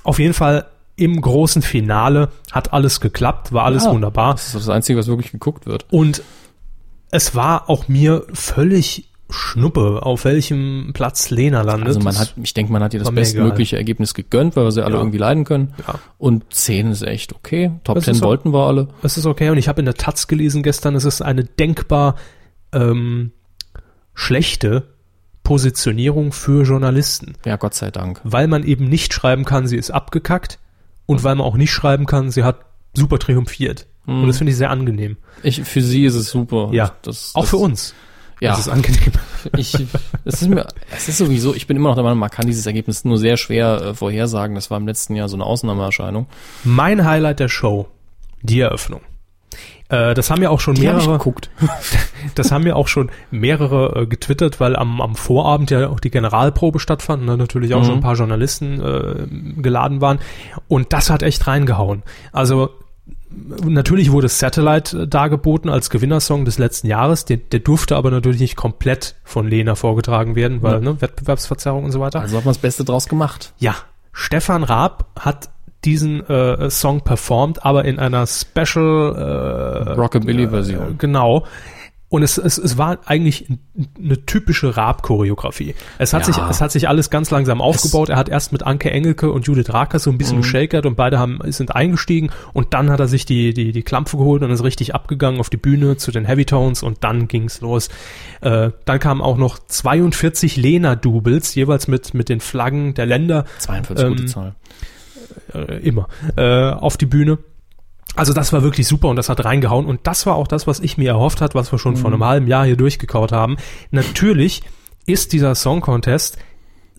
[SPEAKER 1] auf jeden Fall im großen Finale hat alles geklappt, war alles
[SPEAKER 2] Ja.
[SPEAKER 1] wunderbar.
[SPEAKER 2] Das ist das Einzige, was wirklich geguckt wird.
[SPEAKER 1] Und es war auch mir völlig Schnuppe, auf welchem Platz Lena landet.
[SPEAKER 2] Also man hat, ich denke, man hat ihr das
[SPEAKER 1] war mir
[SPEAKER 2] bestmögliche Ergebnis gegönnt, weil wir sie alle
[SPEAKER 1] Ja.
[SPEAKER 2] irgendwie leiden können.
[SPEAKER 1] Ja.
[SPEAKER 2] Und 10 ist echt okay. Top
[SPEAKER 1] Das
[SPEAKER 2] 10
[SPEAKER 1] ist so-
[SPEAKER 2] wollten wir alle.
[SPEAKER 1] Das ist okay. Und ich habe in der Taz gelesen gestern, es ist eine denkbar ähm, schlechte Positionierung für Journalisten,
[SPEAKER 2] Ja, Gott sei Dank.
[SPEAKER 1] weil man eben nicht schreiben kann, sie ist abgekackt und weil man auch nicht schreiben kann, sie hat super triumphiert. Und das finde ich sehr angenehm.
[SPEAKER 2] Ich, für sie ist es super.
[SPEAKER 1] Ja,
[SPEAKER 2] Mhm. das,
[SPEAKER 1] auch
[SPEAKER 2] das,
[SPEAKER 1] für uns.
[SPEAKER 2] Ja,
[SPEAKER 1] Das ist angenehm.
[SPEAKER 2] ich, es ist mir, es ist sowieso, ich bin immer noch der Meinung, man kann dieses Ergebnis nur sehr schwer äh, vorhersagen. Das war im letzten Jahr so eine Ausnahmeerscheinung.
[SPEAKER 1] Mein Highlight der Show, die Eröffnung. Äh, das haben ja auch schon
[SPEAKER 2] hab ich
[SPEAKER 1] mehrere.
[SPEAKER 2] geguckt.
[SPEAKER 1] das haben ja auch schon mehrere äh, getwittert, weil am, am Vorabend ja auch die Generalprobe stattfand, ne, natürlich auch schon ein paar Journalisten äh, geladen waren. Und das hat echt reingehauen. Also Natürlich wurde Satellite äh, dargeboten als Gewinnersong des letzten Jahres. Der, der durfte aber natürlich nicht komplett von Lena vorgetragen werden, weil ne, Wettbewerbsverzerrung und so weiter.
[SPEAKER 2] Also hat man das Beste draus gemacht.
[SPEAKER 1] Ja, Stefan Raab hat diesen äh, Song performt, aber in einer Special, äh,
[SPEAKER 2] Rockabilly-Version.
[SPEAKER 1] genau. Und es, es, es war eigentlich n- eine typische Raab-Choreografie. Es hat
[SPEAKER 2] Ja.
[SPEAKER 1] sich es hat sich alles ganz langsam aufgebaut. er hat erst mit Anke Engelke und Judith Raker so ein bisschen geschakert und beide haben sind eingestiegen und dann hat er sich die die die Klampfe geholt und ist richtig abgegangen auf die Bühne zu den Heavy Tones und dann ging's los. Äh, dann kamen auch noch 42 Lena-Doubles jeweils mit mit den Flaggen der Länder
[SPEAKER 2] 42
[SPEAKER 1] Ähm,
[SPEAKER 2] gute Zahl.
[SPEAKER 1] äh, immer, äh, auf die Bühne. Also das war wirklich super und das hat reingehauen und das war auch das, was ich mir erhofft hat, was wir schon
[SPEAKER 2] Mhm.
[SPEAKER 1] vor einem halben Jahr hier durchgekaut haben. Natürlich ist dieser Song Contest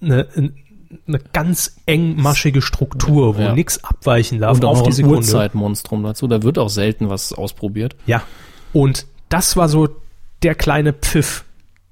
[SPEAKER 1] eine, eine ganz engmaschige Struktur, wo
[SPEAKER 2] Ja.
[SPEAKER 1] nichts abweichen darf
[SPEAKER 2] Und auch
[SPEAKER 1] auf
[SPEAKER 2] noch
[SPEAKER 1] die
[SPEAKER 2] ein
[SPEAKER 1] Sekunde.
[SPEAKER 2] Uhrzeitmonstrum dazu. Da wird auch selten was ausprobiert.
[SPEAKER 1] Ja. Und das war so der kleine Pfiff,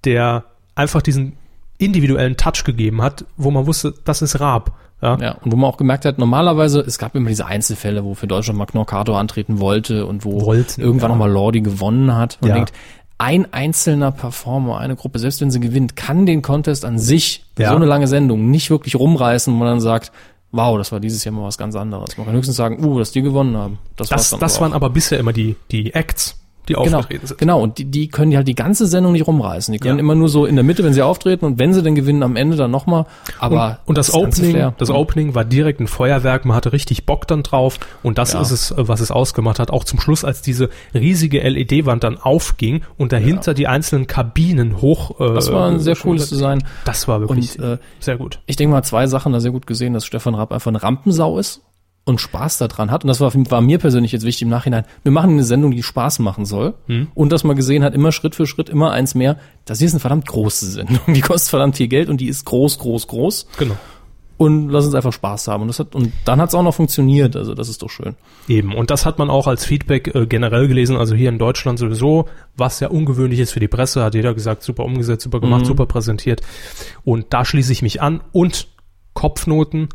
[SPEAKER 1] der einfach diesen individuellen Touch gegeben hat, wo man wusste, das ist Raab. Ja.
[SPEAKER 2] Ja, und wo man auch gemerkt hat, normalerweise, es gab immer diese Einzelfälle, wo für Deutschland mal Knorkato antreten wollte und wo
[SPEAKER 1] Wollten,
[SPEAKER 2] irgendwann
[SPEAKER 1] ja.
[SPEAKER 2] nochmal Lordi gewonnen hat. Man
[SPEAKER 1] Ja.
[SPEAKER 2] denkt, ein einzelner Performer, eine Gruppe, selbst wenn sie gewinnt, kann den Contest an sich,
[SPEAKER 1] Ja.
[SPEAKER 2] so eine lange Sendung, nicht wirklich rumreißen, wo man dann sagt, wow, das war dieses Jahr mal was ganz anderes. Man kann höchstens sagen, uh, dass die gewonnen haben. Das, war's
[SPEAKER 1] Das,
[SPEAKER 2] dann
[SPEAKER 1] das
[SPEAKER 2] aber auch.
[SPEAKER 1] waren aber bisher immer die, die Acts, die
[SPEAKER 2] Genau,
[SPEAKER 1] aufgetreten sind.
[SPEAKER 2] genau, und die, die können ja halt die ganze Sendung nicht rumreißen. Die können
[SPEAKER 1] Ja.
[SPEAKER 2] immer nur so in der Mitte, wenn sie auftreten und wenn sie dann gewinnen, am Ende dann nochmal. Aber
[SPEAKER 1] Und das,
[SPEAKER 2] ganze
[SPEAKER 1] Opening,
[SPEAKER 2] Flair-
[SPEAKER 1] das Opening war direkt ein Feuerwerk, man hatte richtig Bock dann drauf und das
[SPEAKER 2] Ja.
[SPEAKER 1] ist es, äh, was es ausgemacht hat. Auch zum Schluss, als diese riesige LED-Wand dann aufging und dahinter die einzelnen Kabinen hoch. äh,
[SPEAKER 2] Das war ein sehr cooles Design.
[SPEAKER 1] Das war wirklich
[SPEAKER 2] Und, äh,
[SPEAKER 1] sehr gut.
[SPEAKER 2] ich denke mal, zwei Sachen da sehr gut gesehen, dass Stefan Raab einfach eine Rampensau ist und Spaß daran hat. Und das war, war mir persönlich jetzt wichtig im Nachhinein. Wir machen eine Sendung, die Spaß machen soll.
[SPEAKER 1] Hm.
[SPEAKER 2] Und dass man gesehen hat, immer Schritt für Schritt, immer eins mehr. Das hier ist eine verdammt große Sendung. Die kostet verdammt viel Geld und die ist groß, groß, groß.
[SPEAKER 1] Genau.
[SPEAKER 2] Und lass uns einfach Spaß haben. Und, das hat, und dann hat es auch noch funktioniert. Also das ist doch schön.
[SPEAKER 1] Eben. Und das hat man auch als Feedback äh, generell gelesen, also hier in Deutschland sowieso, was ja ungewöhnlich ist für die Presse, hat jeder gesagt, super umgesetzt, super
[SPEAKER 2] Mhm.
[SPEAKER 1] gemacht, super präsentiert. Und da schließe ich mich an und Kopfnoten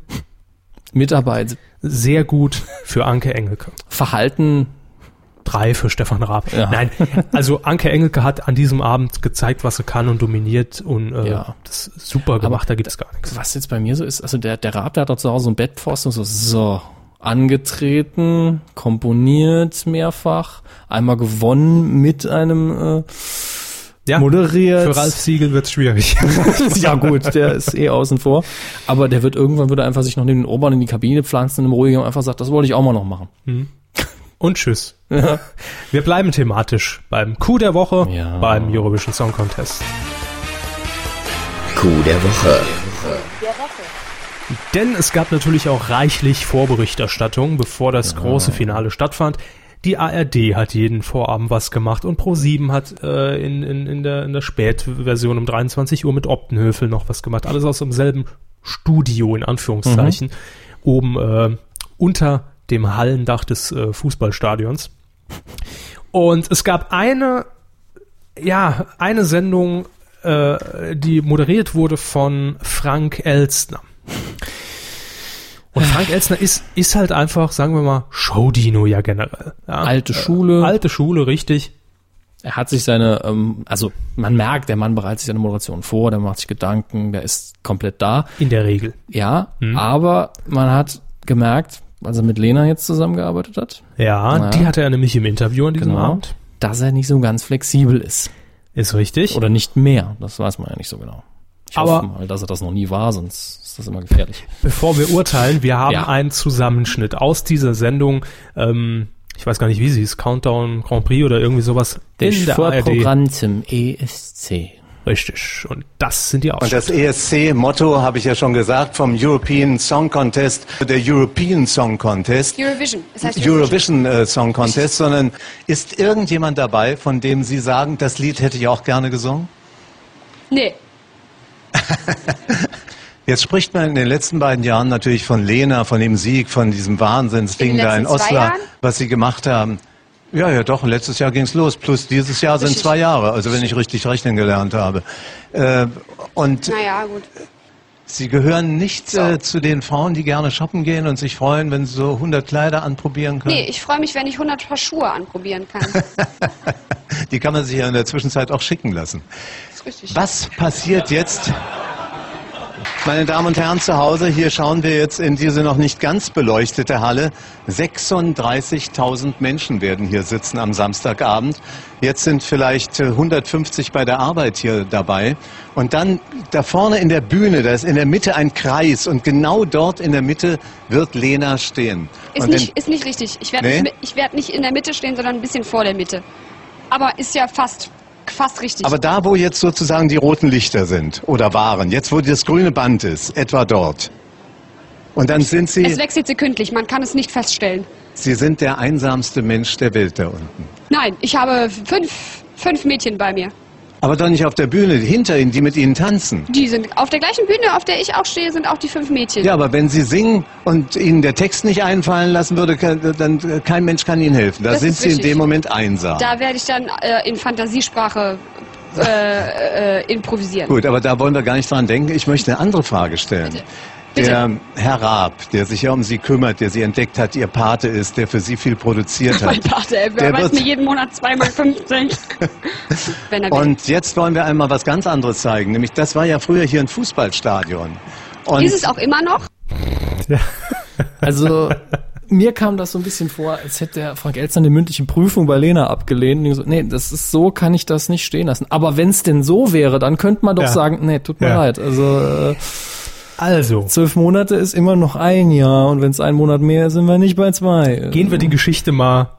[SPEAKER 2] Mitarbeit,
[SPEAKER 1] sehr gut für Anke Engelke.
[SPEAKER 2] Verhalten,
[SPEAKER 1] drei für Stefan Raab.
[SPEAKER 2] Ja.
[SPEAKER 1] Nein, also Anke Engelke hat an diesem Abend gezeigt, was sie kann und dominiert und äh,
[SPEAKER 2] Ja.
[SPEAKER 1] das ist super gemacht, da gibt es gar nichts.
[SPEAKER 2] was jetzt bei mir so ist, also der, der Raab, der hat doch zu Hause so ein Bettpfosten und so, so, angetreten, komponiert mehrfach, einmal gewonnen mit einem
[SPEAKER 1] Ja,
[SPEAKER 2] äh, moderiert.
[SPEAKER 1] für Ralf Siegel wird's schwierig.
[SPEAKER 2] ja gut, der ist eh außen vor. Aber der wird irgendwann würde einfach sich noch neben den Obern in die Kabine pflanzen und im Ruhigen und einfach sagt, das wollte ich auch mal noch machen.
[SPEAKER 1] Und tschüss. Wir bleiben thematisch beim Coup der Woche
[SPEAKER 2] Ja.
[SPEAKER 1] beim Eurovision Song Contest.
[SPEAKER 5] Coup der Woche.
[SPEAKER 1] Denn es gab natürlich auch reichlich Vorberichterstattung, bevor das große Finale stattfand. Die ARD hat jeden Vorabend was gemacht und Pro7 hat äh, in, in, in, der, in der Spätversion um 23 Uhr mit Optenhöfel noch was gemacht. Alles aus demselben Studio, in Anführungszeichen, oben äh, unter dem Hallendach des äh, Fußballstadions. Und es gab eine, ja, eine Sendung, äh, die moderiert wurde von Frank Elstner. Und Frank Elstner ist, ist halt einfach, sagen wir mal, Showdino ja generell. Ja. Äh,
[SPEAKER 2] Alte Schule.
[SPEAKER 1] Alte Schule, richtig.
[SPEAKER 2] Er hat sich seine, ähm, also man merkt, der Mann bereitet sich seine Moderation vor, der macht sich Gedanken, der ist komplett da.
[SPEAKER 1] In der Regel.
[SPEAKER 2] Ja,
[SPEAKER 1] Mhm.
[SPEAKER 2] aber man hat gemerkt, als er mit Lena jetzt zusammengearbeitet hat,
[SPEAKER 1] Ja,
[SPEAKER 2] Ja.
[SPEAKER 1] die hatte er nämlich im Interview an diesem
[SPEAKER 2] Genau.
[SPEAKER 1] Abend.
[SPEAKER 2] dass er nicht so ganz flexibel ist.
[SPEAKER 1] Ist richtig.
[SPEAKER 2] Oder nicht mehr. Das weiß man ja nicht so genau. Ich
[SPEAKER 1] Aber-
[SPEAKER 2] hoffe mal, dass er das noch nie war, sonst ist das immer gefährlich.
[SPEAKER 1] Bevor wir urteilen, wir haben
[SPEAKER 2] Ja.
[SPEAKER 1] einen Zusammenschnitt aus dieser Sendung. Ähm, ich weiß gar nicht, wie sie ist. Countdown Grand Prix oder irgendwie sowas. in der ARD.
[SPEAKER 2] zum E ESC.
[SPEAKER 1] Richtig. Und das sind die
[SPEAKER 6] Und
[SPEAKER 1] Ausschnitte.
[SPEAKER 6] das ESC-Motto habe ich ja schon gesagt vom European Song Contest, der European Song Contest,
[SPEAKER 7] Eurovision. Es heißt
[SPEAKER 6] Eurovision äh, Song Contest, sondern ist irgendjemand dabei, von dem Sie sagen, das Lied hätte ich auch gerne gesungen?
[SPEAKER 7] Nee.
[SPEAKER 6] Jetzt spricht man in den letzten beiden Jahren natürlich von Lena, von dem Sieg, von diesem Wahnsinnsding
[SPEAKER 7] In den
[SPEAKER 6] da in
[SPEAKER 7] letzten zwei
[SPEAKER 6] Oslo,
[SPEAKER 7] Jahren?
[SPEAKER 6] was Sie gemacht haben. Ja, ja, doch, letztes Jahr ging's los, plus dieses Jahr sind
[SPEAKER 7] Richtig.
[SPEAKER 6] zwei Jahre, also wenn ich richtig rechnen gelernt habe. Äh, und
[SPEAKER 7] Naja, gut.
[SPEAKER 6] Sie gehören nicht äh, zu den Frauen, die gerne shoppen gehen und sich freuen, wenn sie so 100 Kleider anprobieren können.
[SPEAKER 7] Nee, ich freue mich, wenn ich 100 Paar Schuhe anprobieren kann.
[SPEAKER 6] Die kann man sich ja in der Zwischenzeit auch schicken lassen.
[SPEAKER 7] Das ist richtig.
[SPEAKER 6] Was passiert jetzt? Meine Damen und Herren zu Hause, hier schauen wir jetzt in diese noch nicht ganz beleuchtete Halle. 36.000 Menschen werden hier sitzen am Samstagabend. Jetzt sind vielleicht äh, 150 bei der Arbeit hier dabei. Und dann da vorne in der Bühne, da ist in der Mitte ein Kreis und genau dort in der Mitte wird Lena stehen.
[SPEAKER 7] Ist
[SPEAKER 6] und
[SPEAKER 7] nicht, ist nicht richtig. Ich werde
[SPEAKER 6] Nee?
[SPEAKER 7] nicht, ich werd nicht in der Mitte stehen, sondern ein bisschen vor der Mitte. Aber ist ja fast, fast richtig.
[SPEAKER 6] Aber da, wo jetzt sozusagen die roten Lichter sind oder waren, jetzt wo das grüne Band ist, etwa dort. Und dann sind
[SPEAKER 7] es
[SPEAKER 6] Sie,
[SPEAKER 7] wechselt sekündlich, man kann es nicht feststellen.
[SPEAKER 6] Sie sind der einsamste Mensch der Welt da unten.
[SPEAKER 7] Nein, ich habe fünf, fünf Mädchen bei mir.
[SPEAKER 6] Aber doch nicht auf der Bühne, hinter Ihnen, die mit Ihnen tanzen.
[SPEAKER 7] Die sind auf der gleichen Bühne, auf der ich auch stehe, sind auch die fünf Mädchen.
[SPEAKER 6] Ja, aber wenn Sie singen und Ihnen der Text nicht einfallen lassen würde, ke- dann äh, kein Mensch kann Ihnen helfen. Da
[SPEAKER 7] Das
[SPEAKER 6] sind
[SPEAKER 7] ist
[SPEAKER 6] Sie in
[SPEAKER 7] richtig.
[SPEAKER 6] dem Moment einsam.
[SPEAKER 7] Da werde ich dann äh, in Fantasiesprache äh, äh, improvisieren.
[SPEAKER 6] Gut, aber da wollen wir gar nicht dran denken. Ich möchte eine andere Frage stellen.
[SPEAKER 7] Bitte.
[SPEAKER 6] Der Herr Raab, der sich ja um Sie kümmert, der Sie entdeckt hat, Ihr Pate ist, der für Sie viel produziert hat.
[SPEAKER 7] Mein Vater, er
[SPEAKER 6] Der
[SPEAKER 7] überweist
[SPEAKER 6] wird-
[SPEAKER 7] mir jeden Monat zweimal 15. Wenn er will.
[SPEAKER 6] Und jetzt wollen wir einmal was ganz anderes zeigen, nämlich das war ja früher hier ein Fußballstadion. Und
[SPEAKER 7] Ist es auch immer noch?
[SPEAKER 2] Also mir kam das so ein bisschen vor, als hätte der Frank Elstner eine mündliche Prüfung bei Lena abgelehnt. Und ich so, nee, das ist so, kann ich das nicht stehen lassen. Aber wenn es denn so wäre, dann könnte man doch
[SPEAKER 1] Ja.
[SPEAKER 2] sagen, nee, tut mir
[SPEAKER 1] Ja.
[SPEAKER 2] leid. Also äh,
[SPEAKER 1] Also,
[SPEAKER 2] zwölf Monate ist immer noch ein Jahr und wenn es ein Monat mehr ist, sind wir nicht bei zwei.
[SPEAKER 1] gehen wir die Geschichte mal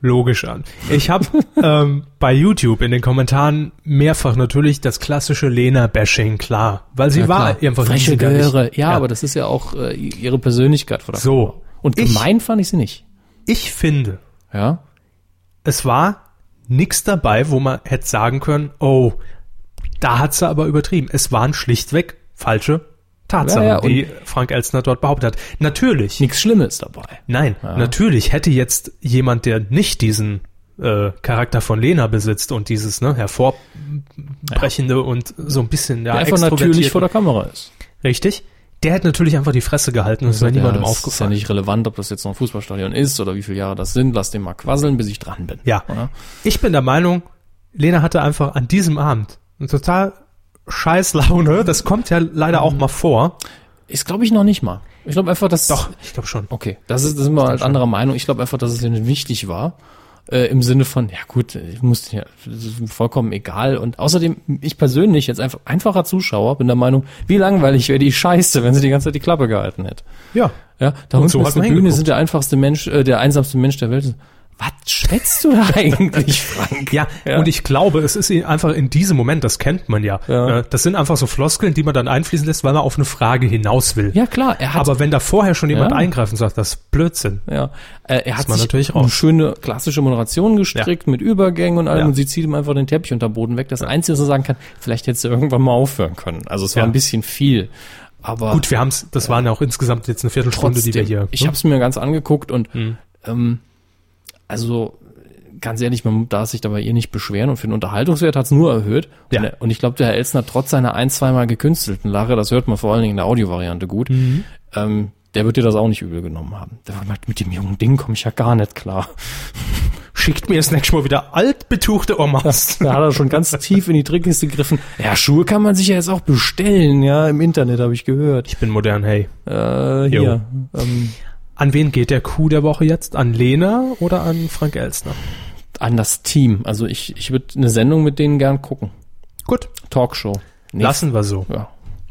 [SPEAKER 1] logisch an. Ich habe ähm, bei YouTube in den Kommentaren mehrfach natürlich das klassische Lena-Bashing, klar. Weil sie
[SPEAKER 2] Ja,
[SPEAKER 1] war
[SPEAKER 2] klar.
[SPEAKER 1] einfach
[SPEAKER 2] freche
[SPEAKER 1] gar nicht-
[SPEAKER 2] Göre. Ja, aber das ist ja auch äh, ihre Persönlichkeit. Von der
[SPEAKER 1] So.
[SPEAKER 2] Und
[SPEAKER 1] Ich-
[SPEAKER 2] gemein fand ich sie nicht.
[SPEAKER 1] Ich finde,
[SPEAKER 2] Ja.
[SPEAKER 1] es war nix dabei, wo man hätte sagen können, oh, da hat sie aber übertrieben. Es waren schlichtweg falsche Tatsachen,
[SPEAKER 2] Ja, ja, und-
[SPEAKER 1] die Frank Elstner dort behauptet hat. Natürlich,
[SPEAKER 2] Nichts Schlimmes dabei.
[SPEAKER 1] nein, natürlich hätte jetzt jemand, der nicht diesen äh, Charakter von Lena besitzt und dieses ne, hervorbrechende und so ein bisschen ja,
[SPEAKER 2] Der einfach natürlich vor der Kamera ist.
[SPEAKER 1] richtig, der hätte natürlich einfach die Fresse gehalten und es wäre niemandem
[SPEAKER 2] Ja, es Ist ja
[SPEAKER 1] aufgefallen.
[SPEAKER 2] nicht relevant, ob das jetzt noch ein Fußballstadion ist oder wie viele Jahre das sind. Lass den mal quasseln, bis ich dran bin.
[SPEAKER 1] Ja.
[SPEAKER 2] Oder?
[SPEAKER 1] Ich bin der Meinung, Lena hatte einfach an diesem Abend eine total scheiß Laune. Das kommt ja leider auch mal vor.
[SPEAKER 2] Ist, glaube ich, noch nicht mal. Ich glaube einfach, dass...
[SPEAKER 1] ich glaube schon.
[SPEAKER 2] Okay, das ist, das sind wir halt anderer Meinung. Ich glaube einfach, dass es ihnen wichtig war. Äh, Im Sinne von, ja gut, ich muss ja, das ist mir vollkommen egal. Und außerdem, ich persönlich, jetzt einfach einfacher Zuschauer, bin der Meinung, wie langweilig wäre die Scheiße, wenn sie die ganze Zeit die Klappe gehalten hätte.
[SPEAKER 1] Ja.
[SPEAKER 2] Ja, da
[SPEAKER 1] Und
[SPEAKER 2] unten
[SPEAKER 1] so
[SPEAKER 2] so
[SPEAKER 1] hat
[SPEAKER 2] ist eine
[SPEAKER 1] man
[SPEAKER 2] Bühne,
[SPEAKER 1] hingeguckt.
[SPEAKER 2] sind der einfachste Mensch, äh, der einsamste Mensch der Welt. Was schwätzt du da eigentlich, Frank?
[SPEAKER 1] Ja,
[SPEAKER 2] Ja.
[SPEAKER 1] und ich glaube, es ist einfach in diesem Moment, das kennt man ja.
[SPEAKER 2] Ja.
[SPEAKER 1] äh, Das sind einfach so Floskeln, die man dann einfließen lässt, weil man auf eine Frage hinaus will.
[SPEAKER 2] Ja klar, er hat
[SPEAKER 1] Aber wenn da vorher schon jemand
[SPEAKER 2] Ja.
[SPEAKER 1] eingreift und sagt, das ist Blödsinn.
[SPEAKER 2] Ja, äh, er hat
[SPEAKER 1] man
[SPEAKER 2] sich
[SPEAKER 1] natürlich
[SPEAKER 2] eine
[SPEAKER 1] auch.
[SPEAKER 2] schöne klassische Moderation gestrickt mit Übergängen und allem
[SPEAKER 1] Ja.
[SPEAKER 2] und sie zieht ihm einfach den Teppich unter den Boden weg. Das Einzige, was er sagen kann, vielleicht hättest du irgendwann mal aufhören können. Also es war
[SPEAKER 1] Ja.
[SPEAKER 2] ein bisschen viel, aber
[SPEAKER 1] Gut, wir haben's, das waren ja auch insgesamt jetzt eine Viertelstunde,
[SPEAKER 2] trotzdem.
[SPEAKER 1] die wir hier. ne?
[SPEAKER 2] ich habe es mir ganz angeguckt und ähm, also ganz ehrlich, man darf sich dabei ihr nicht beschweren und für den Unterhaltungswert hat's nur erhöht.
[SPEAKER 1] Ja.
[SPEAKER 2] Und, er- und ich glaube, der Herr Elsner trotz seiner ein, zweimal gekünstelten Lache, das hört man vor allen Dingen in der Audiovariante gut, ähm, der wird dir das auch nicht übel genommen haben. Der war gemeint, mit dem jungen Ding komme ich ja gar nicht klar.
[SPEAKER 1] schickt mir das nächste Mal wieder altbetuchte Omas.
[SPEAKER 2] Da hat er schon ganz tief in die Trickkiste gegriffen. Ja, Schuhe kann man sich ja jetzt auch bestellen, ja, im Internet habe ich gehört.
[SPEAKER 1] Ich bin modern, hey.
[SPEAKER 2] Äh, hier. Ähm,
[SPEAKER 1] An wen geht der Coup der Woche jetzt? An Lena oder an Frank Elstner?
[SPEAKER 2] an das Team. Also ich, ich würde eine Sendung mit denen gern gucken.
[SPEAKER 1] Gut.
[SPEAKER 2] Talkshow. Nee,
[SPEAKER 1] Lassen wir so.
[SPEAKER 2] Ja.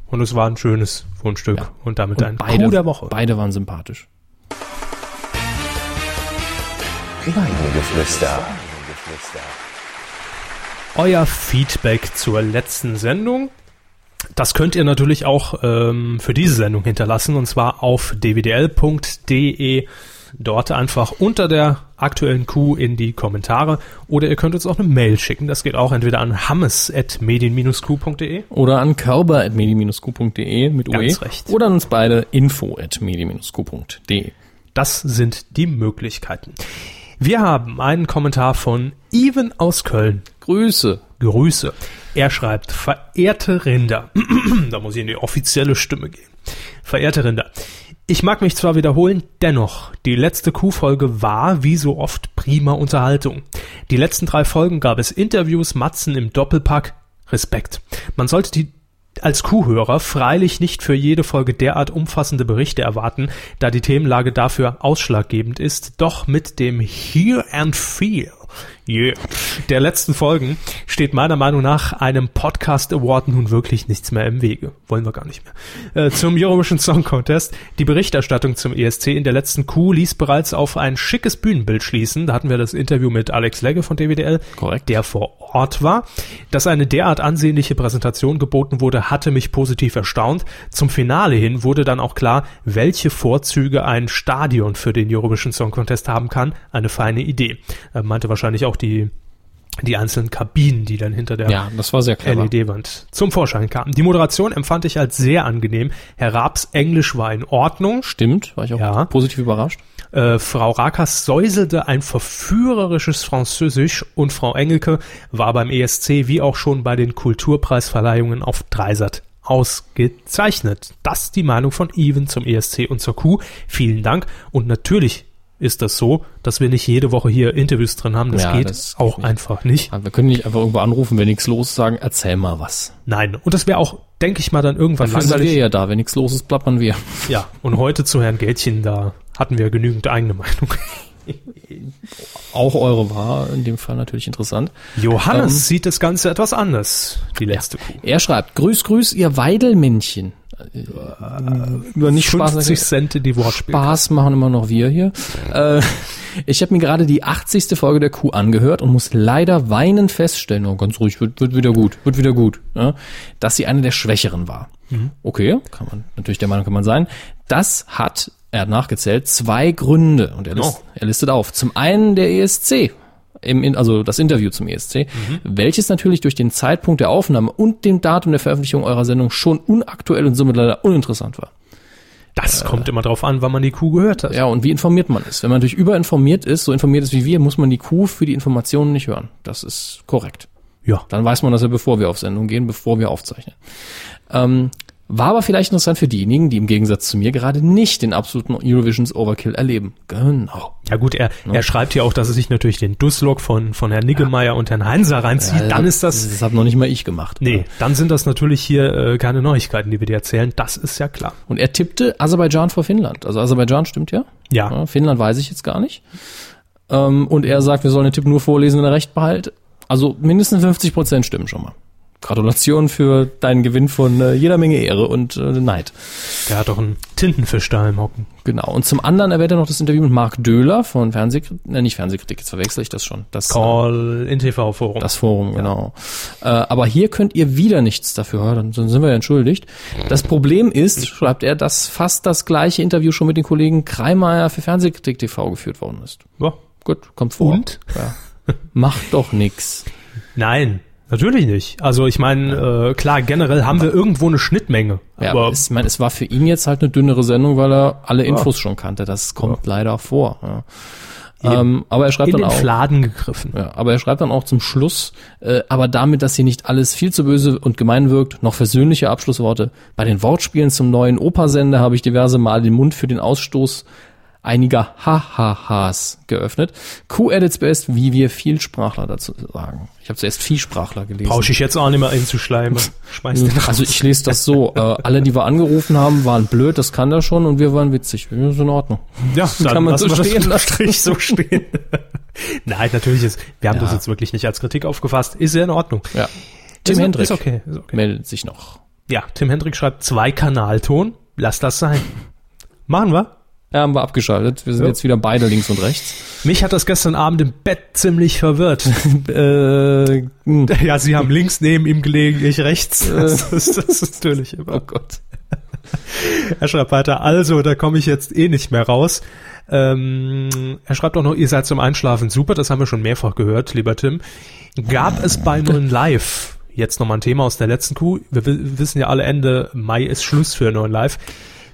[SPEAKER 1] Und es war ein schönes Fundstück.
[SPEAKER 2] Ja.
[SPEAKER 1] Und damit
[SPEAKER 2] Und
[SPEAKER 1] ein
[SPEAKER 2] beide,
[SPEAKER 1] Coup der Woche.
[SPEAKER 2] beide waren sympathisch.
[SPEAKER 5] Weidengeflüster.
[SPEAKER 1] Euer Feedback zur letzten Sendung. Das könnt ihr natürlich auch ähm, für diese Sendung hinterlassen. Und zwar auf dwdl.de. Dort einfach unter der aktuellen Coup in die Kommentare. Oder ihr könnt uns auch eine Mail schicken. Das geht auch entweder an hammes.medien-q.de.
[SPEAKER 2] Oder an körper.medi-q.de mit UE.
[SPEAKER 1] Ganz recht.
[SPEAKER 2] Oder an uns beide info.medi-q.de.
[SPEAKER 1] Das sind die Möglichkeiten. Wir haben einen Kommentar von Even aus Köln.
[SPEAKER 2] Grüße.
[SPEAKER 1] Grüße. Er schreibt, verehrte Rinder, da muss ich in die offizielle Stimme gehen. Verehrte Rinder, ich mag mich zwar wiederholen, dennoch, die letzte Q-Folge war, wie so oft, prima Unterhaltung. Die letzten drei Folgen gab es Interviews, Matzen im Doppelpack, Respekt. Man sollte die als Kuhhörer freilich nicht für jede Folge derart umfassende Berichte erwarten, da die Themenlage dafür ausschlaggebend ist, doch mit dem Here and Feel yeah, der letzten Folgen steht meiner Meinung nach einem Podcast Award nun wirklich nichts mehr im Wege. Wollen wir gar nicht mehr. Äh, zum Eurovision Song Contest. Die Berichterstattung zum ESC in der letzten Q ließ bereits auf ein schickes Bühnenbild schließen. Da hatten wir das Interview mit Alex Legge von DWDL,
[SPEAKER 2] Korrekt.
[SPEAKER 1] der vor Ort war. Dass eine derart ansehnliche Präsentation geboten wurde, hatte mich positiv erstaunt. Zum Finale hin wurde dann auch klar, welche Vorzüge ein Stadion für den Eurovision Song Contest haben kann. Eine feine Idee. Er meinte wahrscheinlich auch die, die einzelnen Kabinen, die dann hinter der
[SPEAKER 2] Ja, das war sehr clever.
[SPEAKER 1] E LED-Wand zum Vorschein kamen. Die Moderation empfand ich als sehr angenehm. Herr Raabs Englisch war in Ordnung.
[SPEAKER 2] Stimmt, war ich auch
[SPEAKER 1] Ja.
[SPEAKER 2] positiv überrascht.
[SPEAKER 1] Äh, Frau Rakas säuselte ein verführerisches Französisch und Frau Engelke war beim ESC wie auch schon bei den Kulturpreisverleihungen auf Dreisat ausgezeichnet. Das die Meinung von Even zum ESC und zur Kuh. Vielen Dank. Und natürlich ist das so, dass wir nicht jede Woche hier Interviews drin haben. Das
[SPEAKER 2] Ja,
[SPEAKER 1] geht
[SPEAKER 2] das geht
[SPEAKER 1] auch
[SPEAKER 2] nicht.
[SPEAKER 1] einfach nicht.
[SPEAKER 2] Wir können nicht einfach irgendwo anrufen, wenn nichts los ist, sagen, erzähl mal was.
[SPEAKER 1] Nein. Und das wäre auch, denke ich mal, dann irgendwann
[SPEAKER 2] Dafür sind wir
[SPEAKER 1] langweilig.
[SPEAKER 2] ja da. Wenn nichts los ist, plappern wir.
[SPEAKER 1] Ja. Und heute zu Herrn Geldchen, da hatten wir genügend eigene Meinung.
[SPEAKER 2] Auch eure war in dem Fall natürlich interessant.
[SPEAKER 1] Johannes
[SPEAKER 2] Ähm.
[SPEAKER 1] sieht das Ganze etwas anders. Die letzte Kuh.
[SPEAKER 2] Er schreibt, grüß, grüß, ihr Weidelmännchen. Äh,
[SPEAKER 1] Über nicht
[SPEAKER 2] Spaß-
[SPEAKER 1] 50 Cent in die Wortspiele.
[SPEAKER 2] Spaß machen immer noch wir hier. Äh, ich habe mir gerade die 80. Folge der Kuh angehört und muss leider weinend feststellen, oh, ganz ruhig, wird, wird wieder gut, wird wieder gut, ja, dass sie eine der Schwächeren war. Okay, kann man natürlich der Meinung kann man sein. Das hat, er hat nachgezählt, zwei Gründe und er, list, er listet auf. Zum einen der ESC. Im, In- also das Interview zum ESC, welches natürlich durch den Zeitpunkt der Aufnahme und dem Datum der Veröffentlichung eurer Sendung schon unaktuell und somit leider uninteressant war.
[SPEAKER 1] Das kommt immer drauf an, wann man die Kuh gehört hat.
[SPEAKER 2] Ja, und wie informiert man ist. Wenn man natürlich überinformiert ist, so informiert ist wie wir, muss man die Kuh für die Informationen nicht hören. Das ist korrekt.
[SPEAKER 1] Ja.
[SPEAKER 2] Dann weiß man das ja, bevor wir auf Sendung gehen, bevor wir aufzeichnen. Ähm, war aber vielleicht interessant für diejenigen, die im Gegensatz zu mir gerade nicht den absoluten Eurovisions Overkill erleben. Genau.
[SPEAKER 1] Ja gut, er, er schreibt hier auch, dass er sich natürlich den Duslog von, von Herrn Niggemeier und Herrn Heinser reinzieht. dann ist das...
[SPEAKER 2] Also, Das habe noch nicht mal ich gemacht.
[SPEAKER 1] Nee, dann sind das natürlich hier äh, keine Neuigkeiten, die wir dir erzählen. Das ist ja klar.
[SPEAKER 2] Und er tippte Aserbaidschan vor Finnland. Also Aserbaidschan stimmt ja.
[SPEAKER 1] Ja.
[SPEAKER 2] Ja, Finnland weiß ich jetzt gar nicht. Ähm, und er sagt, wir sollen den Tipp nur vorlesen, wenn er recht behält. Also mindestens 50 Prozent stimmen schon mal. Gratulation für deinen Gewinn von äh, jeder Menge Ehre und äh, Neid.
[SPEAKER 1] Der hat doch einen Tintenfisch da im Hocken.
[SPEAKER 2] Genau. Und zum anderen erwähnt er noch das Interview mit Marc Döhler von Fernsehkritik, ne, nicht Fernsehkritik, jetzt verwechsel ich das schon. Das,
[SPEAKER 1] Call in TV-Forum.
[SPEAKER 2] das Forum, genau. Äh, aber hier könnt ihr wieder nichts dafür hören, sonst sind wir ja entschuldigt. Das Problem ist, schreibt er, dass fast das gleiche Interview schon mit den Kollegen Kreimeier für Fernsehkritik TV geführt worden ist.
[SPEAKER 1] Ja.
[SPEAKER 2] Gut, kommt vor.
[SPEAKER 1] Und?
[SPEAKER 2] Ja. Macht doch nix.
[SPEAKER 1] Nein, natürlich nicht. Also ich meine, äh, klar, generell haben wir irgendwo eine Schnittmenge.
[SPEAKER 2] Ja,
[SPEAKER 1] aber
[SPEAKER 2] aber es, ich meine, es war für ihn jetzt halt eine dünnere Sendung, weil er alle Infos schon kannte. Das kommt leider vor. Ja. Ähm, aber er schreibt
[SPEAKER 1] in den
[SPEAKER 2] dann auch.
[SPEAKER 1] Fladen gegriffen.
[SPEAKER 2] Ja, aber er schreibt dann auch zum Schluss, äh, aber damit, dass hier nicht alles viel zu böse und gemein wirkt, noch versöhnliche Abschlussworte. Bei den Wortspielen zum neuen Opersender habe ich diverse Mal den Mund für den Ausstoß einiger Ha-Ha-Has geöffnet. Q-Edits best, wie wir Vielsprachler dazu sagen. Ich habe zuerst Vielsprachler gelesen.
[SPEAKER 1] Brauche ich jetzt auch nicht mehr hinzuschleimen. Schmeiß den raus.
[SPEAKER 2] Also ich lese das so. Äh, alle, die wir angerufen haben, waren blöd, das kann er schon und wir waren witzig. Ja, ist in Ordnung.
[SPEAKER 1] Ja, dann
[SPEAKER 2] kann man
[SPEAKER 1] lassen
[SPEAKER 2] so
[SPEAKER 1] wir
[SPEAKER 2] stehen
[SPEAKER 1] das
[SPEAKER 2] lassen.
[SPEAKER 1] Strich so stehen. Nein, natürlich ist, wir haben das jetzt wirklich nicht als Kritik aufgefasst. Ist ja in Ordnung.
[SPEAKER 2] Ja.
[SPEAKER 1] Ist-
[SPEAKER 2] Tim Hendrik
[SPEAKER 1] Ist okay, ist okay.
[SPEAKER 2] meldet sich noch.
[SPEAKER 1] Ja, Tim Hendrik schreibt zwei Kanalton. Lass das sein. Machen wir.
[SPEAKER 2] Ja, haben wir abgeschaltet. Wir sind jetzt wieder beide links und rechts.
[SPEAKER 1] Mich hat das gestern Abend im Bett ziemlich verwirrt.
[SPEAKER 2] äh, hm.
[SPEAKER 1] ja, sie haben links neben ihm gelegen, ich rechts. Das ist, das ist natürlich immer.
[SPEAKER 2] oh Gott.
[SPEAKER 1] Er schreibt weiter, also, da komme ich jetzt eh nicht mehr raus. Ähm, er schreibt auch noch, ihr seid zum Einschlafen super, das haben wir schon mehrfach gehört, lieber Tim. Gab es bei Neuen Live, jetzt nochmal ein Thema aus der letzten Kuh, wir wi- wissen ja alle, Ende Mai ist Schluss für Neuen Live,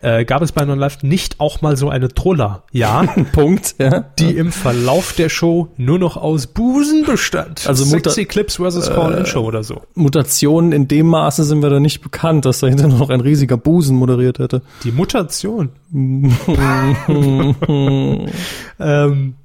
[SPEAKER 1] Äh, gab es bei Non Live nicht auch mal so eine Troller? Ja,
[SPEAKER 2] Punkt. Ja.
[SPEAKER 1] die im Verlauf der Show nur noch aus Busen bestand.
[SPEAKER 2] Also Mutter- Äh,
[SPEAKER 1] Sexy Clips versus Call-In-Show oder so.
[SPEAKER 2] Mutationen in dem Maße sind wir da nicht bekannt, dass dahinter noch ein riesiger Busen moderiert hätte.
[SPEAKER 1] Die Mutation. ähm,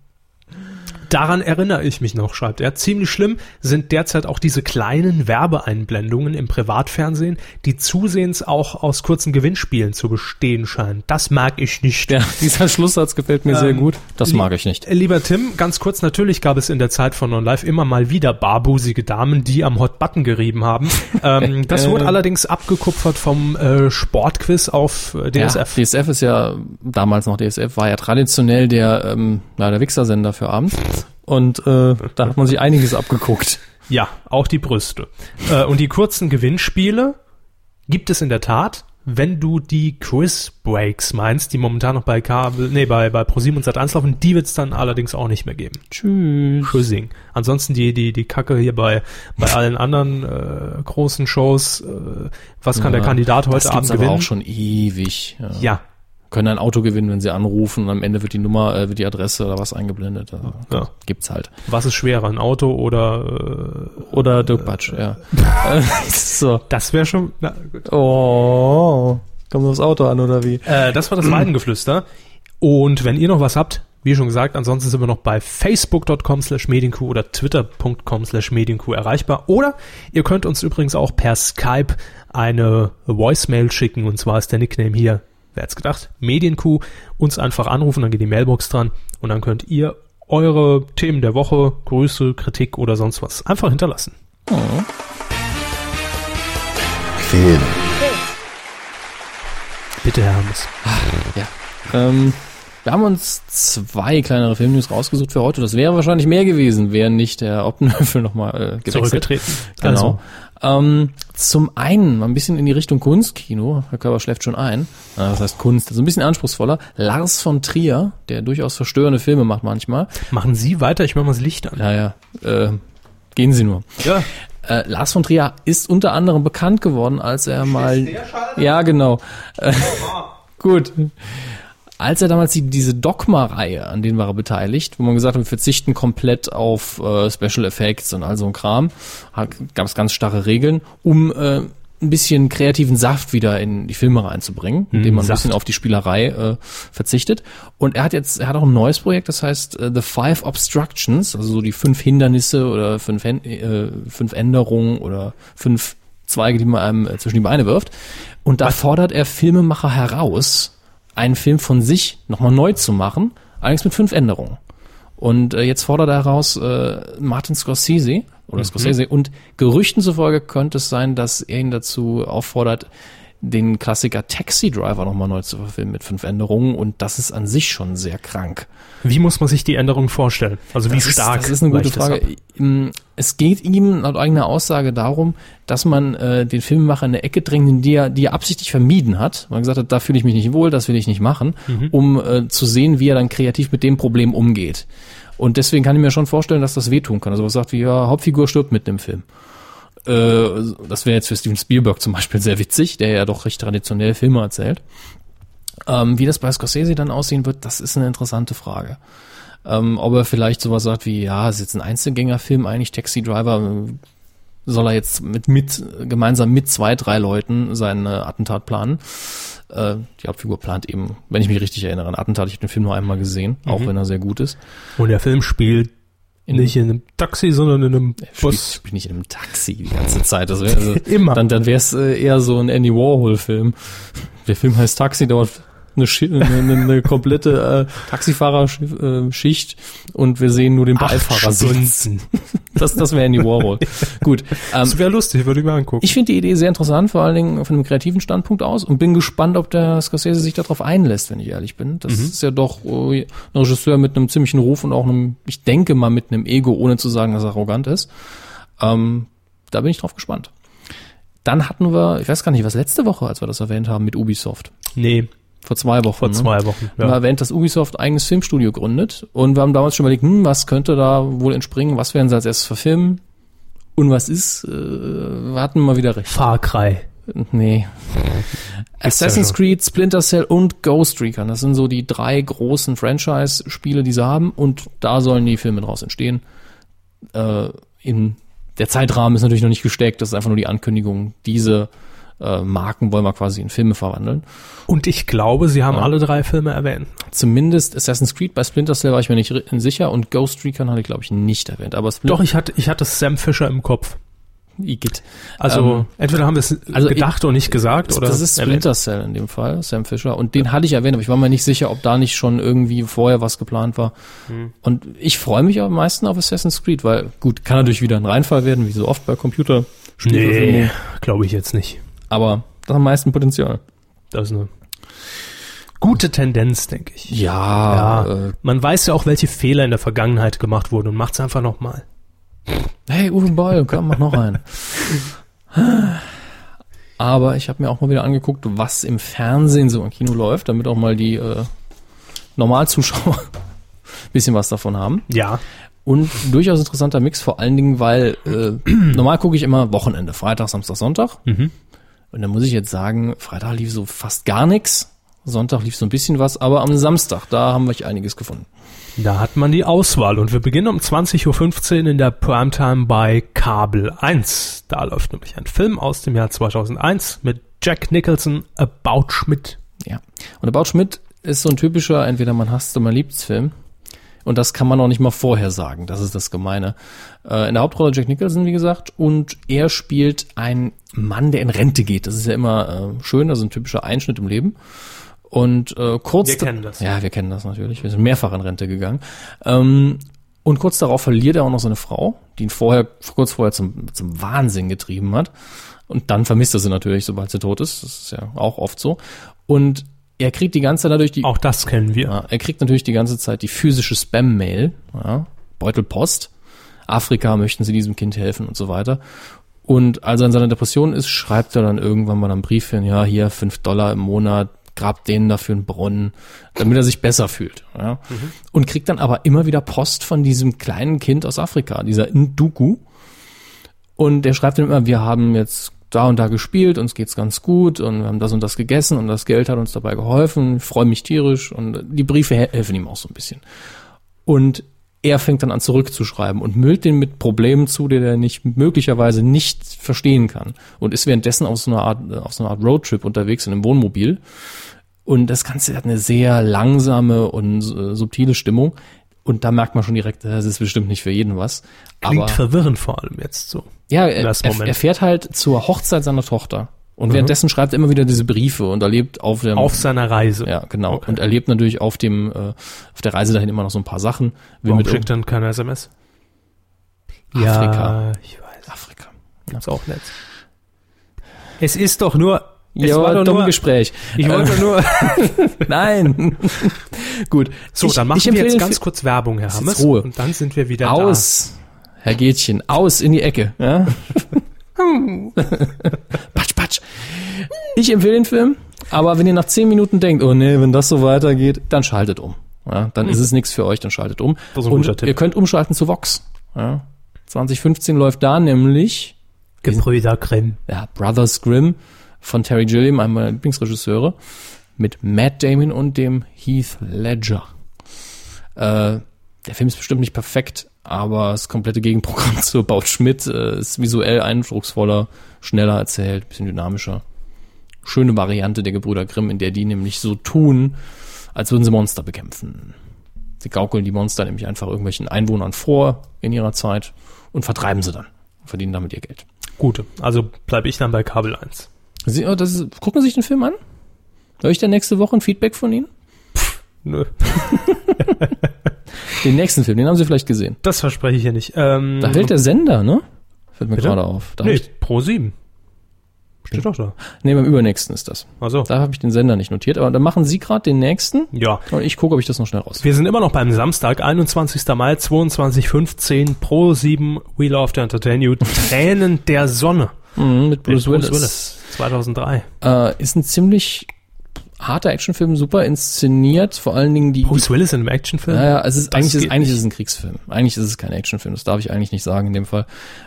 [SPEAKER 1] daran erinnere ich mich noch, schreibt er. Ziemlich schlimm sind derzeit auch diese kleinen Werbeeinblendungen im Privatfernsehen, die zusehends auch aus kurzen Gewinnspielen zu bestehen scheinen. Das mag ich nicht. Äh,
[SPEAKER 2] Ja, dieser Schlusssatz gefällt mir sehr gut. Das mag ich nicht.
[SPEAKER 1] Lieber Tim, ganz kurz, natürlich gab es in der Zeit von Non-Live immer mal wieder barbusige Damen, die am Hot Button gerieben haben. ähm, das
[SPEAKER 2] Äh.
[SPEAKER 1] wurde allerdings abgekupfert vom äh, Sportquiz auf äh, DSF.
[SPEAKER 2] Ja, DSF ist ja damals noch DSF, war ja traditionell der, ähm, na, der Wichsersender für Abend. Und äh, da hat man sich einiges abgeguckt.
[SPEAKER 1] Ja, auch die Brüste. Äh, und die kurzen Gewinnspiele gibt es in der Tat, wenn du die Quiz Breaks meinst, die momentan noch bei Kabel, nee, bei, bei ProSieben und Sat1 laufen, die wird es dann allerdings auch nicht mehr geben. Tschüss. Tschüssing. Ansonsten die, die, die Kacke hier bei, bei allen anderen äh, großen Shows, äh, was kann der Kandidat heute
[SPEAKER 2] das
[SPEAKER 1] Abend
[SPEAKER 2] gibt's
[SPEAKER 1] gewinnen?
[SPEAKER 2] aber auch schon ewig. Ja.
[SPEAKER 1] Ja.
[SPEAKER 2] Können ein Auto gewinnen, wenn sie anrufen. Am Ende wird die Nummer, äh, wird die Adresse oder was eingeblendet. Also,
[SPEAKER 1] Ja.
[SPEAKER 2] Gibt's halt.
[SPEAKER 1] Was ist schwerer, ein Auto oder äh,
[SPEAKER 2] Oder Dirk Batsch, ja. so.
[SPEAKER 1] das wäre schon. Na, gut.
[SPEAKER 2] Oh. Kommt das Auto an oder wie?
[SPEAKER 1] Äh, das war das Weidengeflüster. Und wenn ihr noch was habt, wie schon gesagt, ansonsten sind wir noch bei facebook.com slash medienkuh oder twitter.com slash medienkuh erreichbar. Oder ihr könnt uns übrigens auch per Skype eine Voicemail schicken. Und zwar ist der Nickname hier, wer hätte gedacht, Medienkuh. Uns einfach anrufen, dann geht die Mailbox dran. Und dann könnt ihr eure Themen der Woche, Grüße, Kritik oder sonst was einfach hinterlassen.
[SPEAKER 5] Film.
[SPEAKER 1] Bitte, Hermes.
[SPEAKER 2] Ähm, wir haben uns zwei kleinere Filmnews rausgesucht für heute. Das wäre wahrscheinlich mehr gewesen, wäre nicht der Oppenhövel nochmal äh, gewechselt.
[SPEAKER 1] Zurückgetreten. Also,
[SPEAKER 2] Genau. Ähm, zum einen mal ein bisschen in die Richtung Kunstkino. Herr Körber schläft schon ein. Äh, Das heißt Kunst, also ein bisschen anspruchsvoller. Lars von Trier, der durchaus verstörende Filme macht manchmal.
[SPEAKER 1] Also, machen Sie weiter, ich mache mal das Licht an.
[SPEAKER 2] Naja, äh, gehen Sie nur.
[SPEAKER 1] Ja.
[SPEAKER 2] Äh, Lars von Trier ist unter anderem bekannt geworden, als er mal. Ja, genau. Äh, Gut. Als er damals die, diese Dogma-Reihe, an denen war er beteiligt, wo man gesagt hat, wir verzichten komplett auf äh, Special Effects und all so ein Kram, gab es ganz starre Regeln, um äh, ein bisschen kreativen Saft wieder in die Filme reinzubringen, indem man ein
[SPEAKER 1] Saft.
[SPEAKER 2] bisschen auf die Spielerei äh, verzichtet. Und er hat jetzt, er hat auch ein neues Projekt, das heißt äh, The Five Obstructions, also so die fünf Hindernisse oder fünf, Än- äh, fünf Änderungen oder fünf Zweige, die man einem äh, zwischen die Beine wirft. Und da fordert er Filmemacher heraus, einen Film von sich nochmal neu zu machen, allerdings mit fünf Änderungen. Und äh, jetzt fordert er heraus äh, Martin Scorsese oder Scorsese und Gerüchten zufolge könnte es sein, dass er ihn dazu auffordert, den Klassiker Taxi Driver nochmal neu zu verfilmen mit fünf Änderungen und das ist an sich schon sehr krank.
[SPEAKER 1] Wie muss man sich die Änderung vorstellen? Also wie
[SPEAKER 2] Das ist-
[SPEAKER 1] stark?
[SPEAKER 2] Das ist eine gute
[SPEAKER 1] weicht das
[SPEAKER 2] Frage.
[SPEAKER 1] ab?
[SPEAKER 2] Ähm, Es geht ihm laut eigener Aussage darum, dass man äh, den Filmemacher in eine Ecke drängt, die er, die er absichtlich vermieden hat. Man gesagt hat, da fühle ich mich nicht wohl, das will ich nicht machen,
[SPEAKER 1] Mhm.
[SPEAKER 2] um äh, zu sehen, wie er dann kreativ mit dem Problem umgeht. Und deswegen kann ich mir schon vorstellen, dass das wehtun kann. Also was sagt wie, ja, Hauptfigur stirbt mit dem Film. Äh, das wäre jetzt für Steven Spielberg zum Beispiel sehr witzig, der ja doch recht traditionell Filme erzählt. Ähm, wie das bei Scorsese dann aussehen wird, das ist eine interessante Frage. Ähm, ob er vielleicht sowas sagt wie, ja, ist jetzt ein Einzelgängerfilm eigentlich, Taxi Driver, äh, soll er jetzt mit, mit gemeinsam mit zwei, drei Leuten sein äh, Attentat planen. Äh, die Hauptfigur plant eben, wenn ich mich richtig erinnere, ein Attentat. Ich habe den Film nur einmal gesehen,
[SPEAKER 1] Mhm.
[SPEAKER 2] auch wenn er sehr gut ist.
[SPEAKER 1] Und der Film spielt nicht in einem Taxi, sondern in einem
[SPEAKER 2] Spielt,
[SPEAKER 1] Bus.
[SPEAKER 2] spielt nicht in einem Taxi die ganze Zeit. Das wär, also,
[SPEAKER 1] Immer.
[SPEAKER 2] Dann, dann wäre es äh, eher so ein Andy Warhol-Film. Der Film heißt Taxi, dauert eine, Schi eine, eine, eine komplette äh, Taxifahrerschicht und wir sehen nur den Beifahrer
[SPEAKER 1] Stunden.
[SPEAKER 2] Das, das wäre Andy Warhol. Gut. Ähm,
[SPEAKER 1] Das wäre lustig, würde ich mir angucken.
[SPEAKER 2] ich finde die Idee sehr interessant, vor allen Dingen von einem kreativen Standpunkt aus und bin gespannt, ob der Scorsese sich darauf einlässt, wenn ich ehrlich bin. Das
[SPEAKER 1] Mhm.
[SPEAKER 2] ist ja doch äh, ein Regisseur mit einem ziemlichen Ruf und auch einem, ich denke mal, mit einem Ego, ohne zu sagen, dass er arrogant ist. Ähm, da bin ich drauf gespannt. Dann hatten wir, ich weiß gar nicht, was letzte Woche, als wir das erwähnt haben, mit Ubisoft.
[SPEAKER 1] nee,
[SPEAKER 2] Vor zwei Wochen.
[SPEAKER 1] vor
[SPEAKER 2] ne?
[SPEAKER 1] zwei Wochen.
[SPEAKER 2] Wir haben
[SPEAKER 1] Ja.
[SPEAKER 2] erwähnt, dass Ubisoft eigenes Filmstudio gründet und wir haben damals schon überlegt, hm, was könnte da wohl entspringen, was werden sie als erstes verfilmen und was ist, äh, wir hatten mal wieder recht.
[SPEAKER 1] Far Cry.
[SPEAKER 2] Nee. Assassin's
[SPEAKER 1] ja schon.
[SPEAKER 2] Creed, Splinter Cell und Ghost Recon. Das sind so die drei großen Franchise-Spiele, die sie haben. Und da sollen die Filme draus entstehen. Äh, in der Zeitrahmen ist natürlich noch nicht gesteckt. Das ist einfach nur die Ankündigung. Diese äh, Marken wollen wir quasi in Filme verwandeln.
[SPEAKER 1] Und ich glaube, sie haben alle drei Filme erwähnt.
[SPEAKER 2] Zumindest Assassin's Creed bei Splinter Cell war ich mir nicht ri- sicher. Und Ghost Recon hatte ich, glaube ich, nicht erwähnt. Aber Splinter
[SPEAKER 1] Doch, ich hatte, ich hatte Sam Fisher im Kopf.
[SPEAKER 2] Igitt.
[SPEAKER 1] Also
[SPEAKER 2] Ähm,
[SPEAKER 1] entweder haben wir es
[SPEAKER 2] also
[SPEAKER 1] gedacht und nicht gesagt oder
[SPEAKER 2] das ist
[SPEAKER 1] erwähnt.
[SPEAKER 2] Splinter Cell in dem Fall, Sam Fisher. Und den hatte ich erwähnt, aber ich war mir nicht sicher, ob da nicht schon irgendwie vorher was geplant war.
[SPEAKER 1] Hm.
[SPEAKER 2] Und ich freue mich am meisten auf Assassin's Creed, weil gut, kann natürlich wieder ein Reinfall werden, wie so oft bei Computer. Also-
[SPEAKER 1] Nee, glaube ich jetzt nicht.
[SPEAKER 2] Aber das hat am meisten Potenzial.
[SPEAKER 1] Das ist eine gute Tendenz, denke ich.
[SPEAKER 2] Ja, Äh,
[SPEAKER 1] Man weiß ja auch, welche Fehler in der Vergangenheit gemacht wurden und macht es einfach nochmal.
[SPEAKER 2] hey, Uwe Boll, komm, mach noch einen. Aber ich habe mir auch mal wieder angeguckt, was im Fernsehen so im Kino läuft, damit auch mal die äh, Normalzuschauer ein bisschen was davon haben.
[SPEAKER 1] Ja.
[SPEAKER 2] Und durchaus interessanter Mix, vor allen Dingen, weil äh, normal gucke ich immer Wochenende, Freitag, Samstag, Sonntag. Und dann muss ich jetzt sagen, Freitag lief so fast gar nichts, Sonntag lief so ein bisschen was, aber am Samstag, da haben wir einiges gefunden.
[SPEAKER 1] Da hat man die Auswahl und wir beginnen um 20.15 Uhr in der Primetime bei Kabel 1. Da läuft nämlich ein Film aus dem Jahr 2001 mit Jack Nicholson, About Schmidt.
[SPEAKER 2] Ja. Und About Schmidt ist so ein typischer, entweder man hasst oder man liebt's Film. Und das kann man auch nicht mal vorher sagen. Das ist das Gemeine. Äh, in der Hauptrolle Jack Nicholson, wie gesagt. Und er spielt einen Mann, der in Rente geht. Das ist ja immer äh, schön. Also ein typischer Einschnitt im Leben. Und äh, kurz.
[SPEAKER 1] Wir kennen das.
[SPEAKER 2] Ja, wir kennen das natürlich. Wir sind mehrfach in Rente gegangen. Ähm, und kurz darauf verliert er auch noch seine Frau, die ihn vorher, kurz vorher zum, zum Wahnsinn getrieben hat. Und dann vermisst er sie natürlich, sobald sie tot ist. Das ist ja auch oft so. Und er kriegt die ganze Zeit dadurch die
[SPEAKER 1] Auch das kennen wir.
[SPEAKER 2] ja, er kriegt natürlich die ganze Zeit die physische Spam-Mail, ja, Beutelpost. Afrika möchten sie diesem Kind helfen und so weiter. Und als er in seiner Depression ist, schreibt er dann irgendwann mal einen Brief hin, ja, hier fünf Dollar im Monat, grabt denen dafür einen Brunnen, damit er sich besser fühlt. Ja. Und kriegt dann aber immer wieder Post von diesem kleinen Kind aus Afrika, dieser Ndugu. Und der schreibt dann immer, wir haben jetzt da und da gespielt, uns geht's ganz gut und wir haben das und das gegessen und das Geld hat uns dabei geholfen, ich freue mich tierisch und die Briefe he- helfen ihm auch so ein bisschen. Und er fängt dann an zurückzuschreiben und müllt den mit Problemen zu, die er nicht möglicherweise nicht verstehen kann und ist währenddessen auf so einer Art äh, auf so einer Art Roadtrip unterwegs in einem Wohnmobil und das Ganze hat eine sehr langsame und äh, subtile Stimmung und da merkt man schon direkt, das ist bestimmt nicht für jeden was.
[SPEAKER 1] Klingt
[SPEAKER 2] aber
[SPEAKER 1] verwirrend vor allem jetzt so.
[SPEAKER 2] ja, er,
[SPEAKER 1] das
[SPEAKER 2] er,
[SPEAKER 1] Moment. Mhm.
[SPEAKER 2] er fährt halt zur Hochzeit seiner Tochter. Und währenddessen schreibt er immer wieder diese Briefe und erlebt auf dem
[SPEAKER 1] Auf seiner Reise.
[SPEAKER 2] ja genau und erlebt natürlich auf dem äh, auf der Reise dahin immer noch so ein paar Sachen. Will
[SPEAKER 1] Warum
[SPEAKER 2] mit
[SPEAKER 1] schickt dann keine SMS?
[SPEAKER 2] Afrika.
[SPEAKER 1] Ja, ich weiß.
[SPEAKER 2] Afrika.
[SPEAKER 1] Gibt's auch nicht. Es ist doch nur. Es
[SPEAKER 2] Ja,
[SPEAKER 1] war doch
[SPEAKER 2] dumm
[SPEAKER 1] nur
[SPEAKER 2] Gespräch.
[SPEAKER 1] Ich wollte nur.
[SPEAKER 2] Nein. Gut.
[SPEAKER 1] So,
[SPEAKER 2] Ich-
[SPEAKER 1] dann machen
[SPEAKER 2] ich
[SPEAKER 1] wir jetzt
[SPEAKER 2] empfehle
[SPEAKER 1] ganz kurz Werbung, Herr
[SPEAKER 2] jetzt
[SPEAKER 1] Hammes.
[SPEAKER 2] Ruhe.
[SPEAKER 1] Und dann sind wir wieder
[SPEAKER 2] aus, Herr Gätchen, aus in die Ecke. Ja? patsch, patsch. Ich empfehle den Film, aber wenn ihr nach 10 Minuten denkt, oh nee, wenn das so weitergeht, dann schaltet um. Ja, dann ist es nichts für euch, dann schaltet um.
[SPEAKER 1] Das ist ein
[SPEAKER 2] Und
[SPEAKER 1] guter Tipp.
[SPEAKER 2] ihr könnt umschalten zu Vox. Ja? 2015 läuft da nämlich
[SPEAKER 1] da. Genau. Gebrüder Grimm.
[SPEAKER 2] ja, Brothers Grimm von Terry Gilliam, einem meiner Lieblingsregisseure, mit Matt Damon und dem Heath Ledger. Äh, der Film ist bestimmt nicht perfekt, aber das komplette Gegenprogramm zu Baut Schmidt äh, ist visuell eindrucksvoller, schneller erzählt, bisschen dynamischer. Schöne Variante der Gebrüder Grimm, in der die nämlich so tun, als würden sie Monster bekämpfen. Sie gaukeln die Monster nämlich einfach irgendwelchen Einwohnern vor in ihrer Zeit und vertreiben sie dann und verdienen damit ihr Geld.
[SPEAKER 1] Gut, also bleibe ich dann bei Kabel 1.
[SPEAKER 2] Sie, oh, das ist, gucken Sie sich den Film an? Habe ich dann nächste Woche ein Feedback von Ihnen?
[SPEAKER 1] Nö,
[SPEAKER 2] Den nächsten Film, den haben Sie vielleicht gesehen.
[SPEAKER 1] das verspreche ich hier nicht. Ähm,
[SPEAKER 2] Da hält der Sender, ne? Fällt mir
[SPEAKER 1] Bitte?
[SPEAKER 2] gerade auf. Da hab
[SPEAKER 1] nee,
[SPEAKER 2] ich,
[SPEAKER 1] Pro 7. Steht doch da.
[SPEAKER 2] nee, beim übernächsten ist das.
[SPEAKER 1] Also,
[SPEAKER 2] Da habe ich den Sender nicht notiert, aber dann machen Sie gerade den nächsten
[SPEAKER 1] ja.
[SPEAKER 2] und ich gucke, ob ich das noch schnell raus.
[SPEAKER 1] Wir sind immer noch beim Samstag, 21. Mai 22.15 Pro 7 We Love to Entertain You. Tränen der Sonne.
[SPEAKER 2] Mhm, mit Bruce
[SPEAKER 1] Mit
[SPEAKER 2] Willis.
[SPEAKER 1] Willis. 2003.
[SPEAKER 2] Äh, ist ein ziemlich harter Actionfilm, super inszeniert, vor allen Dingen die.
[SPEAKER 1] Bruce Willis in einem Actionfilm?
[SPEAKER 2] Naja, es ist,
[SPEAKER 1] Das
[SPEAKER 2] eigentlich, ist,
[SPEAKER 1] geht
[SPEAKER 2] eigentlich
[SPEAKER 1] nicht.
[SPEAKER 2] ist es ein Kriegsfilm. Eigentlich ist es kein Actionfilm. Das darf ich eigentlich nicht sagen in dem Fall.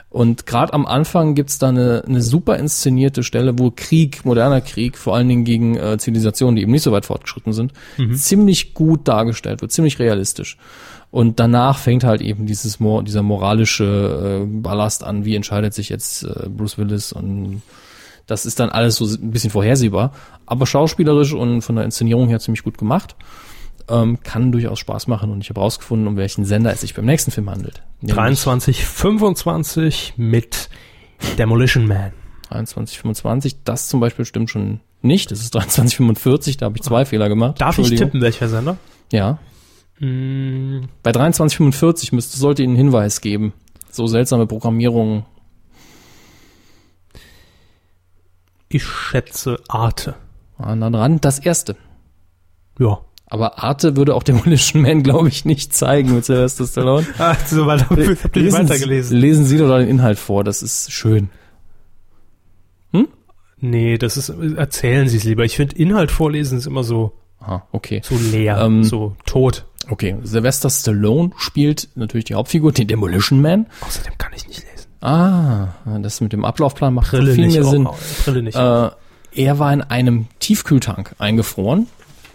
[SPEAKER 2] Und gerade am Anfang gibt's da eine, eine super inszenierte Stelle, wo Krieg, moderner Krieg, vor allen Dingen gegen äh, Zivilisationen, die eben nicht so weit fortgeschritten sind,
[SPEAKER 1] Mhm.
[SPEAKER 2] ziemlich gut dargestellt wird, ziemlich realistisch. Und danach fängt halt eben dieses Mor dieser moralische äh, Ballast an, wie entscheidet sich jetzt äh, Bruce Willis und das ist dann alles so ein bisschen vorhersehbar, aber schauspielerisch und von der Inszenierung her ziemlich gut gemacht. Ähm, kann durchaus Spaß machen und ich habe rausgefunden, um welchen Sender es sich beim nächsten Film handelt. Nämlich
[SPEAKER 1] 23, 25 mit Demolition Man.
[SPEAKER 2] 23, 25. Das zum Beispiel stimmt schon nicht. Das ist 23, 45. Da habe ich zwei Fehler gemacht.
[SPEAKER 1] Ah. Darf ich
[SPEAKER 2] Entschuldigung.
[SPEAKER 1] tippen, welcher Sender?
[SPEAKER 2] Ja.
[SPEAKER 1] Mm,
[SPEAKER 2] Bei 23, 45 müsste, sollte Ihnen einen Hinweis geben. So seltsame Programmierung.
[SPEAKER 1] Ich schätze Arte.
[SPEAKER 2] Ah, na dran. Das erste.
[SPEAKER 1] Ja.
[SPEAKER 2] Aber Arte würde auch Demolition Man, glaube ich, nicht zeigen mit Sylvester Stallone.
[SPEAKER 1] Ach, so weit habe ich hab nicht
[SPEAKER 2] Sie,
[SPEAKER 1] weitergelesen.
[SPEAKER 2] Ah, lesen Sie doch da den Inhalt vor. Das ist schön.
[SPEAKER 1] Nee, das ist, erzählen Sie es lieber. Ich finde, Inhalt vorlesen ist immer so,
[SPEAKER 2] Aha, okay.
[SPEAKER 1] so leer,
[SPEAKER 2] Ähm,
[SPEAKER 1] so tot.
[SPEAKER 2] Okay, Sylvester Stallone spielt natürlich die Hauptfigur, den Demolition Man.
[SPEAKER 1] Außerdem kann ich nicht lesen.
[SPEAKER 2] Ah, das mit dem Ablaufplan macht
[SPEAKER 1] Brille
[SPEAKER 2] viel
[SPEAKER 1] nicht.
[SPEAKER 2] mehr
[SPEAKER 1] auf-
[SPEAKER 2] Sinn.
[SPEAKER 1] Brille nicht.
[SPEAKER 2] Äh, er war in einem Tiefkühltank eingefroren,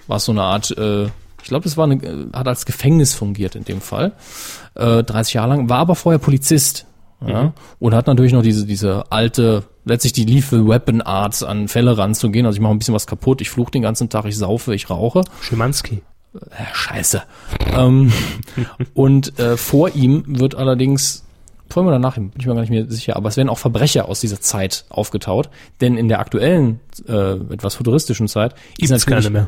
[SPEAKER 2] war so eine Art, äh, ich glaube, das war eine, äh, hat als Gefängnis fungiert in dem Fall, äh, 30 Jahre lang, war aber vorher Polizist ja, und hat natürlich noch diese diese alte letztlich die Lethal Weapon Art an Fälle ranzugehen. Also ich mache ein bisschen was kaputt, ich fluche den ganzen Tag, ich saufe, ich rauche.
[SPEAKER 1] Schimanski.
[SPEAKER 2] Ja, Ah, scheiße. ähm, und äh, vor ihm wird allerdings, vor ihm oder nach ihm, bin ich mir gar nicht mehr sicher, aber es werden auch Verbrecher aus dieser Zeit aufgetaut. Denn in der aktuellen, äh, etwas futuristischen Zeit
[SPEAKER 1] Gibt es keine mehr.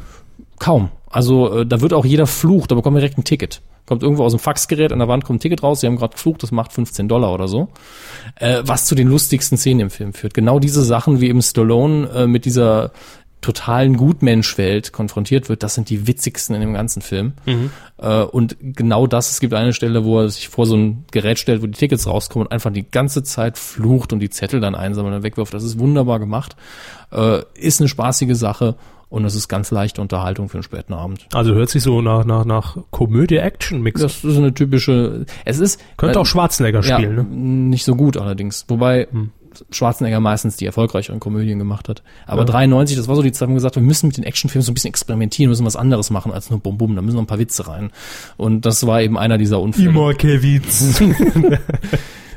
[SPEAKER 2] Kaum. Also äh, da wird auch jeder Fluch, da bekommt man direkt ein Ticket. Kommt irgendwo aus dem Faxgerät, an der Wand kommt ein Ticket raus, sie haben gerade geflucht, das macht 15 Dollar oder so. Äh, was zu den lustigsten Szenen im Film führt. Genau diese Sachen, wie eben Stallone äh, mit dieser totalen Gutmenschwelt konfrontiert wird, das sind die witzigsten in dem ganzen Film. Äh, und genau das, es gibt eine Stelle, wo er sich vor so ein Gerät stellt, wo die Tickets rauskommen und einfach die ganze Zeit flucht und die Zettel dann einsammelt und wegwirft. Das ist wunderbar gemacht. Äh, ist eine spaßige Sache und es ist ganz leichte Unterhaltung für einen späten Abend.
[SPEAKER 1] Also hört sich so nach, nach, nach Komödie-Action-Mix.
[SPEAKER 2] Das ist eine typische, es ist.
[SPEAKER 1] Könnte
[SPEAKER 2] äh,
[SPEAKER 1] auch Schwarzenegger
[SPEAKER 2] ja,
[SPEAKER 1] spielen, ne? Hm.
[SPEAKER 2] Nicht so gut allerdings. Wobei Schwarzenegger meistens die erfolgreicheren Komödien gemacht hat. Aber
[SPEAKER 1] Ja.
[SPEAKER 2] 93, das war so die Zeit, wo wir gesagt haben, wir müssen mit den Actionfilmen so ein bisschen experimentieren, müssen was anderes machen als nur Bum Bum, da müssen noch ein paar Witze rein. Und das war eben einer dieser Unfälle.
[SPEAKER 1] Imorkewitz.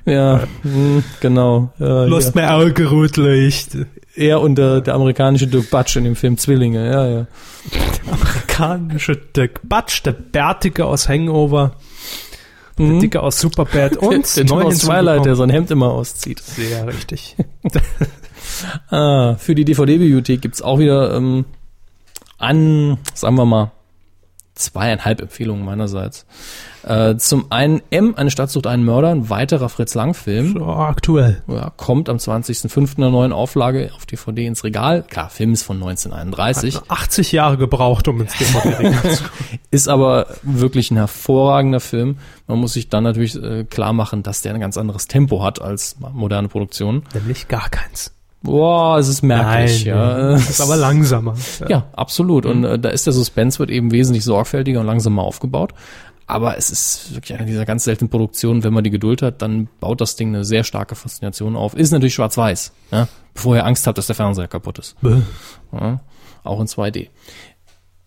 [SPEAKER 2] Ja, mh, genau. Äh, ja.
[SPEAKER 1] mir Auge rotlicht.
[SPEAKER 2] Er und der, der amerikanische Dirk Batsch in dem Film Zwillinge, ja, ja.
[SPEAKER 1] Amerikanische Dirk Batsch, der Bärtige aus Hangover, der Dicke aus Superbad und
[SPEAKER 2] Hm? der, der Typ aus Twilight, der
[SPEAKER 1] hinzugekommen.
[SPEAKER 2] sein Hemd immer auszieht.
[SPEAKER 1] Sehr richtig.
[SPEAKER 2] Ah, für die DVD-Bibliothek gibt's auch wieder ähm, an, sagen wir mal, zweieinhalb Empfehlungen meinerseits. Äh, zum einen M, eine Stadt sucht einen Mörder, ein weiterer Fritz Lang-Film.
[SPEAKER 1] So aktuell.
[SPEAKER 2] Ja, kommt am 20.05. in der neuen Auflage auf DVD ins Regal. Klar, Film ist von 1931.
[SPEAKER 1] 80 Also Jahre gebraucht, um ins DVD zu kommen.
[SPEAKER 2] Ist aber wirklich ein hervorragender Film. Man muss sich dann natürlich äh, klar machen, dass der ein ganz anderes Tempo hat als moderne Produktionen.
[SPEAKER 1] Nämlich gar keins.
[SPEAKER 2] Boah, es ist merklich. ja.
[SPEAKER 1] Ist aber langsamer.
[SPEAKER 2] Ja, absolut. Und äh, da ist der Suspense wird eben wesentlich sorgfältiger und langsamer aufgebaut. Aber es ist wirklich eine dieser ganz seltenen Produktionen, wenn man die Geduld hat, dann baut das Ding eine sehr starke Faszination auf. Ist natürlich schwarz-weiß, ja? bevor ihr Angst habt, dass der Fernseher kaputt ist.
[SPEAKER 1] Bäh.
[SPEAKER 2] Ja? Auch in 2D.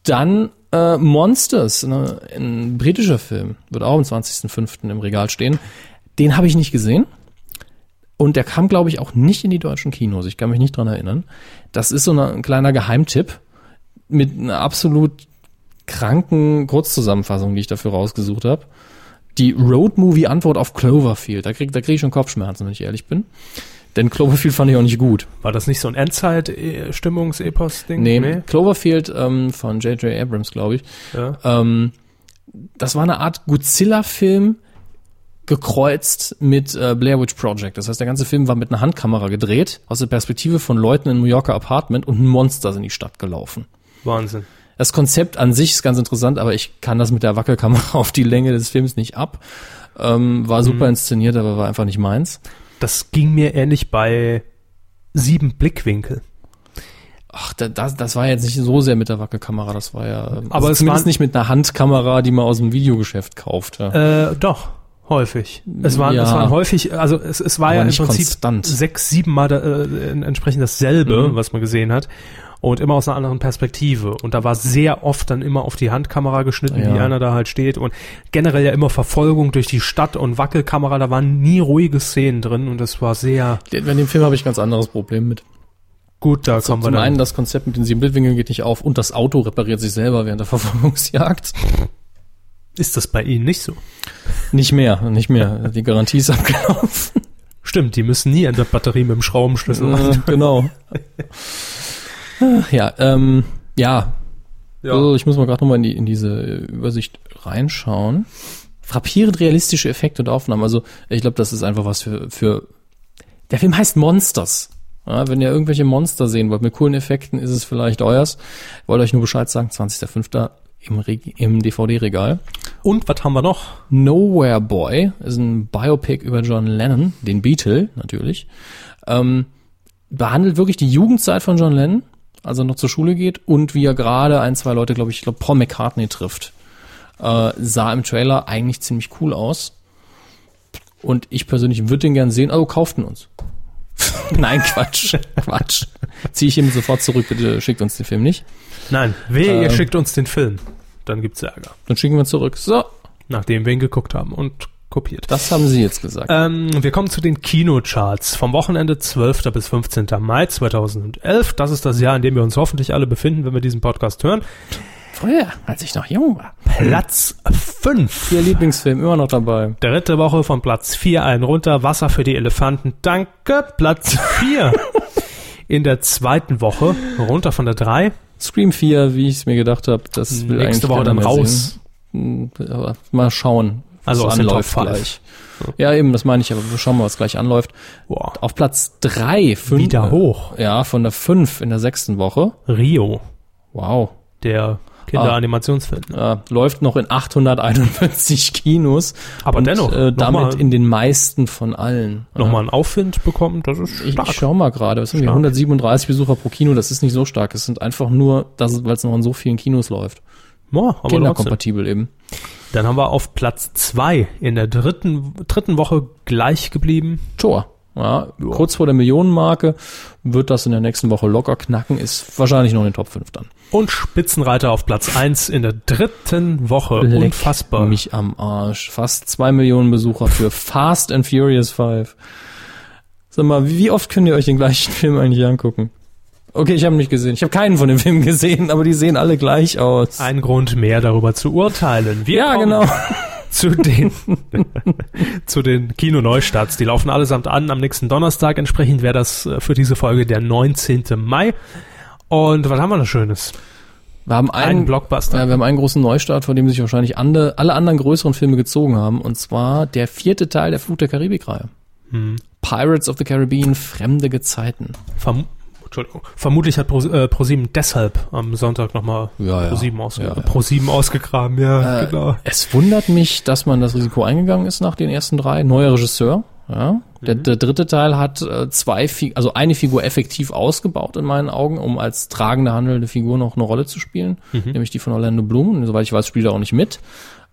[SPEAKER 2] Dann äh, Monsters, ne? ein britischer Film, wird auch am 20.05. im Regal stehen. Den habe ich nicht gesehen. Und der kam, glaube ich, auch nicht in die deutschen Kinos. Ich kann mich nicht dran erinnern. Das ist so eine, ein kleiner Geheimtipp mit einer absolut kranken Kurzzusammenfassung, die ich dafür rausgesucht habe. Die Road-Movie-Antwort auf Cloverfield. Da kriege da krieg ich schon Kopfschmerzen, wenn ich ehrlich bin. Denn Cloverfield fand ich auch nicht gut.
[SPEAKER 1] War das nicht so ein Endzeit-Stimmungsepos-Ding?
[SPEAKER 2] Nee, Cloverfield ähm, von J.J. Abrams, glaube ich.
[SPEAKER 1] Ja.
[SPEAKER 2] Ähm, das war eine Art Godzilla-Film gekreuzt mit äh, Blair Witch Project. Das heißt, der ganze Film war mit einer Handkamera gedreht, aus der Perspektive von Leuten in New Yorker Apartment und ein Monster sind in die Stadt gelaufen.
[SPEAKER 1] Wahnsinn.
[SPEAKER 2] Das Konzept an sich ist ganz interessant, aber ich kann das mit der Wackelkamera auf die Länge des Films nicht ab. Ähm, war
[SPEAKER 1] Mhm.
[SPEAKER 2] super inszeniert, aber war einfach nicht meins.
[SPEAKER 1] Das ging mir ähnlich bei sieben Blickwinkel.
[SPEAKER 2] Ach, da- das, das war jetzt nicht so sehr mit der Wackelkamera, das war ja. ähm,
[SPEAKER 1] Aber es
[SPEAKER 2] zumindest
[SPEAKER 1] waren-
[SPEAKER 2] nicht mit einer Handkamera, die man aus dem Videogeschäft kauft. Ja.
[SPEAKER 1] Äh, doch, häufig. Es waren,
[SPEAKER 2] Ja.
[SPEAKER 1] es waren häufig, also es, es war
[SPEAKER 2] Aber
[SPEAKER 1] ja im
[SPEAKER 2] nicht
[SPEAKER 1] Prinzip
[SPEAKER 2] konstant. Mhm.
[SPEAKER 1] sechs, sieben Mal da, äh, en- entsprechend dasselbe, was man gesehen hat. Und immer aus einer anderen Perspektive. Und da war sehr oft dann immer auf die Handkamera geschnitten,
[SPEAKER 2] Ja.
[SPEAKER 1] wie einer da halt steht. Und generell ja immer Verfolgung durch die Stadt und Wackelkamera. Da waren nie ruhige Szenen drin. Und das war sehr
[SPEAKER 2] Bei dem Film habe ich ein ganz anderes Problem mit.
[SPEAKER 1] gut. Da kommen wir
[SPEAKER 2] Also Zum
[SPEAKER 1] dann.
[SPEAKER 2] einen, das Konzept mit den sieben Bildwinkeln geht nicht auf und das Auto repariert sich selber während der Verfolgungsjagd.
[SPEAKER 1] ist das bei Ihnen nicht so?
[SPEAKER 2] Nicht mehr, nicht mehr. Die Garantie ist abgelaufen.
[SPEAKER 1] Stimmt, die müssen nie an der Batterie mit dem Schraubenschlüssel ran.
[SPEAKER 2] Äh, genau. ja, ähm, ja. Also ich muss mal gerade nochmal in, die, in diese äh, Übersicht reinschauen. Frappierend realistische Effekte und Aufnahmen. Also ich glaube, das ist einfach was für, für. Der Film heißt Monsters. Ja, wenn ihr irgendwelche Monster sehen wollt mit coolen Effekten, ist es vielleicht euers. Wollt euch nur Bescheid sagen, 20.05. im, Reg- im DVD-Regal.
[SPEAKER 1] Und was haben wir noch?
[SPEAKER 2] Nowhere Boy ist ein Biopic über John Lennon, den Beatle natürlich. Ähm, behandelt wirklich die Jugendzeit von John Lennon, als er noch zur Schule geht und wie er gerade ein, zwei Leute, glaube ich, ich glaube Paul McCartney trifft. Äh, sah im Trailer eigentlich ziemlich cool aus. Und ich persönlich würde den gern sehen, also kauften uns. Nein, Quatsch, Quatsch. Ziehe ich ihm sofort zurück, bitte schickt uns den Film nicht.
[SPEAKER 1] Nein, wehe, ihr
[SPEAKER 2] Ähm.
[SPEAKER 1] schickt uns den Film. Dann gibt's Ärger.
[SPEAKER 2] Dann schicken wir ihn zurück. So,
[SPEAKER 1] nachdem wir ihn geguckt haben und kopiert.
[SPEAKER 2] das haben sie jetzt gesagt.
[SPEAKER 1] Ähm, wir kommen zu den Kinocharts. Vom Wochenende 12. bis 15. Mai 2011. Das ist das Jahr, in dem wir uns hoffentlich alle befinden, wenn wir diesen Podcast hören.
[SPEAKER 2] Früher, als ich noch jung war.
[SPEAKER 1] Platz 5.
[SPEAKER 2] Ihr Lieblingsfilm immer noch dabei.
[SPEAKER 1] Dritte Woche von Platz 4 ein runter. Wasser für die Elefanten. Danke. Platz 4. In der zweiten Woche runter von der 3.
[SPEAKER 2] Scream 4, wie ich es mir gedacht habe, das will
[SPEAKER 1] Hm, Nächste
[SPEAKER 2] eigentlich
[SPEAKER 1] Woche
[SPEAKER 2] keiner
[SPEAKER 1] dann
[SPEAKER 2] mehr
[SPEAKER 1] raus.
[SPEAKER 2] sehen. Hm, Aber mal schauen. was
[SPEAKER 1] Also aus den
[SPEAKER 2] anläuft
[SPEAKER 1] Top five.
[SPEAKER 2] gleich. Ja, eben, das meine ich, aber wir schauen mal, was gleich anläuft.
[SPEAKER 1] Boah.
[SPEAKER 2] Auf Platz 3, 5.
[SPEAKER 1] Wieder hoch.
[SPEAKER 2] Ja, von der 5 in der sechsten Woche.
[SPEAKER 1] Rio,
[SPEAKER 2] Wow. Ah.
[SPEAKER 1] der Kinderanimationsfilm.
[SPEAKER 2] Äh, läuft noch in 841 Kinos.
[SPEAKER 1] Aber dennoch,
[SPEAKER 2] Äh,
[SPEAKER 1] noch
[SPEAKER 2] damit
[SPEAKER 1] mal-
[SPEAKER 2] in den meisten von allen.
[SPEAKER 1] Nochmal einen Aufwind bekommen. Das ist
[SPEAKER 2] Ich,
[SPEAKER 1] stark.
[SPEAKER 2] ich schau mal gerade, was sind wir?
[SPEAKER 1] Stark.
[SPEAKER 2] 137 Besucher pro Kino, das ist nicht so stark. Es sind einfach nur, weil es noch in so vielen Kinos läuft.
[SPEAKER 1] Boah, aber trotzdem.
[SPEAKER 2] Kinderkompatibel eben.
[SPEAKER 1] Dann haben wir auf Platz zwei in der dritten, dritten Woche gleich geblieben.
[SPEAKER 2] Tor. Ja, kurz vor der Millionenmarke wird das in der nächsten Woche locker knacken, ist wahrscheinlich noch in den Top 5 dann.
[SPEAKER 1] Und Spitzenreiter auf Platz eins in der dritten Woche.
[SPEAKER 2] Leck
[SPEAKER 1] Unfassbar.
[SPEAKER 2] Mich am Arsch. Fast zwei Millionen Besucher für Fast and Furious 5. Sag mal, wie oft könnt ihr euch den gleichen Film eigentlich angucken? Okay, ich habe ihn nicht gesehen. Ich habe keinen von den Filmen gesehen, aber die sehen alle gleich aus.
[SPEAKER 1] Ein Grund mehr darüber zu urteilen. Wir
[SPEAKER 2] ja,
[SPEAKER 1] kommen
[SPEAKER 2] genau.
[SPEAKER 1] zu den, zu den Kinoneustarts. Die laufen allesamt an am nächsten Donnerstag. Entsprechend wäre das äh, für diese Folge der 19. Mai. Und was haben wir noch Schönes?
[SPEAKER 2] Wir haben
[SPEAKER 1] Einen
[SPEAKER 2] einen,
[SPEAKER 1] Blockbuster.
[SPEAKER 2] Ja, wir haben einen großen Neustart, von dem sich wahrscheinlich ande, alle anderen größeren Filme gezogen haben, und zwar der vierte Teil der Flut der Karibik-Reihe. Pirates of the Caribbean, fremde Gezeiten.
[SPEAKER 1] Verm Entschuldigung. Vermutlich hat Pro, äh, ProSieben deshalb am Sonntag nochmal
[SPEAKER 2] Ja, ja.
[SPEAKER 1] ProSieben, ausge
[SPEAKER 2] Ja, Äh, ja.
[SPEAKER 1] ProSieben ausgegraben. Ja, genau.
[SPEAKER 2] Es wundert mich, dass man das Risiko eingegangen ist nach den ersten drei. Neuer Regisseur. Ja. Der, der dritte Teil hat äh, zwei, Fi also eine Figur effektiv ausgebaut in meinen Augen, um als tragende handelnde Figur noch eine Rolle zu spielen, nämlich die von Orlando Bloom. Und Soweit ich weiß, spielt er auch nicht mit.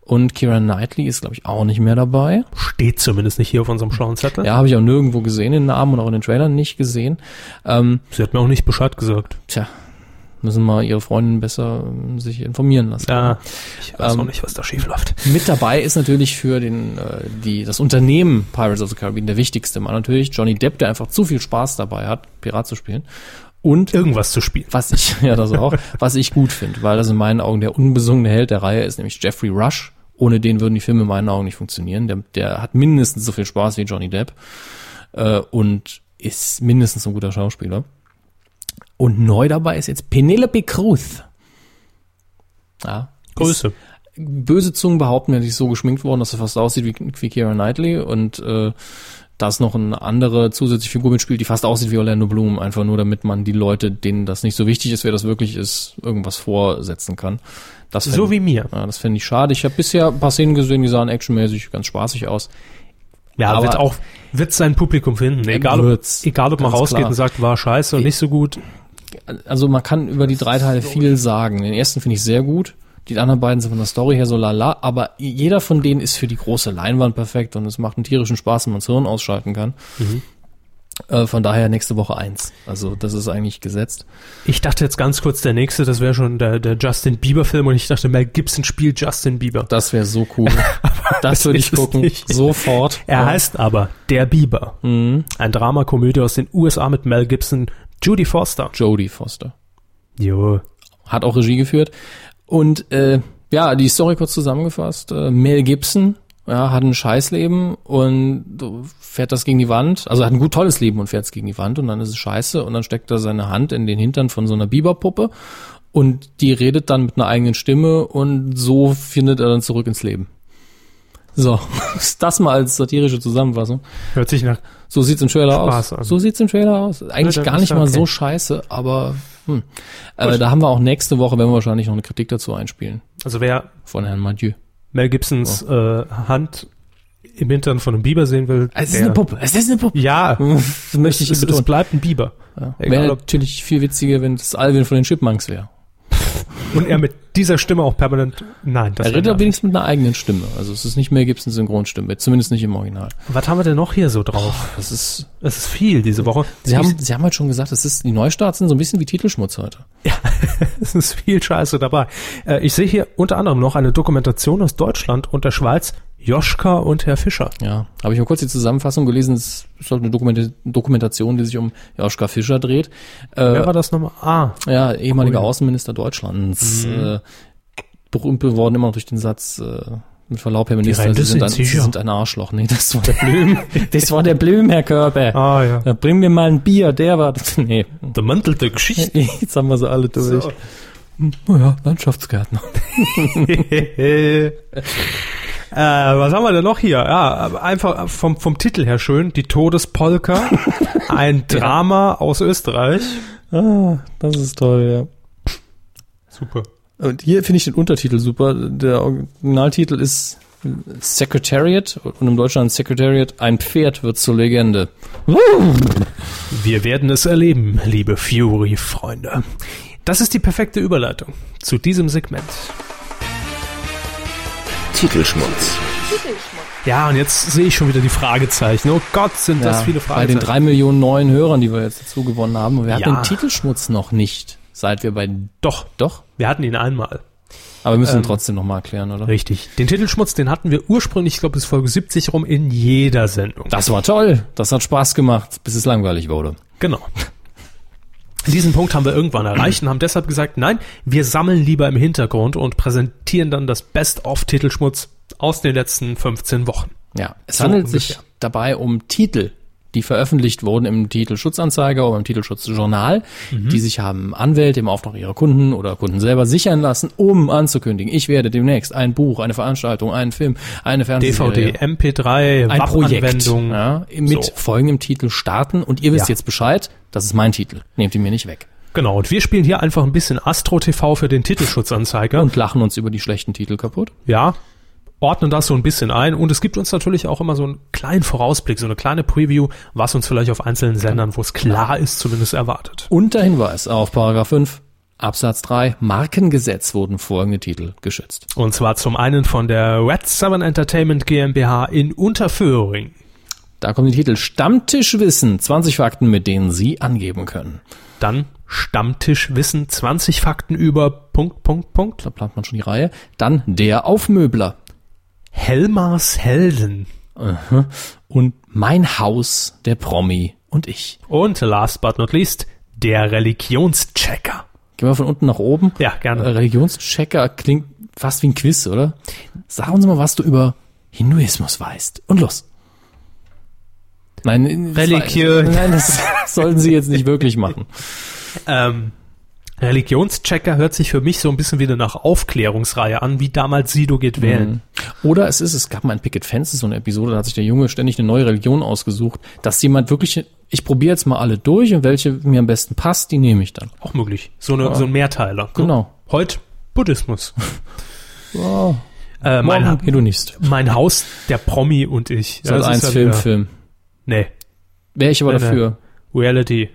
[SPEAKER 2] Und Kira Knightley ist, glaube ich, auch nicht mehr dabei.
[SPEAKER 1] Steht zumindest nicht hier auf unserem schlauen Zettel.
[SPEAKER 2] Ja, habe ich auch nirgendwo gesehen, den Namen und auch in den Trailern nicht gesehen. Ähm,
[SPEAKER 1] Sie hat mir auch nicht Bescheid gesagt.
[SPEAKER 2] tja, müssen mal ihre Freundin besser ähm, sich informieren lassen.
[SPEAKER 1] Ja, ich weiß
[SPEAKER 2] Ähm,
[SPEAKER 1] auch nicht, was da schief läuft.
[SPEAKER 2] Mit dabei ist natürlich für den, äh, die, das Unternehmen Pirates of the Caribbean der wichtigste Mann natürlich Johnny Depp, der einfach zu viel Spaß dabei hat, Pirat zu spielen. Und
[SPEAKER 1] Irgendwas zu spielen.
[SPEAKER 2] was ich, ja, das auch, was ich gut finde, weil das in meinen Augen der unbesungene Held der Reihe ist, nämlich Jeffrey Rush. Ohne den würden die Filme in meinen Augen nicht funktionieren. Der, der hat mindestens so viel Spaß wie Johnny Depp äh, und ist mindestens so ein guter Schauspieler. Und neu dabei ist jetzt Penelope Cruz. Ah. Ja,
[SPEAKER 1] Größe.
[SPEAKER 2] böse Zungen behaupten, er ist so geschminkt worden, dass er fast aussieht wie, wie Keira Knightley und äh, da ist noch eine andere zusätzliche Figur mitspielt, die fast aussieht wie Orlando Bloom, einfach nur damit man die Leute, denen das nicht so wichtig ist, wer das wirklich ist, irgendwas vorsetzen kann. Das
[SPEAKER 1] So
[SPEAKER 2] fänd-
[SPEAKER 1] wie mir.
[SPEAKER 2] Ja, das fände ich schade. Ich habe bisher ein paar Szenen gesehen, die sahen actionmäßig ganz spaßig aus.
[SPEAKER 1] Ja,
[SPEAKER 2] aber-
[SPEAKER 1] wird auch, wird sein Publikum finden. Egal ob,
[SPEAKER 2] Wird's.
[SPEAKER 1] egal, ob man
[SPEAKER 2] Ganz
[SPEAKER 1] rausgeht
[SPEAKER 2] klar.
[SPEAKER 1] und sagt, war scheiße und nicht so gut.
[SPEAKER 2] also man kann über die drei Teile viel sagen. Den ersten finde ich sehr gut. Die anderen beiden sind von der Story her so lala, aber jeder von denen ist für die große Leinwand perfekt und es macht einen tierischen Spaß, wenn man das Hirn ausschalten kann.
[SPEAKER 1] Mhm.
[SPEAKER 2] Äh, von daher nächste Woche eins. Also das ist eigentlich gesetzt.
[SPEAKER 1] Ich dachte jetzt ganz kurz, der nächste, das wäre schon der, der Justin Bieber-Film und ich dachte, Mel Gibson spielt Justin Bieber.
[SPEAKER 2] Das wäre so cool. das würde ich
[SPEAKER 1] ist es
[SPEAKER 2] gucken.
[SPEAKER 1] nicht.
[SPEAKER 2] Sofort. Äh,
[SPEAKER 1] Er
[SPEAKER 2] Ja.
[SPEAKER 1] heißt aber Der Bieber.
[SPEAKER 2] Mhm.
[SPEAKER 1] Ein Dramakomödie aus den USA mit Mel Gibson, Judy Foster.
[SPEAKER 2] Jodie Foster.
[SPEAKER 1] Jo.
[SPEAKER 2] hat auch Regie geführt. Und äh, ja, die Story kurz zusammengefasst. Äh, Mel Gibson ja, hat ein Scheißleben und fährt das gegen die Wand. Also hat ein gut tolles Leben und fährt es gegen die Wand und dann ist es scheiße und dann steckt er seine Hand in den Hintern von so einer Biberpuppe und die redet dann mit einer eigenen Stimme und so findet er dann zurück ins Leben. So, das mal als satirische Zusammenfassung.
[SPEAKER 1] Hört sich nach
[SPEAKER 2] So sieht's im Trailer
[SPEAKER 1] Spaß
[SPEAKER 2] aus.
[SPEAKER 1] an.
[SPEAKER 2] So sieht's im Trailer aus. Eigentlich
[SPEAKER 1] Ja, dann
[SPEAKER 2] gar
[SPEAKER 1] ist
[SPEAKER 2] nicht
[SPEAKER 1] ja
[SPEAKER 2] mal
[SPEAKER 1] okay.
[SPEAKER 2] so scheiße, aber hm. äh, da haben wir auch nächste Woche, werden wir wahrscheinlich noch eine Kritik dazu einspielen
[SPEAKER 1] Also wer
[SPEAKER 2] von Herrn Mathieu.
[SPEAKER 1] Mel
[SPEAKER 2] Oh.
[SPEAKER 1] Gibsons äh, Hand im Hintern von einem Biber sehen will,
[SPEAKER 2] Ah, Es ist
[SPEAKER 1] der,
[SPEAKER 2] eine Puppe. Es ist eine Puppe.
[SPEAKER 1] ja,
[SPEAKER 2] Das möchte ich
[SPEAKER 1] es, es
[SPEAKER 2] betonen.
[SPEAKER 1] bleibt ein Biber. Ja.
[SPEAKER 2] Wäre
[SPEAKER 1] Egal, ob,
[SPEAKER 2] natürlich viel witziger, wenn das Alvin von den Chipmunks wäre.
[SPEAKER 1] und er mit dieser Stimme auch permanent. Nein, das
[SPEAKER 2] Er
[SPEAKER 1] wär
[SPEAKER 2] redet aber
[SPEAKER 1] nervig.
[SPEAKER 2] wenigstens mit einer eigenen Stimme. Also es ist nicht mehr Gibson Synchronstimme, zumindest nicht im Original.
[SPEAKER 1] Was haben wir denn noch hier so drauf?
[SPEAKER 2] Das ist.
[SPEAKER 1] Es ist viel diese Woche.
[SPEAKER 2] Sie haben, Sie haben halt schon gesagt, es ist die Neustarts sind so ein bisschen wie Titelschmutz heute.
[SPEAKER 1] es ist viel Scheiße dabei. Äh, ich sehe hier unter anderem noch eine Dokumentation aus Deutschland und der Schweiz. Joschka und Herr Fischer.
[SPEAKER 2] Ja, habe ich mal kurz die Zusammenfassung gelesen. Es ist halt eine Dokumente- Dokumentation, die sich um Joschka Fischer dreht. Äh,
[SPEAKER 1] Wer war das nochmal? Ah,
[SPEAKER 2] Ja, ehemaliger Außenminister
[SPEAKER 1] Mhm.
[SPEAKER 2] Deutschlands. Äh, berühmt geworden immer noch durch den Satz, äh, mit Verlaub, Herr Minister,
[SPEAKER 1] Rente
[SPEAKER 2] Sie sind,
[SPEAKER 1] sind
[SPEAKER 2] ein, Sie
[SPEAKER 1] sicher.
[SPEAKER 2] sind ein Arschloch. Nee, das war der Blüm. das war der Blüm, Herr Körbe.
[SPEAKER 1] Ah, ja.
[SPEAKER 2] Äh, Bring mir mal ein Bier, der war das. Nee,
[SPEAKER 1] der Mantel der Geschichte.
[SPEAKER 2] jetzt haben wir sie alle durch. Naja, Landschaftsgärtner.
[SPEAKER 1] äh, was haben wir denn noch hier? Ja, einfach vom, vom Titel her schön. Die Todespolka. Ein Drama aus Österreich.
[SPEAKER 2] Ah, das ist toll,
[SPEAKER 1] Super.
[SPEAKER 2] ja. Und hier finde ich den Untertitel super. Der Originaltitel ist Secretariat und im Deutschland Secretariat, ein Pferd wird zur Legende.
[SPEAKER 1] Wir werden es erleben, liebe Fury-Freunde. Das ist die perfekte Überleitung zu diesem Segment.
[SPEAKER 5] Titelschmutz.
[SPEAKER 1] Ja, und jetzt sehe ich schon wieder die Fragezeichen. Oh Gott, sind das
[SPEAKER 2] Ja,
[SPEAKER 1] viele
[SPEAKER 2] Bei den
[SPEAKER 1] Fragezeichen.
[SPEAKER 2] drei Millionen neuen Hörern, die wir jetzt dazu gewonnen haben. Wir hatten
[SPEAKER 1] Ja.
[SPEAKER 2] den Titelschmutz noch nicht, seit wir bei...
[SPEAKER 1] Doch,
[SPEAKER 2] Doch?
[SPEAKER 1] wir hatten ihn einmal.
[SPEAKER 2] Aber wir müssen ihn trotzdem nochmal erklären, oder?
[SPEAKER 1] Ähm. Richtig. Den Titelschmutz, den hatten wir ursprünglich, ich glaube, bis Folge 70 rum in jeder Sendung.
[SPEAKER 2] Das war toll. Das hat Spaß gemacht, bis es langweilig wurde.
[SPEAKER 1] Genau. Diesen Punkt haben wir irgendwann erreicht und haben deshalb gesagt, nein, wir sammeln lieber im Hintergrund und präsentieren dann das Best-of-Titelschmutz aus den letzten 15 Wochen.
[SPEAKER 2] Ja, es
[SPEAKER 1] So
[SPEAKER 2] handelt sich
[SPEAKER 1] ungefähr.
[SPEAKER 2] dabei um Titel, die veröffentlicht wurden im Titelschutzanzeiger oder im Titelschutzjournal,
[SPEAKER 1] Mhm.
[SPEAKER 2] die sich haben Anwälte im Auftrag ihrer Kunden oder Kunden selber sichern lassen, um anzukündigen, ich werde demnächst ein Buch, eine Veranstaltung, einen Film, eine Fernsehserie,
[SPEAKER 1] DVD, MP3,
[SPEAKER 2] ein Projekt
[SPEAKER 1] Web-Anwendung.
[SPEAKER 2] ja, mit
[SPEAKER 1] So.
[SPEAKER 2] folgendem Titel starten und ihr wisst
[SPEAKER 1] Ja.
[SPEAKER 2] jetzt Bescheid, das ist mein Titel, nehmt ihn mir nicht weg.
[SPEAKER 1] Genau, und wir spielen hier einfach ein bisschen Astro TV für den Titelschutzanzeiger.
[SPEAKER 2] Und lachen uns über die schlechten Titel kaputt.
[SPEAKER 1] ja, ordnen das so ein bisschen ein und es gibt uns natürlich auch immer so einen kleinen Vorausblick, so eine kleine Preview, was uns vielleicht auf einzelnen Sendern, wo es klar ist, zumindest erwartet.
[SPEAKER 2] Unter Hinweis auf Paragraph 5 Absatz 3 Markengesetz wurden folgende Titel geschützt.
[SPEAKER 1] Und zwar zum einen von der Red Seven Entertainment GmbH in Unterföhring.
[SPEAKER 2] Da kommen die Titel Stammtischwissen, 20 Fakten, mit denen Sie angeben können.
[SPEAKER 1] Dann Stammtischwissen, 20 Fakten über Punkt, Punkt, Punkt.
[SPEAKER 2] Da plant man schon die Reihe. Dann der Aufmöbler
[SPEAKER 1] Helmars Helden.
[SPEAKER 2] und mein Haus, der Promi und ich.
[SPEAKER 1] Und last but not least, der Religionschecker.
[SPEAKER 2] Gehen wir von unten nach oben.
[SPEAKER 1] Ja,
[SPEAKER 2] Äh,
[SPEAKER 1] gerne.
[SPEAKER 2] Religionschecker klingt fast wie ein Quiz, oder? Sag uns mal, was du über Hinduismus weißt. Und los. Nein, das war-
[SPEAKER 1] Religiö-
[SPEAKER 2] Nein, das sollten sie jetzt nicht wirklich machen.
[SPEAKER 1] Ähm, Religionschecker hört sich für mich so ein bisschen wieder nach Aufklärungsreihe an, wie damals Sido geht
[SPEAKER 2] Mhm.
[SPEAKER 1] wählen.
[SPEAKER 2] Oder es ist, es gab mal ein Picket Fences, so eine Episode, da hat sich der Junge ständig eine neue Religion ausgesucht, dass jemand wirklich, ich probiere jetzt mal alle durch und welche mir am besten passt, die nehme ich dann.
[SPEAKER 1] Auch möglich. So, eine, so ein Mehrteiler.
[SPEAKER 2] Genau.
[SPEAKER 1] Heute Buddhismus.
[SPEAKER 2] Wow.
[SPEAKER 1] Äh, mein,
[SPEAKER 2] Morgen Hedonist.
[SPEAKER 1] mein Haus, der Promi und ich.
[SPEAKER 2] Sat
[SPEAKER 1] das ist
[SPEAKER 2] eins
[SPEAKER 1] ja
[SPEAKER 2] Film,
[SPEAKER 1] wieder-
[SPEAKER 2] Film.
[SPEAKER 1] Nee,
[SPEAKER 2] Wäre ich aber
[SPEAKER 1] Nee, nee.
[SPEAKER 2] dafür.
[SPEAKER 1] Reality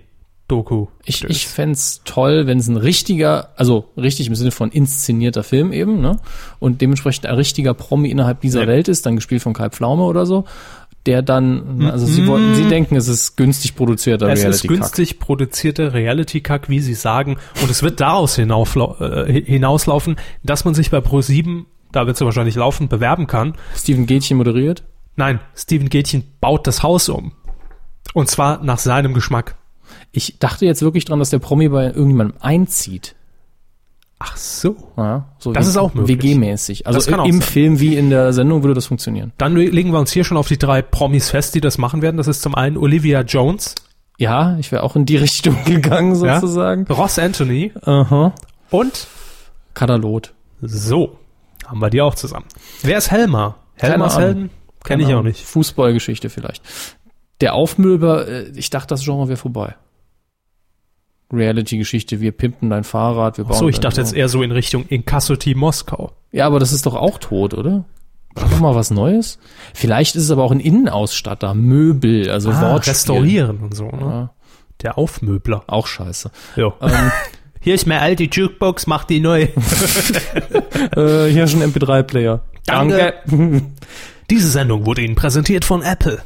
[SPEAKER 1] Doku.
[SPEAKER 2] Ich, ich fänd's toll, wenn es ein richtiger, also richtig im Sinne von inszenierter Film eben, ne? Und dementsprechend ein richtiger Promi innerhalb dieser
[SPEAKER 1] Ja.
[SPEAKER 2] Welt ist, dann gespielt von Kai Pflaume oder so, der dann, also sie wollten, sie denken, es ist günstig produzierter
[SPEAKER 1] Mhm. es ist
[SPEAKER 2] Reality-Kack.
[SPEAKER 1] günstig produzierte Reality-Kack, wie sie sagen. Und es wird daraus hinaufla- äh, hinauslaufen, dass man sich bei Pro7, da wird es ja wahrscheinlich laufen, bewerben kann.
[SPEAKER 2] Steven Gätchen moderiert.
[SPEAKER 1] Nein, Steven Gätchen baut das Haus um. Und zwar nach seinem Geschmack.
[SPEAKER 2] Ich dachte jetzt wirklich dran, dass der Promi bei irgendjemandem einzieht.
[SPEAKER 1] Ach so.
[SPEAKER 2] Ja, so
[SPEAKER 1] Das
[SPEAKER 2] wie-
[SPEAKER 1] ist auch möglich.
[SPEAKER 2] WG-mäßig. Also
[SPEAKER 1] Das kann auch
[SPEAKER 2] im
[SPEAKER 1] sein.
[SPEAKER 2] Film wie in der Sendung würde das funktionieren.
[SPEAKER 1] Dann legen wir uns hier schon auf die drei Promis fest, die das machen werden. Das ist zum einen Olivia Jones,
[SPEAKER 2] Ja, ich wäre auch in die Richtung gegangen
[SPEAKER 1] Ja?
[SPEAKER 2] sozusagen.
[SPEAKER 1] Ross Anthony
[SPEAKER 2] Aha.
[SPEAKER 1] und
[SPEAKER 2] Katalot.
[SPEAKER 1] so. Haben wir die auch zusammen. Wer ist Helmer?
[SPEAKER 2] Keine
[SPEAKER 1] Helmers
[SPEAKER 2] Ahnung.
[SPEAKER 1] Helden? Kenne ich
[SPEAKER 2] Keine
[SPEAKER 1] auch
[SPEAKER 2] Ahnung.
[SPEAKER 1] nicht.
[SPEAKER 2] Fußballgeschichte vielleicht. Der Aufmülber, äh, ich dachte, das Genre wäre vorbei. Reality-Geschichte, wir pimpen dein Fahrrad, wir bauen.
[SPEAKER 1] So, ich
[SPEAKER 2] dein
[SPEAKER 1] dachte jetzt
[SPEAKER 2] Auto.
[SPEAKER 1] eher so in Richtung Inkasso-Team Moskau.
[SPEAKER 2] Ja, aber das ist doch auch tot, oder? Mach doch mal was Neues. Vielleicht ist es aber auch ein Innenausstatter, Möbel, also ah, Wortspiel.
[SPEAKER 1] restaurieren und so, ne?
[SPEAKER 2] Ja,
[SPEAKER 1] Der Aufmöbler.
[SPEAKER 2] auch scheiße.
[SPEAKER 1] Ja.
[SPEAKER 2] Ähm,
[SPEAKER 1] Hier ist meine alte Jukebox, mach die neu.
[SPEAKER 2] äh, hier schon MP3-Player.
[SPEAKER 1] Danke. Diese Sendung wurde Ihnen präsentiert von Apple.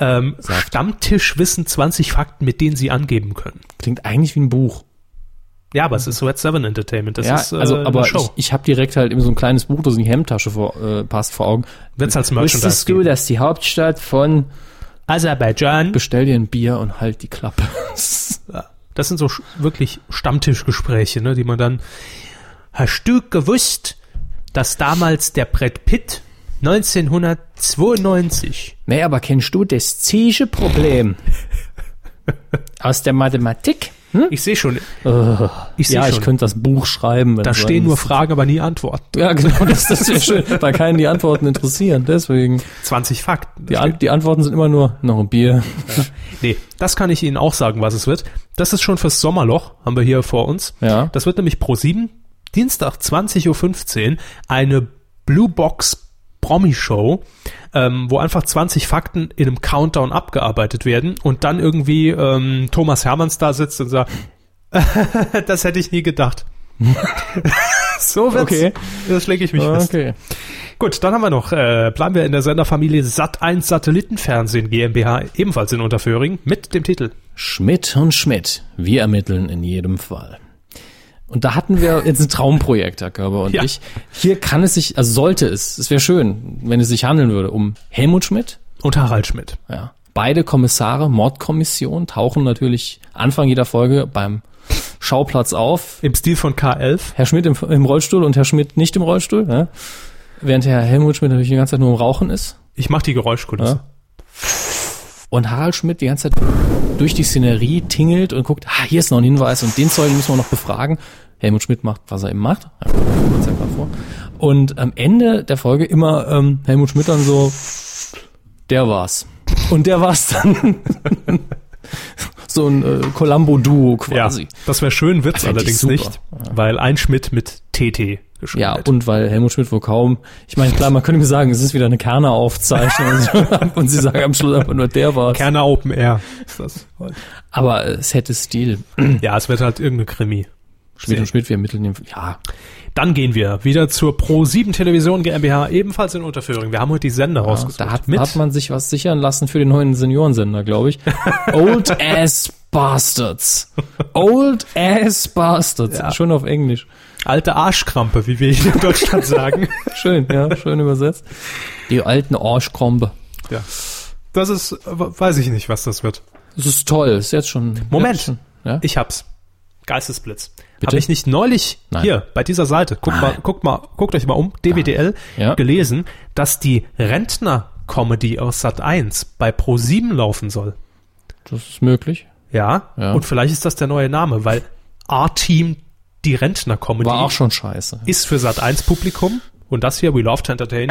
[SPEAKER 1] Ähm, Stammtischwissen 20 Fakten, mit denen Sie angeben können.
[SPEAKER 2] Klingt eigentlich wie ein Buch.
[SPEAKER 1] Ja, aber es ist Red 7 Entertainment. Das
[SPEAKER 2] ja,
[SPEAKER 1] ist äh,
[SPEAKER 2] also, aber
[SPEAKER 1] eine
[SPEAKER 2] ich,
[SPEAKER 1] Show.
[SPEAKER 2] ich habe direkt halt eben so ein kleines Buch, das in die Hemdtasche vor, äh, passt, vor Augen.
[SPEAKER 1] Wird's als Merchandise
[SPEAKER 2] Wusstest du,
[SPEAKER 1] geben.
[SPEAKER 2] dass die Hauptstadt von
[SPEAKER 1] Aserbaidschan.
[SPEAKER 2] bestell dir ein Bier und halt die Klappe.
[SPEAKER 1] Das sind so sch- wirklich Stammtischgespräche, ne, die man dann. Hast du gewusst, dass damals der Brett Pitt 1992
[SPEAKER 2] nee, aber kennst du das ziege Problem? Aus der Mathematik?
[SPEAKER 1] Ich sehe schon. Ich sehe
[SPEAKER 2] ja, ich
[SPEAKER 1] schon.
[SPEAKER 2] könnte das Buch schreiben. Wenn
[SPEAKER 1] da
[SPEAKER 2] es sein
[SPEAKER 1] stehen nur
[SPEAKER 2] muss.
[SPEAKER 1] Fragen, aber nie Antworten.
[SPEAKER 2] Ja, genau, das, das wäre schön, weil keinen die Antworten interessieren. Deswegen,
[SPEAKER 1] 20 Fakten.
[SPEAKER 2] die, An die Antworten sind immer nur noch ein Bier.
[SPEAKER 1] nee, das kann ich Ihnen auch sagen, was es wird. Das ist schon fürs Sommerloch, haben wir hier vor uns.
[SPEAKER 2] Ja.
[SPEAKER 1] Das wird nämlich pro 7, Dienstag 20.15 Uhr, eine Blue Box Promi-Show, ähm, wo einfach 20 Fakten in einem Countdown abgearbeitet werden und dann irgendwie ähm, Thomas Hermanns da sitzt und sagt, das hätte ich nie gedacht. so wird's.
[SPEAKER 2] Okay.
[SPEAKER 1] Das schläge ich mich fest.
[SPEAKER 2] Okay.
[SPEAKER 1] Gut, dann haben wir noch, äh, bleiben wir in der Senderfamilie Sat1 Satellitenfernsehen GmbH, ebenfalls in Unterföhring, mit dem Titel.
[SPEAKER 2] Schmidt und Schmidt, wir ermitteln in jedem Fall. Und da hatten wir jetzt ein Traumprojekt, Herr Körber und
[SPEAKER 1] Ja.
[SPEAKER 2] ich. Hier kann es sich, also sollte es, es wäre schön, wenn es sich handeln würde, um Helmut Schmidt,
[SPEAKER 1] Und Harald Schmidt.
[SPEAKER 2] ja. Beide Kommissare, Mordkommission, tauchen natürlich Anfang jeder Folge beim Schauplatz auf.
[SPEAKER 1] Im Stil von K11.
[SPEAKER 2] Herr Schmidt im, im Rollstuhl und Herr Schmidt nicht im Rollstuhl, ne? während Herr Helmut Schmidt natürlich die ganze Zeit nur im Rauchen ist.
[SPEAKER 1] Ich mach die Geräuschkulisse.
[SPEAKER 2] Und Harald Schmidt die ganze Zeit durch die Szenerie tingelt und guckt, ah, hier ist noch ein Hinweis und den Zeugen müssen wir noch befragen. Helmut Schmidt macht, was er eben macht. Ja, kurz einfach vor. Und am Ende der Folge immer ähm, Helmut Schmidt dann so, der war's. Und der war's dann. so ein äh, Columbo-Duo quasi.
[SPEAKER 1] Das wäre schön, wird's
[SPEAKER 2] Fänd ich
[SPEAKER 1] allerdings
[SPEAKER 2] super.
[SPEAKER 1] nicht, weil ein Schmidt mit TT geschrieben
[SPEAKER 2] Ja,
[SPEAKER 1] wird.
[SPEAKER 2] und weil Helmut Schmidt wohl kaum, ich meine, klar, man könnte mir sagen, es ist wieder eine Kerner-Aufzeichnung und, so, und sie sagen am Schluss einfach nur, der war's.
[SPEAKER 1] Kerner Open Air. Ist das.
[SPEAKER 2] Aber äh, es hätte Stil.
[SPEAKER 1] Ja, es wird halt irgendeine Krimi.
[SPEAKER 2] Schmidt und Schmidt, wir ermitteln den, ja,
[SPEAKER 1] Dann gehen wir wieder zur Pro7 Television GmbH, ebenfalls in Unterföhring. Wir haben heute die Sender rausgesucht.
[SPEAKER 2] Da hat, hat man sich was sichern lassen für den neuen Seniorensender, glaube ich. Old Ass Bastards. Old Ass Bastards.
[SPEAKER 1] Ja.
[SPEAKER 2] Schön auf Englisch.
[SPEAKER 1] alte Arschkrampe, wie wir hier in Deutschland sagen.
[SPEAKER 2] Schön, ja, schön übersetzt. Die alten Arschkombe.
[SPEAKER 1] Ja. Das ist, äh, weiß ich nicht, was das wird.
[SPEAKER 2] Das ist toll, ist jetzt schon.
[SPEAKER 1] Moment.
[SPEAKER 2] jetzt schon- Ja?
[SPEAKER 1] Ich hab's. Geistesblitz.
[SPEAKER 2] Bitte?
[SPEAKER 1] Habe ich nicht neulich
[SPEAKER 2] Nein.
[SPEAKER 1] hier bei dieser Seite, guckt mal, guckt mal, guckt euch mal um, DWDL,
[SPEAKER 2] Ja.
[SPEAKER 1] gelesen, dass die Rentner-Comedy aus Sat 1 bei Pro7 laufen soll.
[SPEAKER 2] Das ist möglich.
[SPEAKER 1] Ja?
[SPEAKER 2] Ja.
[SPEAKER 1] Und vielleicht ist das der neue Name, weil A-Team die Rentner-Comedy
[SPEAKER 2] War auch schon scheiße.
[SPEAKER 1] ist für Sat 1 Publikum und das hier, We Love to Entertain,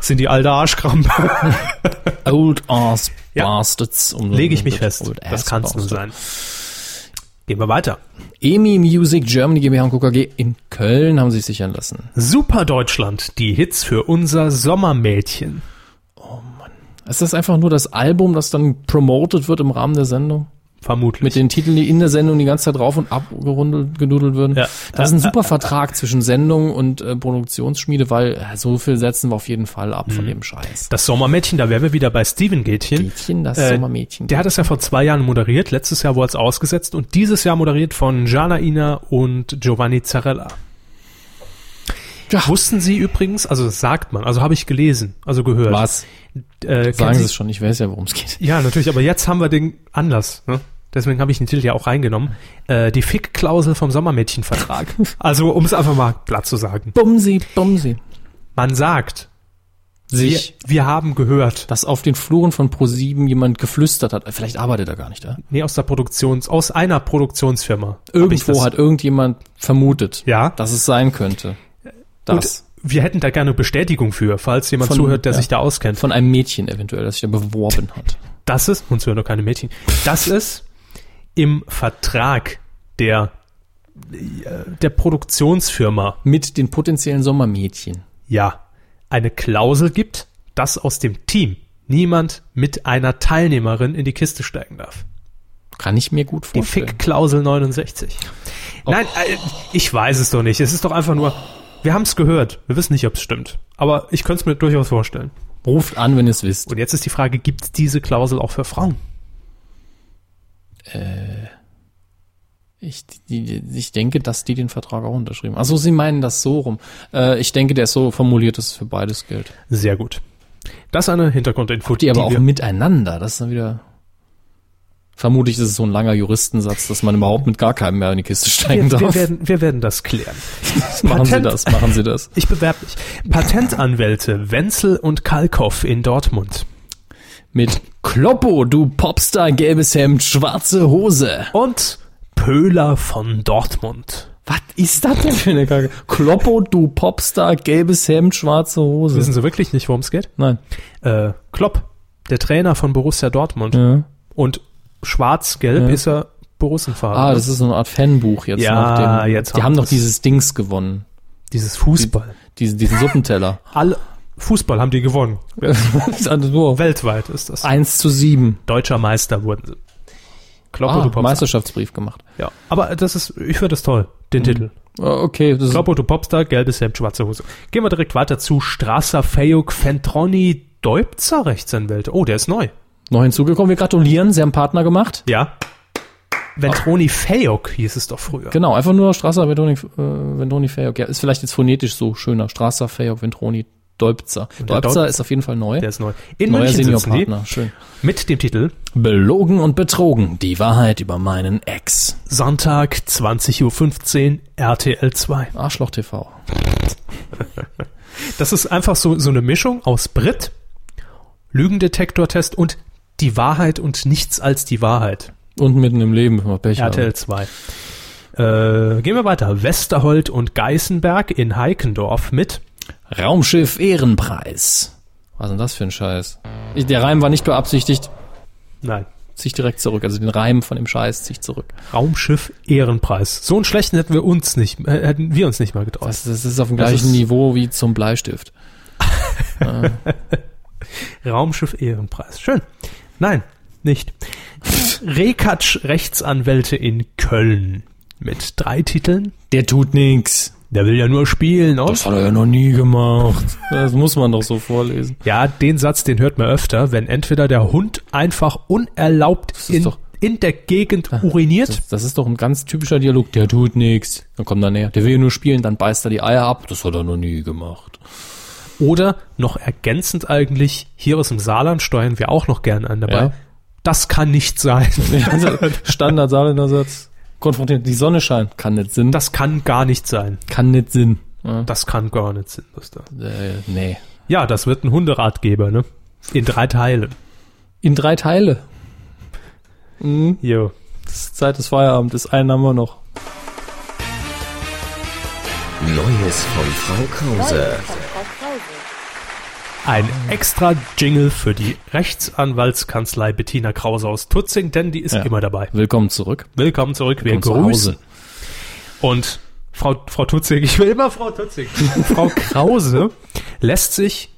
[SPEAKER 1] sind die alte Arschkrampe.
[SPEAKER 2] Old Ass
[SPEAKER 1] Ja.
[SPEAKER 2] Bastards. Um
[SPEAKER 1] Lege ich mich fest.
[SPEAKER 2] Old
[SPEAKER 1] Das
[SPEAKER 2] Ass
[SPEAKER 1] kann's nur
[SPEAKER 2] Bastards.
[SPEAKER 1] sein. Gehen wir weiter.
[SPEAKER 2] EMI Music Germany GmbH und KKG in Köln haben sie sich sichern lassen.
[SPEAKER 1] Super Deutschland, die Hits für unser Sommermädchen.
[SPEAKER 2] Ist das einfach nur das Album, das dann promoted wird im Rahmen der Sendung?
[SPEAKER 1] Vermutlich.
[SPEAKER 2] Mit den Titeln, die in der Sendung die ganze Zeit rauf und ab gerundelt, genudelt würden.
[SPEAKER 1] Ja.
[SPEAKER 2] Das ist ein super Vertrag zwischen Sendung und äh, Produktionsschmiede, weil äh, so viel setzen wir auf jeden Fall ab
[SPEAKER 1] Mhm.
[SPEAKER 2] von dem Scheiß.
[SPEAKER 1] Das Sommermädchen, da wären wir wieder bei Steven Gätchen.
[SPEAKER 2] Mädchen, das
[SPEAKER 1] Äh,
[SPEAKER 2] Sommermädchen.
[SPEAKER 1] Der hat es ja vor zwei Jahren moderiert. Letztes Jahr wurde es ausgesetzt und dieses Jahr moderiert von Jana Ina und Giovanni Zarella.
[SPEAKER 2] Ja.
[SPEAKER 1] Wussten Sie übrigens, also das sagt man, also habe ich gelesen, also gehört.
[SPEAKER 2] was?
[SPEAKER 1] Äh,
[SPEAKER 2] Sagen
[SPEAKER 1] kennen
[SPEAKER 2] Sie es schon, ich weiß ja, worum es geht.
[SPEAKER 1] Ja, natürlich, aber jetzt haben wir den Anlass. Ne? Deswegen habe ich den Titel ja auch reingenommen. Äh, die Fick-Klausel vom Sommermädchenvertrag. also, um es einfach mal platt zu sagen.
[SPEAKER 2] Bumsi, bumsi.
[SPEAKER 1] Man sagt, wir,
[SPEAKER 2] Sich,
[SPEAKER 1] wir haben gehört,
[SPEAKER 2] dass auf den Fluren von Pro7 jemand geflüstert hat. Vielleicht arbeitet er gar nicht da.
[SPEAKER 1] nee, aus der Produktions, aus einer Produktionsfirma. hab ich
[SPEAKER 2] Irgendwo
[SPEAKER 1] das-
[SPEAKER 2] hat irgendjemand vermutet,
[SPEAKER 1] Ja.
[SPEAKER 2] dass es sein könnte. Das.
[SPEAKER 1] Und wir hätten da gerne Bestätigung für, falls jemand
[SPEAKER 2] Von-
[SPEAKER 1] zuhört, der
[SPEAKER 2] ja.
[SPEAKER 1] sich da auskennt.
[SPEAKER 2] von einem Mädchen eventuell, das sich da beworben hat.
[SPEAKER 1] das ist, uns hören doch keine Mädchen, das ist im Vertrag der, äh, der Produktionsfirma,
[SPEAKER 2] Mit den potenziellen Sommermädchen.
[SPEAKER 1] ja, eine Klausel gibt, dass aus dem Team niemand mit einer Teilnehmerin in die Kiste steigen darf.
[SPEAKER 2] Kann ich mir gut
[SPEAKER 1] Die
[SPEAKER 2] vorstellen. Oh.
[SPEAKER 1] Fick-Klausel 69. Nein, äh, ich weiß es doch nicht. Es ist doch einfach nur, wir haben es gehört. Wir wissen nicht, ob es stimmt. Aber ich könnte es mir durchaus vorstellen.
[SPEAKER 2] Ruft an, wenn ihr es wisst.
[SPEAKER 1] Und jetzt ist die Frage, gibt es diese Klausel auch für Frauen?
[SPEAKER 2] Ich, die, die, ich denke, dass die den Vertrag auch unterschrieben haben. Achso, sie meinen das so rum. Äh, ich denke, der ist so formuliert, dass es für beides gilt.
[SPEAKER 1] Sehr gut. Das ist eine Hintergrundinfo,
[SPEAKER 2] Die aber auch
[SPEAKER 1] wir-
[SPEAKER 2] miteinander, das ist dann wieder... Vermutlich ist es so ein langer Juristensatz, dass man überhaupt mit gar keinem mehr in die Kiste steigen
[SPEAKER 1] wir, wir,
[SPEAKER 2] darf.
[SPEAKER 1] werden, wir werden das klären.
[SPEAKER 2] machen Sie
[SPEAKER 1] Patent-
[SPEAKER 2] das, machen Sie das.
[SPEAKER 1] Ich bewerbe mich. Patentanwälte Wenzel und Kalkoff in Dortmund
[SPEAKER 2] Mit Kloppo, du Popstar, gelbes Hemd, schwarze Hose.
[SPEAKER 1] und Pöhler von Dortmund.
[SPEAKER 2] Was ist das denn für eine Kacke? Kloppo, du Popstar, gelbes Hemd, schwarze Hose.
[SPEAKER 1] Wissen Sie wirklich nicht, worum es geht?
[SPEAKER 2] Nein.
[SPEAKER 1] Äh, Klopp, der Trainer von Borussia Dortmund.
[SPEAKER 2] Ja.
[SPEAKER 1] Und schwarz-gelb ist er Borussenfahrer.
[SPEAKER 2] Ah, das ist so eine Art Fanbuch jetzt.
[SPEAKER 1] Ja,
[SPEAKER 2] nach dem,
[SPEAKER 1] jetzt
[SPEAKER 2] die
[SPEAKER 1] haben
[SPEAKER 2] haben doch
[SPEAKER 1] wir's.
[SPEAKER 2] dieses Dings gewonnen.
[SPEAKER 1] Ne? Dieses Fußball.
[SPEAKER 2] Diesen, diesen Suppenteller.
[SPEAKER 1] Alle Fußball haben die gewonnen.
[SPEAKER 2] so.
[SPEAKER 1] Weltweit ist das.
[SPEAKER 2] 1 zu 7.
[SPEAKER 1] Deutscher Meister wurden sie. Klopp
[SPEAKER 2] Ah,
[SPEAKER 1] und Popstar.
[SPEAKER 2] Meisterschaftsbrief gemacht.
[SPEAKER 1] Ja, aber das ist, ich finde das toll, den Titel.
[SPEAKER 2] Ah, Okay, das ist,
[SPEAKER 1] Kloppo, du Popstar, gelbes Hemd, schwarze Hose. Gehen wir direkt weiter zu Strasser, Fayok, Fentroni, Deubzer Rechtsanwälte. Oh, der ist neu.
[SPEAKER 2] neu hinzugekommen. Wir gratulieren, Sie haben Partner gemacht.
[SPEAKER 1] Ja. Ventroni Fayok hieß es doch früher.
[SPEAKER 2] Genau, einfach nur Strasser, Vendroni, äh, Vendroni Fayok. Ja, ist vielleicht jetzt phonetisch so schöner. Strasser, Fayok, Vendroni, Dolpzer.
[SPEAKER 1] der
[SPEAKER 2] Dolpzer
[SPEAKER 1] Dolp-
[SPEAKER 2] ist auf jeden Fall neu.
[SPEAKER 1] Der ist neu. In
[SPEAKER 2] Neuer
[SPEAKER 1] München sitzen die
[SPEAKER 2] Seniorpartner, schön.
[SPEAKER 1] mit dem Titel
[SPEAKER 2] Belogen und betrogen, die Wahrheit über meinen Ex.
[SPEAKER 1] Sonntag 20.15 Uhr RTL 2.
[SPEAKER 2] Arschloch TV.
[SPEAKER 1] Das ist einfach so, so eine Mischung aus Brit, Lügendetektortest und die Wahrheit und nichts als die Wahrheit.
[SPEAKER 2] Und mitten im Leben, wenn wir Pech
[SPEAKER 1] RTL 2. Äh, gehen wir weiter. Westerhold und Geißenberg in Heikendorf mit.
[SPEAKER 2] haben. Raumschiff Ehrenpreis. Was ist denn das für ein Scheiß? Ich, der Reim war nicht beabsichtigt,
[SPEAKER 1] Nein.
[SPEAKER 2] zieh ich direkt zurück. Also den Reim von dem Scheiß zieh ich zurück.
[SPEAKER 1] Raumschiff Ehrenpreis. So einen schlechten hätten wir uns nicht, äh, hätten wir uns nicht mal getraut.
[SPEAKER 2] Das, das ist auf dem
[SPEAKER 1] Das
[SPEAKER 2] gleichen
[SPEAKER 1] ist-
[SPEAKER 2] Niveau wie zum Bleistift.
[SPEAKER 1] Raumschiff Ehrenpreis. Schön. Nein, nicht. Rekatsch Rechtsanwälte in Köln mit drei Titeln.
[SPEAKER 2] Der tut nix.
[SPEAKER 1] Der will ja nur spielen, oder?
[SPEAKER 2] Das hat er ja noch nie gemacht. Das muss man doch so vorlesen.
[SPEAKER 1] Ja, den Satz, den hört man öfter, wenn entweder der Hund einfach unerlaubt
[SPEAKER 2] ist
[SPEAKER 1] in,
[SPEAKER 2] doch- Ah,
[SPEAKER 1] in der Gegend uriniert.
[SPEAKER 2] Das, das ist doch ein ganz typischer Dialog. Der tut nix. Dann kommt er näher. Der will ja nur spielen, dann beißt er die Eier ab. Das hat er noch nie gemacht.
[SPEAKER 1] Oder noch ergänzend eigentlich, hier aus dem Saarland steuern wir auch noch gerne an dabei.
[SPEAKER 2] Ja.
[SPEAKER 1] Das kann nicht sein.
[SPEAKER 2] Standard Saarländersatz. Konfrontiert. Die Sonne scheint. Kann nicht Sinn.
[SPEAKER 1] Das kann gar nicht sein.
[SPEAKER 2] kann nicht Sinn. Ja,
[SPEAKER 1] Das kann gar nicht sein. Das da.
[SPEAKER 2] äh, nee.
[SPEAKER 1] Ja, das wird ein Hunderatgeber, ne? In drei Teilen.
[SPEAKER 2] In drei Teile.
[SPEAKER 1] Jo.
[SPEAKER 2] Das Zeit des Feierabend ist einen haben wir noch.
[SPEAKER 5] Neues von Frau Krause.
[SPEAKER 1] Ein extra Jingle für die Rechtsanwaltskanzlei Bettina Krause aus Tutzing, denn die ist
[SPEAKER 2] Ja.
[SPEAKER 1] immer dabei.
[SPEAKER 2] Willkommen zurück.
[SPEAKER 1] Willkommen zurück, wir
[SPEAKER 2] Willkommen zu
[SPEAKER 1] grüßen.
[SPEAKER 2] Hause.
[SPEAKER 1] Und Frau, Frau Tutzig, ich will immer Frau Tutzig. Frau Krause lässt sich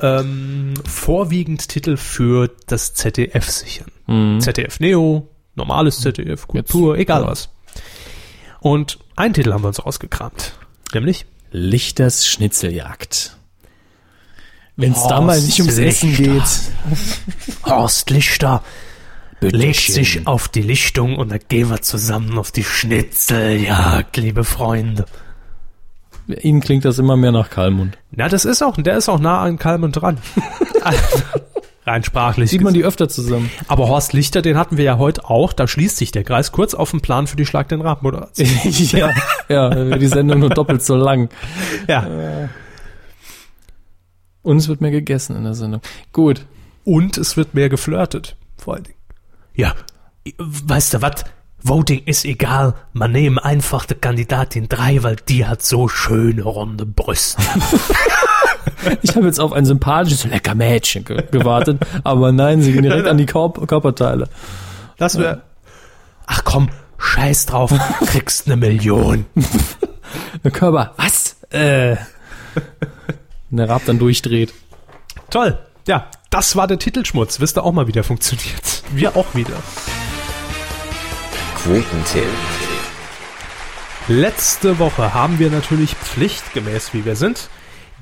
[SPEAKER 1] ähm, vorwiegend Titel für das ZDF sichern. ZDF Neo, normales ZDF, Kultur,
[SPEAKER 2] Mhm. Jetzt,
[SPEAKER 1] egal
[SPEAKER 2] ja.
[SPEAKER 1] was. Und einen Titel haben wir uns rausgekramt. Nämlich
[SPEAKER 8] Lichters Schnitzeljagd.
[SPEAKER 2] Wenn es
[SPEAKER 1] Horst
[SPEAKER 2] damals nicht ums Essen
[SPEAKER 1] Lichter.
[SPEAKER 2] geht.
[SPEAKER 1] Horst Lichter legt
[SPEAKER 8] Büttelchen.
[SPEAKER 1] sich auf die Lichtung und dann gehen wir zusammen auf die Schnitzeljagd, liebe Freunde.
[SPEAKER 2] Ihnen klingt das immer mehr nach Kalmund.
[SPEAKER 1] Na, das ist auch, der ist auch nah an Kalmen dran. Also, Rein sprachlich.
[SPEAKER 2] Sieht man die öfter zusammen?
[SPEAKER 1] Aber Horst Lichter, den hatten wir ja heute auch, da schließt sich der Kreis kurz auf den Plan für die Schlag den Raben oder
[SPEAKER 2] ja, ja, dann wird die Sendung nur doppelt so lang.
[SPEAKER 1] Ja.
[SPEAKER 2] Und es wird mehr gegessen in der Sendung. Gut.
[SPEAKER 1] Und es wird mehr geflirtet, vor allen Dingen. Ja, weißt du was? Voting ist egal, man nehmen einfach die Kandidatin 3, weil die hat so schöne runde Brüste.
[SPEAKER 2] Ich habe jetzt auf ein sympathisches lecker Mädchen ge gewartet, aber nein, sie gehen direkt an die Korb Körperteile.
[SPEAKER 1] Das wäre. Ach komm, scheiß drauf, kriegst eine Million.
[SPEAKER 2] Der Körper, was? Äh. Und Der Rab dann durchdreht.
[SPEAKER 1] Toll. Ja, das war der Titelschmutz. Wisst ihr auch mal, wie der funktioniert. Wir auch wieder.
[SPEAKER 5] Quotentipp.
[SPEAKER 1] Letzte Woche haben wir natürlich pflichtgemäß, wie wir sind,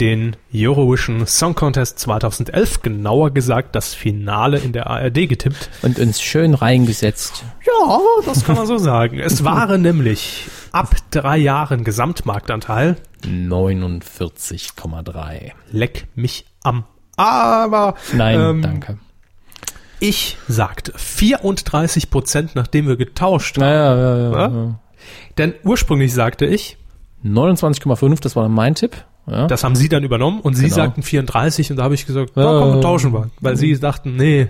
[SPEAKER 1] den Eurovision Song Contest 2011, genauer gesagt das Finale in der ARD getippt.
[SPEAKER 2] Und uns schön reingesetzt.
[SPEAKER 1] Ja, das kann man so sagen. Es waren nämlich ab drei Jahren Gesamtmarktanteil.
[SPEAKER 2] 49,3.
[SPEAKER 1] Leck mich am. Aber
[SPEAKER 2] Nein,
[SPEAKER 1] ähm,
[SPEAKER 2] danke.
[SPEAKER 1] ich sagte 34 Prozent, nachdem wir getauscht haben.
[SPEAKER 2] Naja, ja, ja,
[SPEAKER 1] Ja? Denn ursprünglich sagte ich,
[SPEAKER 2] 29,5, das war dann mein Tipp. Ja.
[SPEAKER 1] das haben sie dann übernommen und sie
[SPEAKER 2] Genau.
[SPEAKER 1] sagten 34 und da habe ich gesagt, na,
[SPEAKER 2] Ja,
[SPEAKER 1] komm,
[SPEAKER 2] ja,
[SPEAKER 1] wir
[SPEAKER 2] ja. Mhm.
[SPEAKER 1] tauschen wir. Weil sie dachten, nee,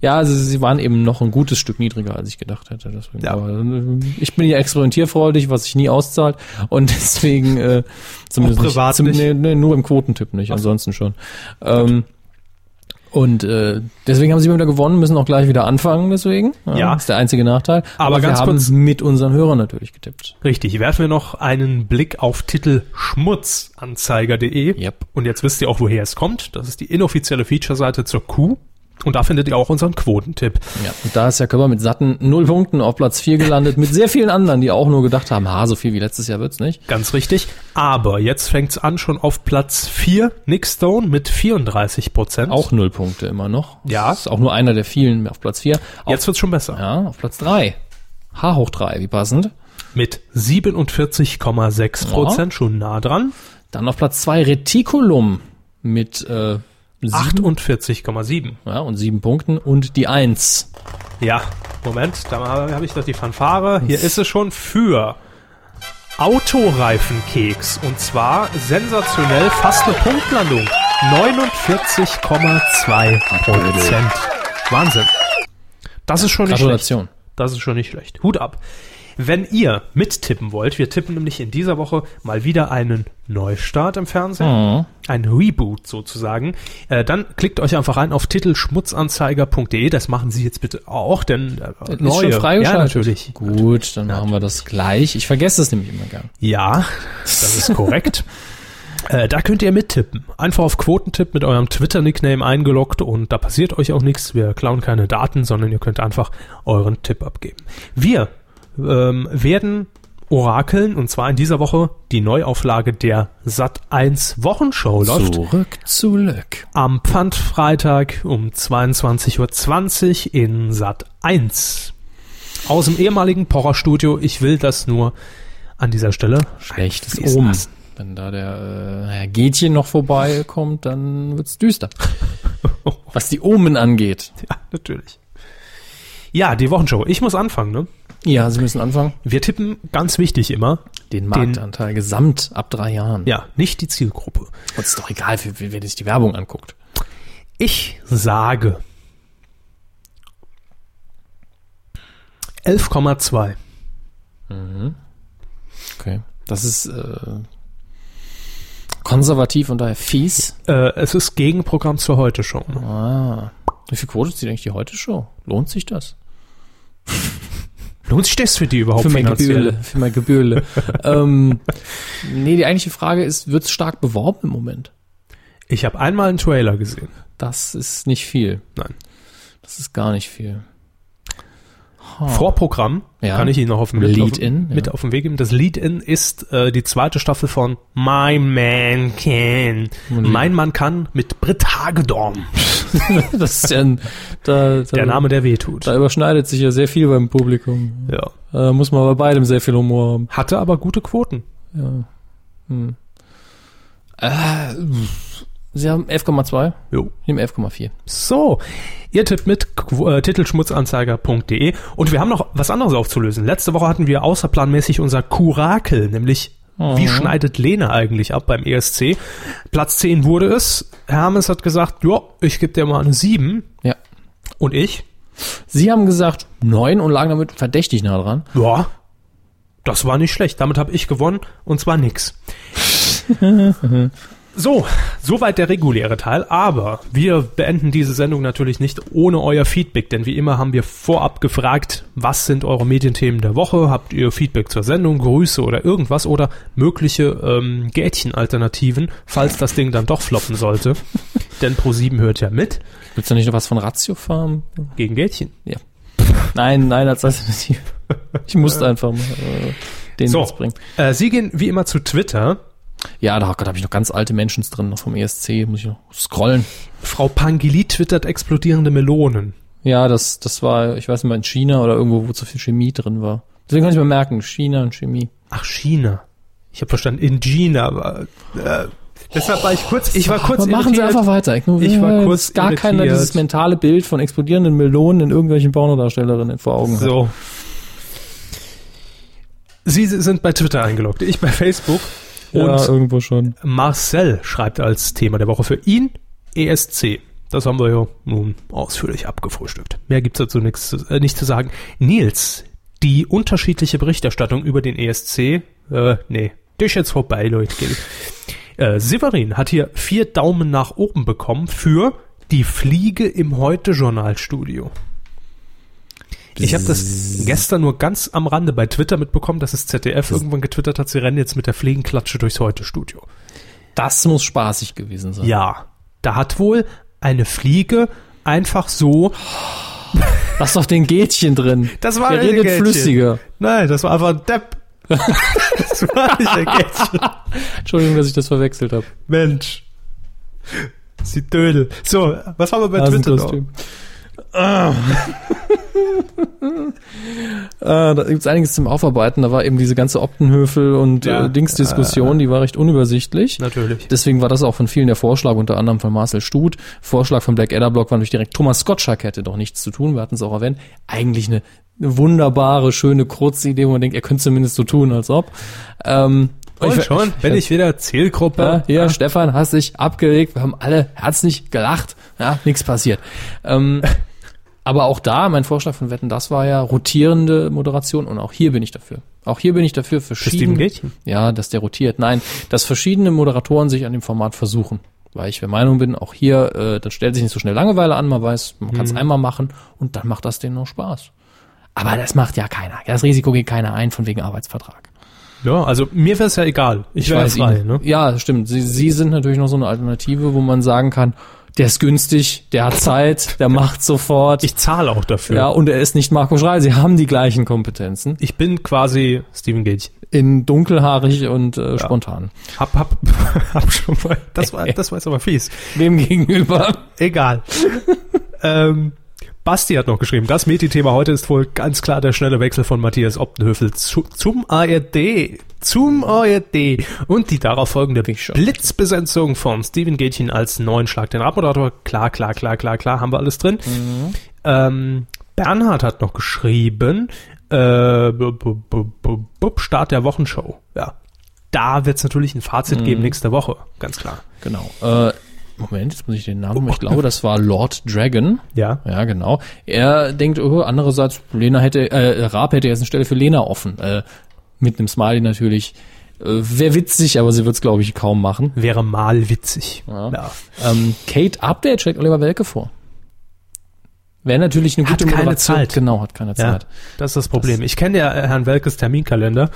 [SPEAKER 2] Ja, also sie waren eben noch ein gutes Stück niedriger, als ich gedacht hätte. Deswegen.
[SPEAKER 1] Ja.
[SPEAKER 2] Aber ähm, ich bin ja experimentierfreudig, was sich nie auszahlt. Und deswegen äh, zumindest
[SPEAKER 1] Auch privat
[SPEAKER 2] nicht,
[SPEAKER 1] nicht?
[SPEAKER 2] Nee, nee, nur im Quotentipp nicht, ansonsten schon. Ähm, und äh, deswegen haben sie wieder gewonnen, müssen auch gleich wieder anfangen, deswegen.
[SPEAKER 1] Ja.
[SPEAKER 2] Ist der einzige Nachteil.
[SPEAKER 1] Aber
[SPEAKER 2] wir
[SPEAKER 1] ganz
[SPEAKER 2] haben
[SPEAKER 1] kurz-
[SPEAKER 2] mit unseren Hörern natürlich getippt.
[SPEAKER 1] Richtig, werfen wir noch einen Blick auf Titel schmutzanzeiger.de.
[SPEAKER 2] Yep.
[SPEAKER 1] Und jetzt wisst ihr auch, woher es kommt. Das ist die inoffizielle Feature-Seite zur Kuh. Und da findet ihr auch unseren Quotentipp.
[SPEAKER 2] Ja. Und da ist ja Körper mit satten null Punkten auf Platz vier gelandet, mit sehr vielen anderen, die auch nur gedacht haben, ha, so viel wie letztes Jahr wird's nicht.
[SPEAKER 1] Ganz richtig. Aber jetzt fängt's an schon auf Platz 4. Nick Stone mit 34 Prozent.
[SPEAKER 2] Auch null Punkte immer noch.
[SPEAKER 1] Ja.
[SPEAKER 2] Das ist auch nur einer der vielen auf Platz 4.
[SPEAKER 1] Jetzt wird's schon besser.
[SPEAKER 2] Ja, auf Platz 3. H hoch 3, wie passend.
[SPEAKER 1] Mit 47,6 Prozent schon nah
[SPEAKER 2] Mhm.
[SPEAKER 1] dran.
[SPEAKER 2] Dann auf Platz 2 Reticulum mit äh, 8
[SPEAKER 1] 48,7.
[SPEAKER 2] ja, und 7 Punkten und die 1.
[SPEAKER 1] Ja, Moment, da habe ich doch die Fanfare. Hier ist es schon für Autoreifenkeks. Und zwar sensationell fast eine Punktlandung. 49,2 Prozent. Wahnsinn. Das ist schon nicht schlecht.
[SPEAKER 2] Gratulation.
[SPEAKER 1] Das ist schon nicht schlecht. Hut ab. Wenn ihr mittippen wollt, wir tippen nämlich in dieser Woche mal wieder einen Neustart im Fernsehen,
[SPEAKER 2] Mhm.
[SPEAKER 1] ein Reboot sozusagen, äh, dann klickt euch einfach rein auf titelschmutzanzeiger.de, das machen Sie jetzt bitte auch, denn äh,
[SPEAKER 2] Ist schon
[SPEAKER 1] ja
[SPEAKER 2] freigeschaltet.
[SPEAKER 1] natürlich.
[SPEAKER 2] Gut, dann machen wir das gleich. Ich vergesse es nämlich immer gern.
[SPEAKER 1] Ja, das ist korrekt. Äh, da könnt ihr mittippen. Einfach auf Quotentipp mit eurem Twitter-Nickname eingeloggt und da passiert euch auch nichts. Wir klauen keine Daten, sondern ihr könnt einfach euren Tipp abgeben. Wir ähm, werden orakeln und zwar in dieser Woche die Neuauflage der Sat1 Wochenshow läuft
[SPEAKER 2] Zurück zu Lück.
[SPEAKER 1] am Pfandfreitag um 22.20 Uhr in Sat 1. Aus dem ehemaligen Pocher-Studio. Ich will das nur an dieser Stelle.
[SPEAKER 2] Schlechtes
[SPEAKER 1] einfließen
[SPEAKER 2] Omen.
[SPEAKER 1] lassen.
[SPEAKER 2] Wenn da der äh, Herr Gätchen noch vorbeikommt, dann wird's düster. Was die Omen angeht.
[SPEAKER 1] Ja, natürlich. Ja, die Wochenshow. Ich muss anfangen, ne?
[SPEAKER 2] Ja, Sie müssen anfangen.
[SPEAKER 1] Wir tippen ganz wichtig immer.
[SPEAKER 2] Den Marktanteil gesamt ab drei Jahren.
[SPEAKER 1] Ja, nicht die Zielgruppe.
[SPEAKER 2] Und ist doch egal, für, für, wer sich die Werbung anguckt.
[SPEAKER 1] Ich sage 11,2.
[SPEAKER 2] Okay. Das ist äh, konservativ und daher fies.
[SPEAKER 1] Äh, es ist Gegenprogramm zur Heute-Show. Ne?
[SPEAKER 2] Ah. Wie viel Quote zieht eigentlich die heute Show? Lohnt sich das?
[SPEAKER 1] Lohnt sich das für die überhaupt finanziell?
[SPEAKER 2] Gebühle. Für mein Gebühle. ähm, nee, die eigentliche Frage ist, wird's stark beworben im Moment?
[SPEAKER 1] Ich habe einmal einen Trailer gesehen.
[SPEAKER 2] Das ist nicht viel.
[SPEAKER 1] Nein.
[SPEAKER 2] Das ist gar nicht viel.
[SPEAKER 1] Vorprogramm,
[SPEAKER 2] Ja.
[SPEAKER 1] kann ich Ihnen noch auf dem, mit auf,
[SPEAKER 2] Lead-In, ja.
[SPEAKER 1] mit auf den Weg geben. Das Lead-In ist äh, die zweite Staffel von My Man Can. Mein Mann kann mit Britt Hagedorn.
[SPEAKER 2] Das ist ja ein, da, da,
[SPEAKER 1] Der Name, der wehtut.
[SPEAKER 2] Da überschneidet sich ja sehr viel beim Publikum.
[SPEAKER 1] Ja.
[SPEAKER 2] Da muss man bei beidem sehr viel Humor haben.
[SPEAKER 1] Hatte aber gute Quoten.
[SPEAKER 2] Sie haben 11,2,
[SPEAKER 1] Jo.
[SPEAKER 2] ich nehme 11,4.
[SPEAKER 1] So, ihr tippt mit qu- äh, titelschmutzanzeiger.de und wir haben noch was anderes aufzulösen. Letzte Woche hatten wir außerplanmäßig unser Kurakel, nämlich
[SPEAKER 2] Mhm.
[SPEAKER 1] wie schneidet Lena eigentlich ab beim ESC? Platz 10 wurde es. Hermes hat gesagt, ja, ich gebe dir mal eine 7
[SPEAKER 2] Ja.
[SPEAKER 1] und ich,
[SPEAKER 2] Sie haben gesagt 9 und lagen damit verdächtig nah dran.
[SPEAKER 1] ja, das war nicht schlecht. Damit habe ich gewonnen und zwar nix. So, soweit der reguläre Teil, aber wir beenden diese Sendung natürlich nicht ohne euer Feedback, denn wie immer haben wir vorab gefragt, was sind eure Medienthemen der Woche, habt ihr Feedback zur Sendung, Grüße oder irgendwas oder mögliche ähm, Gätchen-Alternativen, falls das Ding dann doch floppen sollte, denn Pro7 hört ja mit
[SPEAKER 2] Willst du nicht noch was von Ratio Farm?
[SPEAKER 1] gegen Gätchen.
[SPEAKER 2] Nein, nein, als Alternative. Ich musste einfach mal äh, den
[SPEAKER 1] So,
[SPEAKER 2] Witz bringen.
[SPEAKER 1] äh, Sie gehen wie immer zu Twitter,
[SPEAKER 2] Ja, da, oh Gott, habe ich noch ganz alte Menschen drin, noch vom ESC, muss ich noch scrollen.
[SPEAKER 1] Frau Pangili twittert explodierende Melonen.
[SPEAKER 2] Ja, das, das war, ich weiß nicht mal, in China oder irgendwo, wo zu viel Chemie drin war. Deswegen kann ich mir merken, China und Chemie.
[SPEAKER 1] Ach, China. Ich habe verstanden, in China. Aber, äh, deshalb war ich kurz, ich war kurz
[SPEAKER 2] Aber machen Sie
[SPEAKER 1] irritiert.
[SPEAKER 2] einfach weiter.
[SPEAKER 1] Ich war
[SPEAKER 2] Ignorieren.
[SPEAKER 1] kurz
[SPEAKER 2] Ist gar keiner
[SPEAKER 1] irritiert.
[SPEAKER 2] dieses mentale Bild von explodierenden Melonen in irgendwelchen Pornodarstellerinnen vor Augen hat.
[SPEAKER 1] So. Sie sind bei Twitter eingeloggt, ich bei Facebook. Und
[SPEAKER 2] ja, irgendwo schon.
[SPEAKER 1] Marcel schreibt als Thema der Woche für ihn ESC. Das haben wir ja nun ausführlich abgefrühstückt. Mehr gibt's dazu nichts, zu- äh, nicht zu sagen. Nils, die unterschiedliche Berichterstattung über den ESC, äh, nee, das ist jetzt vorbei, Leute. gell. Äh, Severin hat hier vier Daumen nach oben bekommen für die Fliege im Heute-Journal-Studio. Ich habe das gestern nur ganz am Rande bei Twitter mitbekommen, dass es ZDF irgendwann getwittert hat, sie rennen jetzt mit der Fliegenklatsche durchs Heute-Studio.
[SPEAKER 2] Das muss spaßig gewesen sein.
[SPEAKER 1] Ja, da hat wohl eine Fliege einfach so.
[SPEAKER 2] Lass doch den Gätchen drin.
[SPEAKER 1] Das war
[SPEAKER 2] Der
[SPEAKER 1] eine
[SPEAKER 2] redet
[SPEAKER 1] Gätchen.
[SPEAKER 2] flüssiger.
[SPEAKER 1] Nein, das war einfach ein Depp. das war nicht der Gätchen.
[SPEAKER 2] Entschuldigung, dass ich das verwechselt habe.
[SPEAKER 1] Mensch. Sie Dödel. So, was haben wir bei Twitter noch?
[SPEAKER 2] Hasenkostüm. Ah. äh, da gibt's einiges zum Aufarbeiten. Da war eben diese ganze Optenhöfel und
[SPEAKER 1] Ja.
[SPEAKER 2] äh, Dingsdiskussion, die war recht unübersichtlich.
[SPEAKER 1] Natürlich.
[SPEAKER 2] Deswegen war das auch von vielen der Vorschlag, unter anderem von Marcel Stut. Vorschlag von Black Adder Block war natürlich direkt Thomas Gottschalk hätte doch nichts zu tun, wir hatten es auch erwähnt. Eigentlich eine wunderbare, schöne, kurze Idee, wo man denkt, er könnte zumindest so tun, als ob. Ähm,
[SPEAKER 1] Und
[SPEAKER 2] ich-
[SPEAKER 1] schon bin ich wieder Zielgruppe.
[SPEAKER 2] ja, hier, Stefan, hast dich abgeregt. Wir haben alle herzlich gelacht. Ja, nichts passiert. Ähm, aber auch da, mein Vorschlag von Wetten, das war ja rotierende Moderation und auch hier bin ich dafür. Auch hier bin ich dafür
[SPEAKER 1] Steven
[SPEAKER 2] verschiedene.
[SPEAKER 1] Gätchen?
[SPEAKER 2] Ja, dass der rotiert. Nein, dass verschiedene Moderatoren sich an dem Format versuchen. Weil ich der Meinung bin, auch hier, äh, dann stellt sich nicht so schnell Langeweile an, man weiß, man kann es einmal machen und dann macht das denen noch Spaß. Aber das macht ja keiner. Das Risiko geht keiner ein von wegen Arbeitsvertrag.
[SPEAKER 1] Ja, also mir wäre es ja egal. Ich, wäre frei,
[SPEAKER 2] ihn.
[SPEAKER 1] ne?
[SPEAKER 2] Ja, stimmt. Sie, Sie sind natürlich noch so eine Alternative, wo man sagen kann, der ist günstig, der hat Zeit, der macht sofort.
[SPEAKER 1] Ich zahle auch dafür.
[SPEAKER 2] ja, und er ist nicht Marco Schreil. Sie haben die gleichen Kompetenzen.
[SPEAKER 1] Ich bin quasi Steven Gätchen.
[SPEAKER 2] In dunkelhaarig und äh, spontan.
[SPEAKER 1] Hab, hab, hab schon mal. Das war, das war jetzt aber fies.
[SPEAKER 2] Wem gegenüber?
[SPEAKER 1] Egal. ähm, Basti hat noch geschrieben, das Meti-Thema heute ist wohl ganz klar der schnelle Wechsel von Matthias Optenhöfel zu, zum ARD. Zum ARD. Und die darauf folgende Blitzbesetzung von Steven Gätchen als neuen Schlag den Abmoderator. Klar, klar, klar, klar, klar, haben wir alles drin. Ähm, Bernhard hat noch geschrieben, äh, bu- bu- bu- bu- bu- Start der Wochenshow. Ja. Da wird es natürlich ein Fazit geben nächste Woche, ganz klar.
[SPEAKER 2] Genau. Äh, Moment, jetzt muss ich den Namen. Ich glaube, das war Lord Dragon.
[SPEAKER 1] Ja.
[SPEAKER 2] Ja, genau. Er denkt, oh, andererseits, Lena hätte, äh, Raab hätte jetzt eine Stelle für Lena offen. Äh, mit einem Smiley natürlich. Äh, Wäre witzig, aber sie wird es, glaube ich, kaum machen.
[SPEAKER 1] Wäre mal witzig. Ja.
[SPEAKER 2] Ähm, Kate Update schlägt Oliver Welke vor. Wäre natürlich eine
[SPEAKER 1] Hat
[SPEAKER 2] gute
[SPEAKER 1] keine
[SPEAKER 2] Moderation.
[SPEAKER 1] Zeit.
[SPEAKER 2] Genau, hat keine
[SPEAKER 1] Ja,
[SPEAKER 2] Zeit.
[SPEAKER 1] das ist das Problem. ich kenne ja äh, Herrn Welkes Terminkalender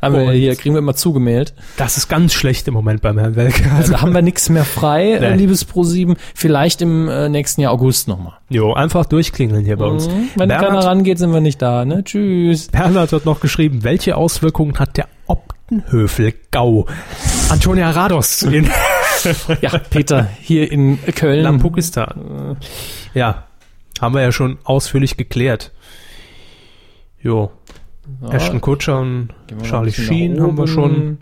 [SPEAKER 2] Haben wir
[SPEAKER 1] Und-
[SPEAKER 2] hier, kriegen wir immer zugemailt.
[SPEAKER 1] Das ist ganz schlecht im Moment beim Herrn Welke. Also,
[SPEAKER 2] Also haben wir nichts mehr frei,
[SPEAKER 1] Nee.
[SPEAKER 2] äh, liebes ProSieben. Vielleicht im äh, nächsten Jahr August nochmal.
[SPEAKER 1] jo, einfach durchklingeln hier bei uns.
[SPEAKER 2] Wenn keiner
[SPEAKER 1] Bernhard,
[SPEAKER 2] rangeht, sind wir nicht da, ne? Tschüss.
[SPEAKER 1] Bernhard hat noch geschrieben, welche Auswirkungen hat der Optenhöfel-Gau? Antonia Rados in
[SPEAKER 2] Ja, Peter, hier in Köln.
[SPEAKER 1] Lampukistan. Äh, Ja, haben wir ja schon ausführlich geklärt. Jo,
[SPEAKER 2] Ja,
[SPEAKER 1] Ashton Kutscher und
[SPEAKER 2] gehen wir mal ein
[SPEAKER 1] Charlie
[SPEAKER 2] bisschen
[SPEAKER 1] Sheen
[SPEAKER 2] nach
[SPEAKER 1] haben wir
[SPEAKER 2] oben.
[SPEAKER 1] schon.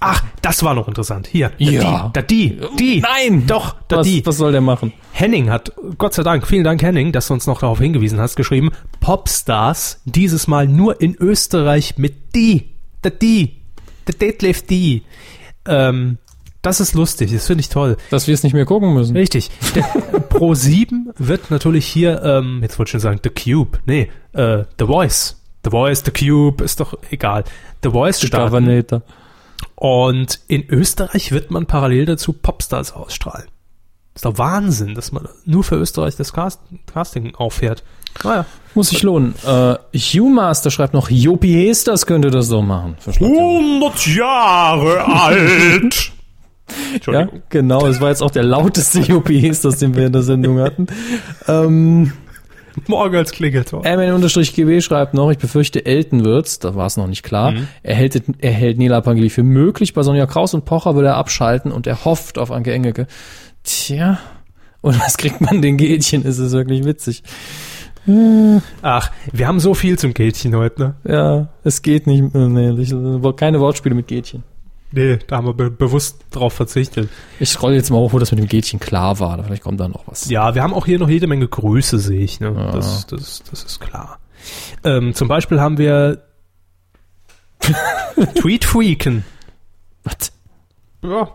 [SPEAKER 1] Ach, das war noch interessant. Hier, da
[SPEAKER 2] Ja. Oh,
[SPEAKER 1] die, da die, die.
[SPEAKER 2] Nein!
[SPEAKER 1] Doch, da
[SPEAKER 2] Was,
[SPEAKER 1] die.
[SPEAKER 2] was soll der machen?
[SPEAKER 1] Henning hat, Gott sei Dank, vielen Dank Henning, dass du uns noch darauf hingewiesen hast, geschrieben, Popstars, dieses Mal nur in Österreich mit die, da die, der Detlef die. Ähm, das ist lustig, das finde ich toll.
[SPEAKER 2] Dass wir es nicht mehr gucken müssen.
[SPEAKER 1] Richtig. Der Pro 7 wird natürlich hier, ähm, jetzt wollte ich schon sagen, The Cube. Nee, äh, The Voice. The Voice, The Cube, ist doch egal. The Voice starten.
[SPEAKER 2] Governator.
[SPEAKER 1] Und in Österreich wird man parallel dazu Popstars ausstrahlen. Ist doch Wahnsinn, dass man nur für Österreich das Cast Casting auffährt. Naja.
[SPEAKER 2] Muss sich lohnen. Äh, Humaster schreibt noch, Jopi Hesters könnte das so machen. Versteht ihr?
[SPEAKER 1] 100 Jahre alt!
[SPEAKER 2] Ja,
[SPEAKER 1] Entschuldigung.
[SPEAKER 2] genau. Es war jetzt auch der lauteste Jopi Hesters, den wir in der Sendung hatten. ähm,
[SPEAKER 1] Morgen als Klingelton.
[SPEAKER 2] MN-GB schreibt noch, ich befürchte, Elton wird's, da war es noch nicht klar. Er, hält, er hält Nela Pangeli für möglich, bei Sonja Kraus und Pocher will er abschalten und er hofft auf Anke Engelke. Tja, und was kriegt man den Gätchen? Es ist wirklich witzig.
[SPEAKER 1] Ach, wir haben so viel zum Gätchen heute, ne?
[SPEAKER 2] Ja, es geht nicht. äh, Nee, ich, äh, keine Wortspiele mit Gätchen.
[SPEAKER 1] Nee, da haben wir be bewusst drauf verzichtet.
[SPEAKER 2] Ich scroll jetzt mal hoch, wo das mit dem Gätchen klar war. Vielleicht kommt da noch was.
[SPEAKER 1] Ja, wir haben auch hier noch jede Menge Grüße, sehe ich. Ne? Das, das, das ist klar. Ähm, zum Beispiel haben wir Tweet Freaken.
[SPEAKER 2] Was?
[SPEAKER 1] Ja.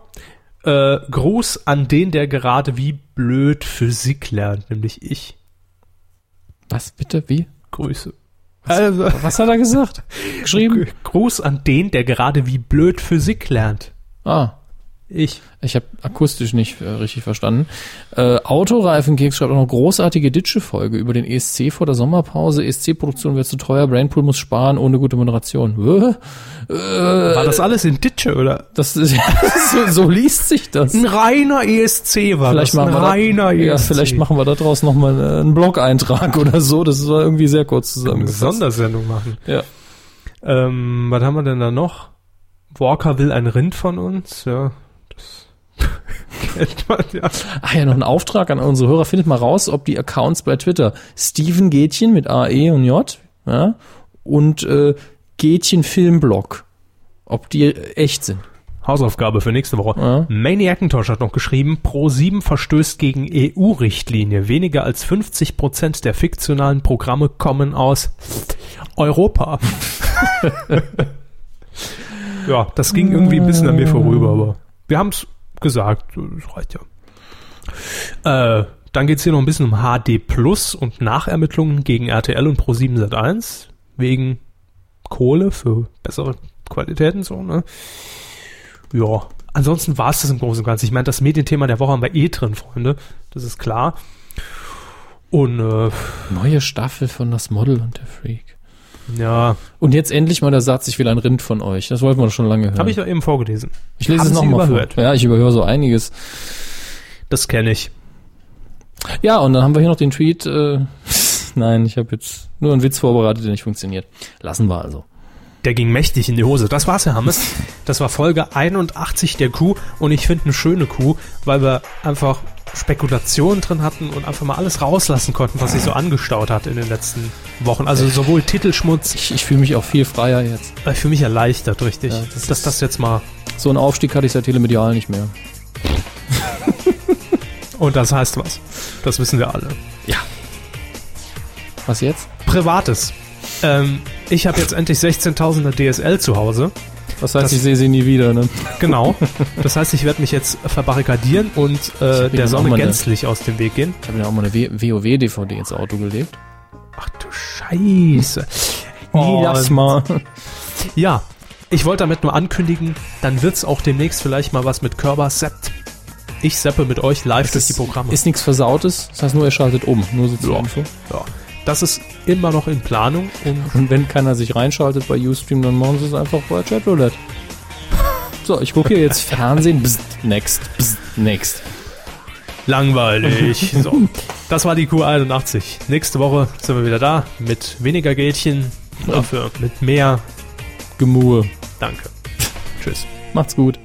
[SPEAKER 1] Äh, Gruß an den, der gerade wie blöd Physik lernt, nämlich ich.
[SPEAKER 2] Was bitte? Wie?
[SPEAKER 1] Grüße. Also,
[SPEAKER 2] Was hat er gesagt? Geschrieben?
[SPEAKER 1] Gruß an den, der gerade wie blöd Physik lernt.
[SPEAKER 2] Ah,
[SPEAKER 1] Ich.
[SPEAKER 2] Ich habe akustisch nicht äh, richtig verstanden. Äh, Autoreifenkeks schreibt auch noch großartige Ditsche-Folge über den ESC vor der Sommerpause. ESC-Produktion wird zu teuer, Brainpool muss sparen ohne gute Moderation. Wö? Äh,
[SPEAKER 1] War das alles in Ditsche, oder?
[SPEAKER 2] Das ist, so, so liest sich das.
[SPEAKER 1] Ein reiner ESC war
[SPEAKER 2] Vielleicht
[SPEAKER 1] Hm. das. Ein
[SPEAKER 2] machen, wir
[SPEAKER 1] reiner E
[SPEAKER 2] da, ja,
[SPEAKER 1] ESC.
[SPEAKER 2] vielleicht machen wir da draus nochmal äh, einen Blog-Eintrag oder so. Das war irgendwie sehr kurz
[SPEAKER 1] eine
[SPEAKER 2] zusammengefasst.
[SPEAKER 1] Sondersendung machen.
[SPEAKER 2] Ja.
[SPEAKER 1] Ähm, was haben wir denn da noch? Walker will ein Rind von uns, ja. Das kennt man ja.
[SPEAKER 2] Ah ja, noch ein Auftrag an unsere Hörer. Findet mal raus, ob die Accounts bei Twitter Steven Gätchen mit AE und J ja, und äh, Gätchen Filmblog, ob die echt sind.
[SPEAKER 1] Hausaufgabe für nächste Woche.
[SPEAKER 2] Ja.
[SPEAKER 1] Maniacintosh hat noch geschrieben, Pro7 verstößt gegen EU-Richtlinie. Weniger als 50 Prozent der fiktionalen Programme kommen aus Europa. ja, das ging irgendwie ein bisschen an mir vorüber, aber wir haben es gesagt. Das reicht ja. Äh, dann geht es hier noch ein bisschen um HD Plus und Nachermittlungen gegen RTL und Pro7 Sat1 wegen Kohle für bessere Qualitäten so, ne? Ja, ansonsten war es das im Großen und Ganzen. Ich meine, das Medienthema der Woche haben wir eh drin, Freunde. Das ist klar. Und äh,
[SPEAKER 2] Neue Staffel von Das Model und der Freak.
[SPEAKER 1] ja,
[SPEAKER 2] Und jetzt endlich mal der Satz, ich will ein Rind von euch. Das wollten wir schon lange hören.
[SPEAKER 1] habe ich doch eben vorgelesen.
[SPEAKER 2] ich lese
[SPEAKER 1] haben
[SPEAKER 2] es
[SPEAKER 1] Sie
[SPEAKER 2] nochmal vor.
[SPEAKER 1] überhört?
[SPEAKER 2] Ja, ich überhöre so einiges.
[SPEAKER 1] Das kenne ich.
[SPEAKER 2] Ja, und dann haben wir hier noch den Tweet. Äh, nein, ich habe jetzt nur einen Witz vorbereitet, der nicht funktioniert. Lassen wir also.
[SPEAKER 1] Der ging mächtig in die Hose. Das war's, Herr Hammes. Das war Folge 81 der Kuh und ich finde eine schöne Kuh, weil wir einfach Spekulationen drin hatten und einfach mal alles rauslassen konnten, was sich so angestaut hat in den letzten Wochen. Also sowohl Titelschmutz,
[SPEAKER 2] Ich, ich fühle mich auch viel freier jetzt.
[SPEAKER 1] äh, für mich erleichtert, richtig,
[SPEAKER 2] Ja, das
[SPEAKER 1] dass
[SPEAKER 2] ist-
[SPEAKER 1] das jetzt mal
[SPEAKER 2] So einen Aufstieg hatte ich seit Telemedial nicht mehr.
[SPEAKER 1] und das heißt was. Das wissen wir alle.
[SPEAKER 2] Was jetzt?
[SPEAKER 1] Privates. Ähm, ich habe jetzt endlich 16.000er DSL zu Hause.
[SPEAKER 2] Was heißt,
[SPEAKER 1] Das-
[SPEAKER 2] ich sehe sie nie wieder, ne?
[SPEAKER 1] Genau. Das heißt, ich werde mich jetzt verbarrikadieren und äh,
[SPEAKER 2] Ihnen
[SPEAKER 1] der
[SPEAKER 2] auch
[SPEAKER 1] Sonne
[SPEAKER 2] mal eine-
[SPEAKER 1] gänzlich aus dem Weg gehen.
[SPEAKER 2] Ich habe ja auch mal eine WoW-DVD ins Auto gelegt.
[SPEAKER 1] Ach du Scheiße.
[SPEAKER 2] Nie
[SPEAKER 1] Und- Ja, ich wollte damit nur ankündigen, dann wird's auch demnächst vielleicht mal was mit Körper Sept. Ich seppe mit euch live durch die Programme.
[SPEAKER 2] Ist nichts Versautes, das heißt nur, ihr schaltet um. Nur so zur Info.
[SPEAKER 1] ja. Das ist immer noch in Planung und
[SPEAKER 2] Und wenn keiner sich reinschaltet bei Ustream, dann machen sie es einfach bei Chatroulette. So, ich gucke hier jetzt Fernsehen. Bzzt, next, bzzt, next.
[SPEAKER 1] langweilig. So, das war die Q81. Nächste Woche sind wir wieder da mit weniger Geldchen, dafür mit mehr.
[SPEAKER 2] Gemue.
[SPEAKER 1] Danke. Tschüss.
[SPEAKER 2] Macht's gut.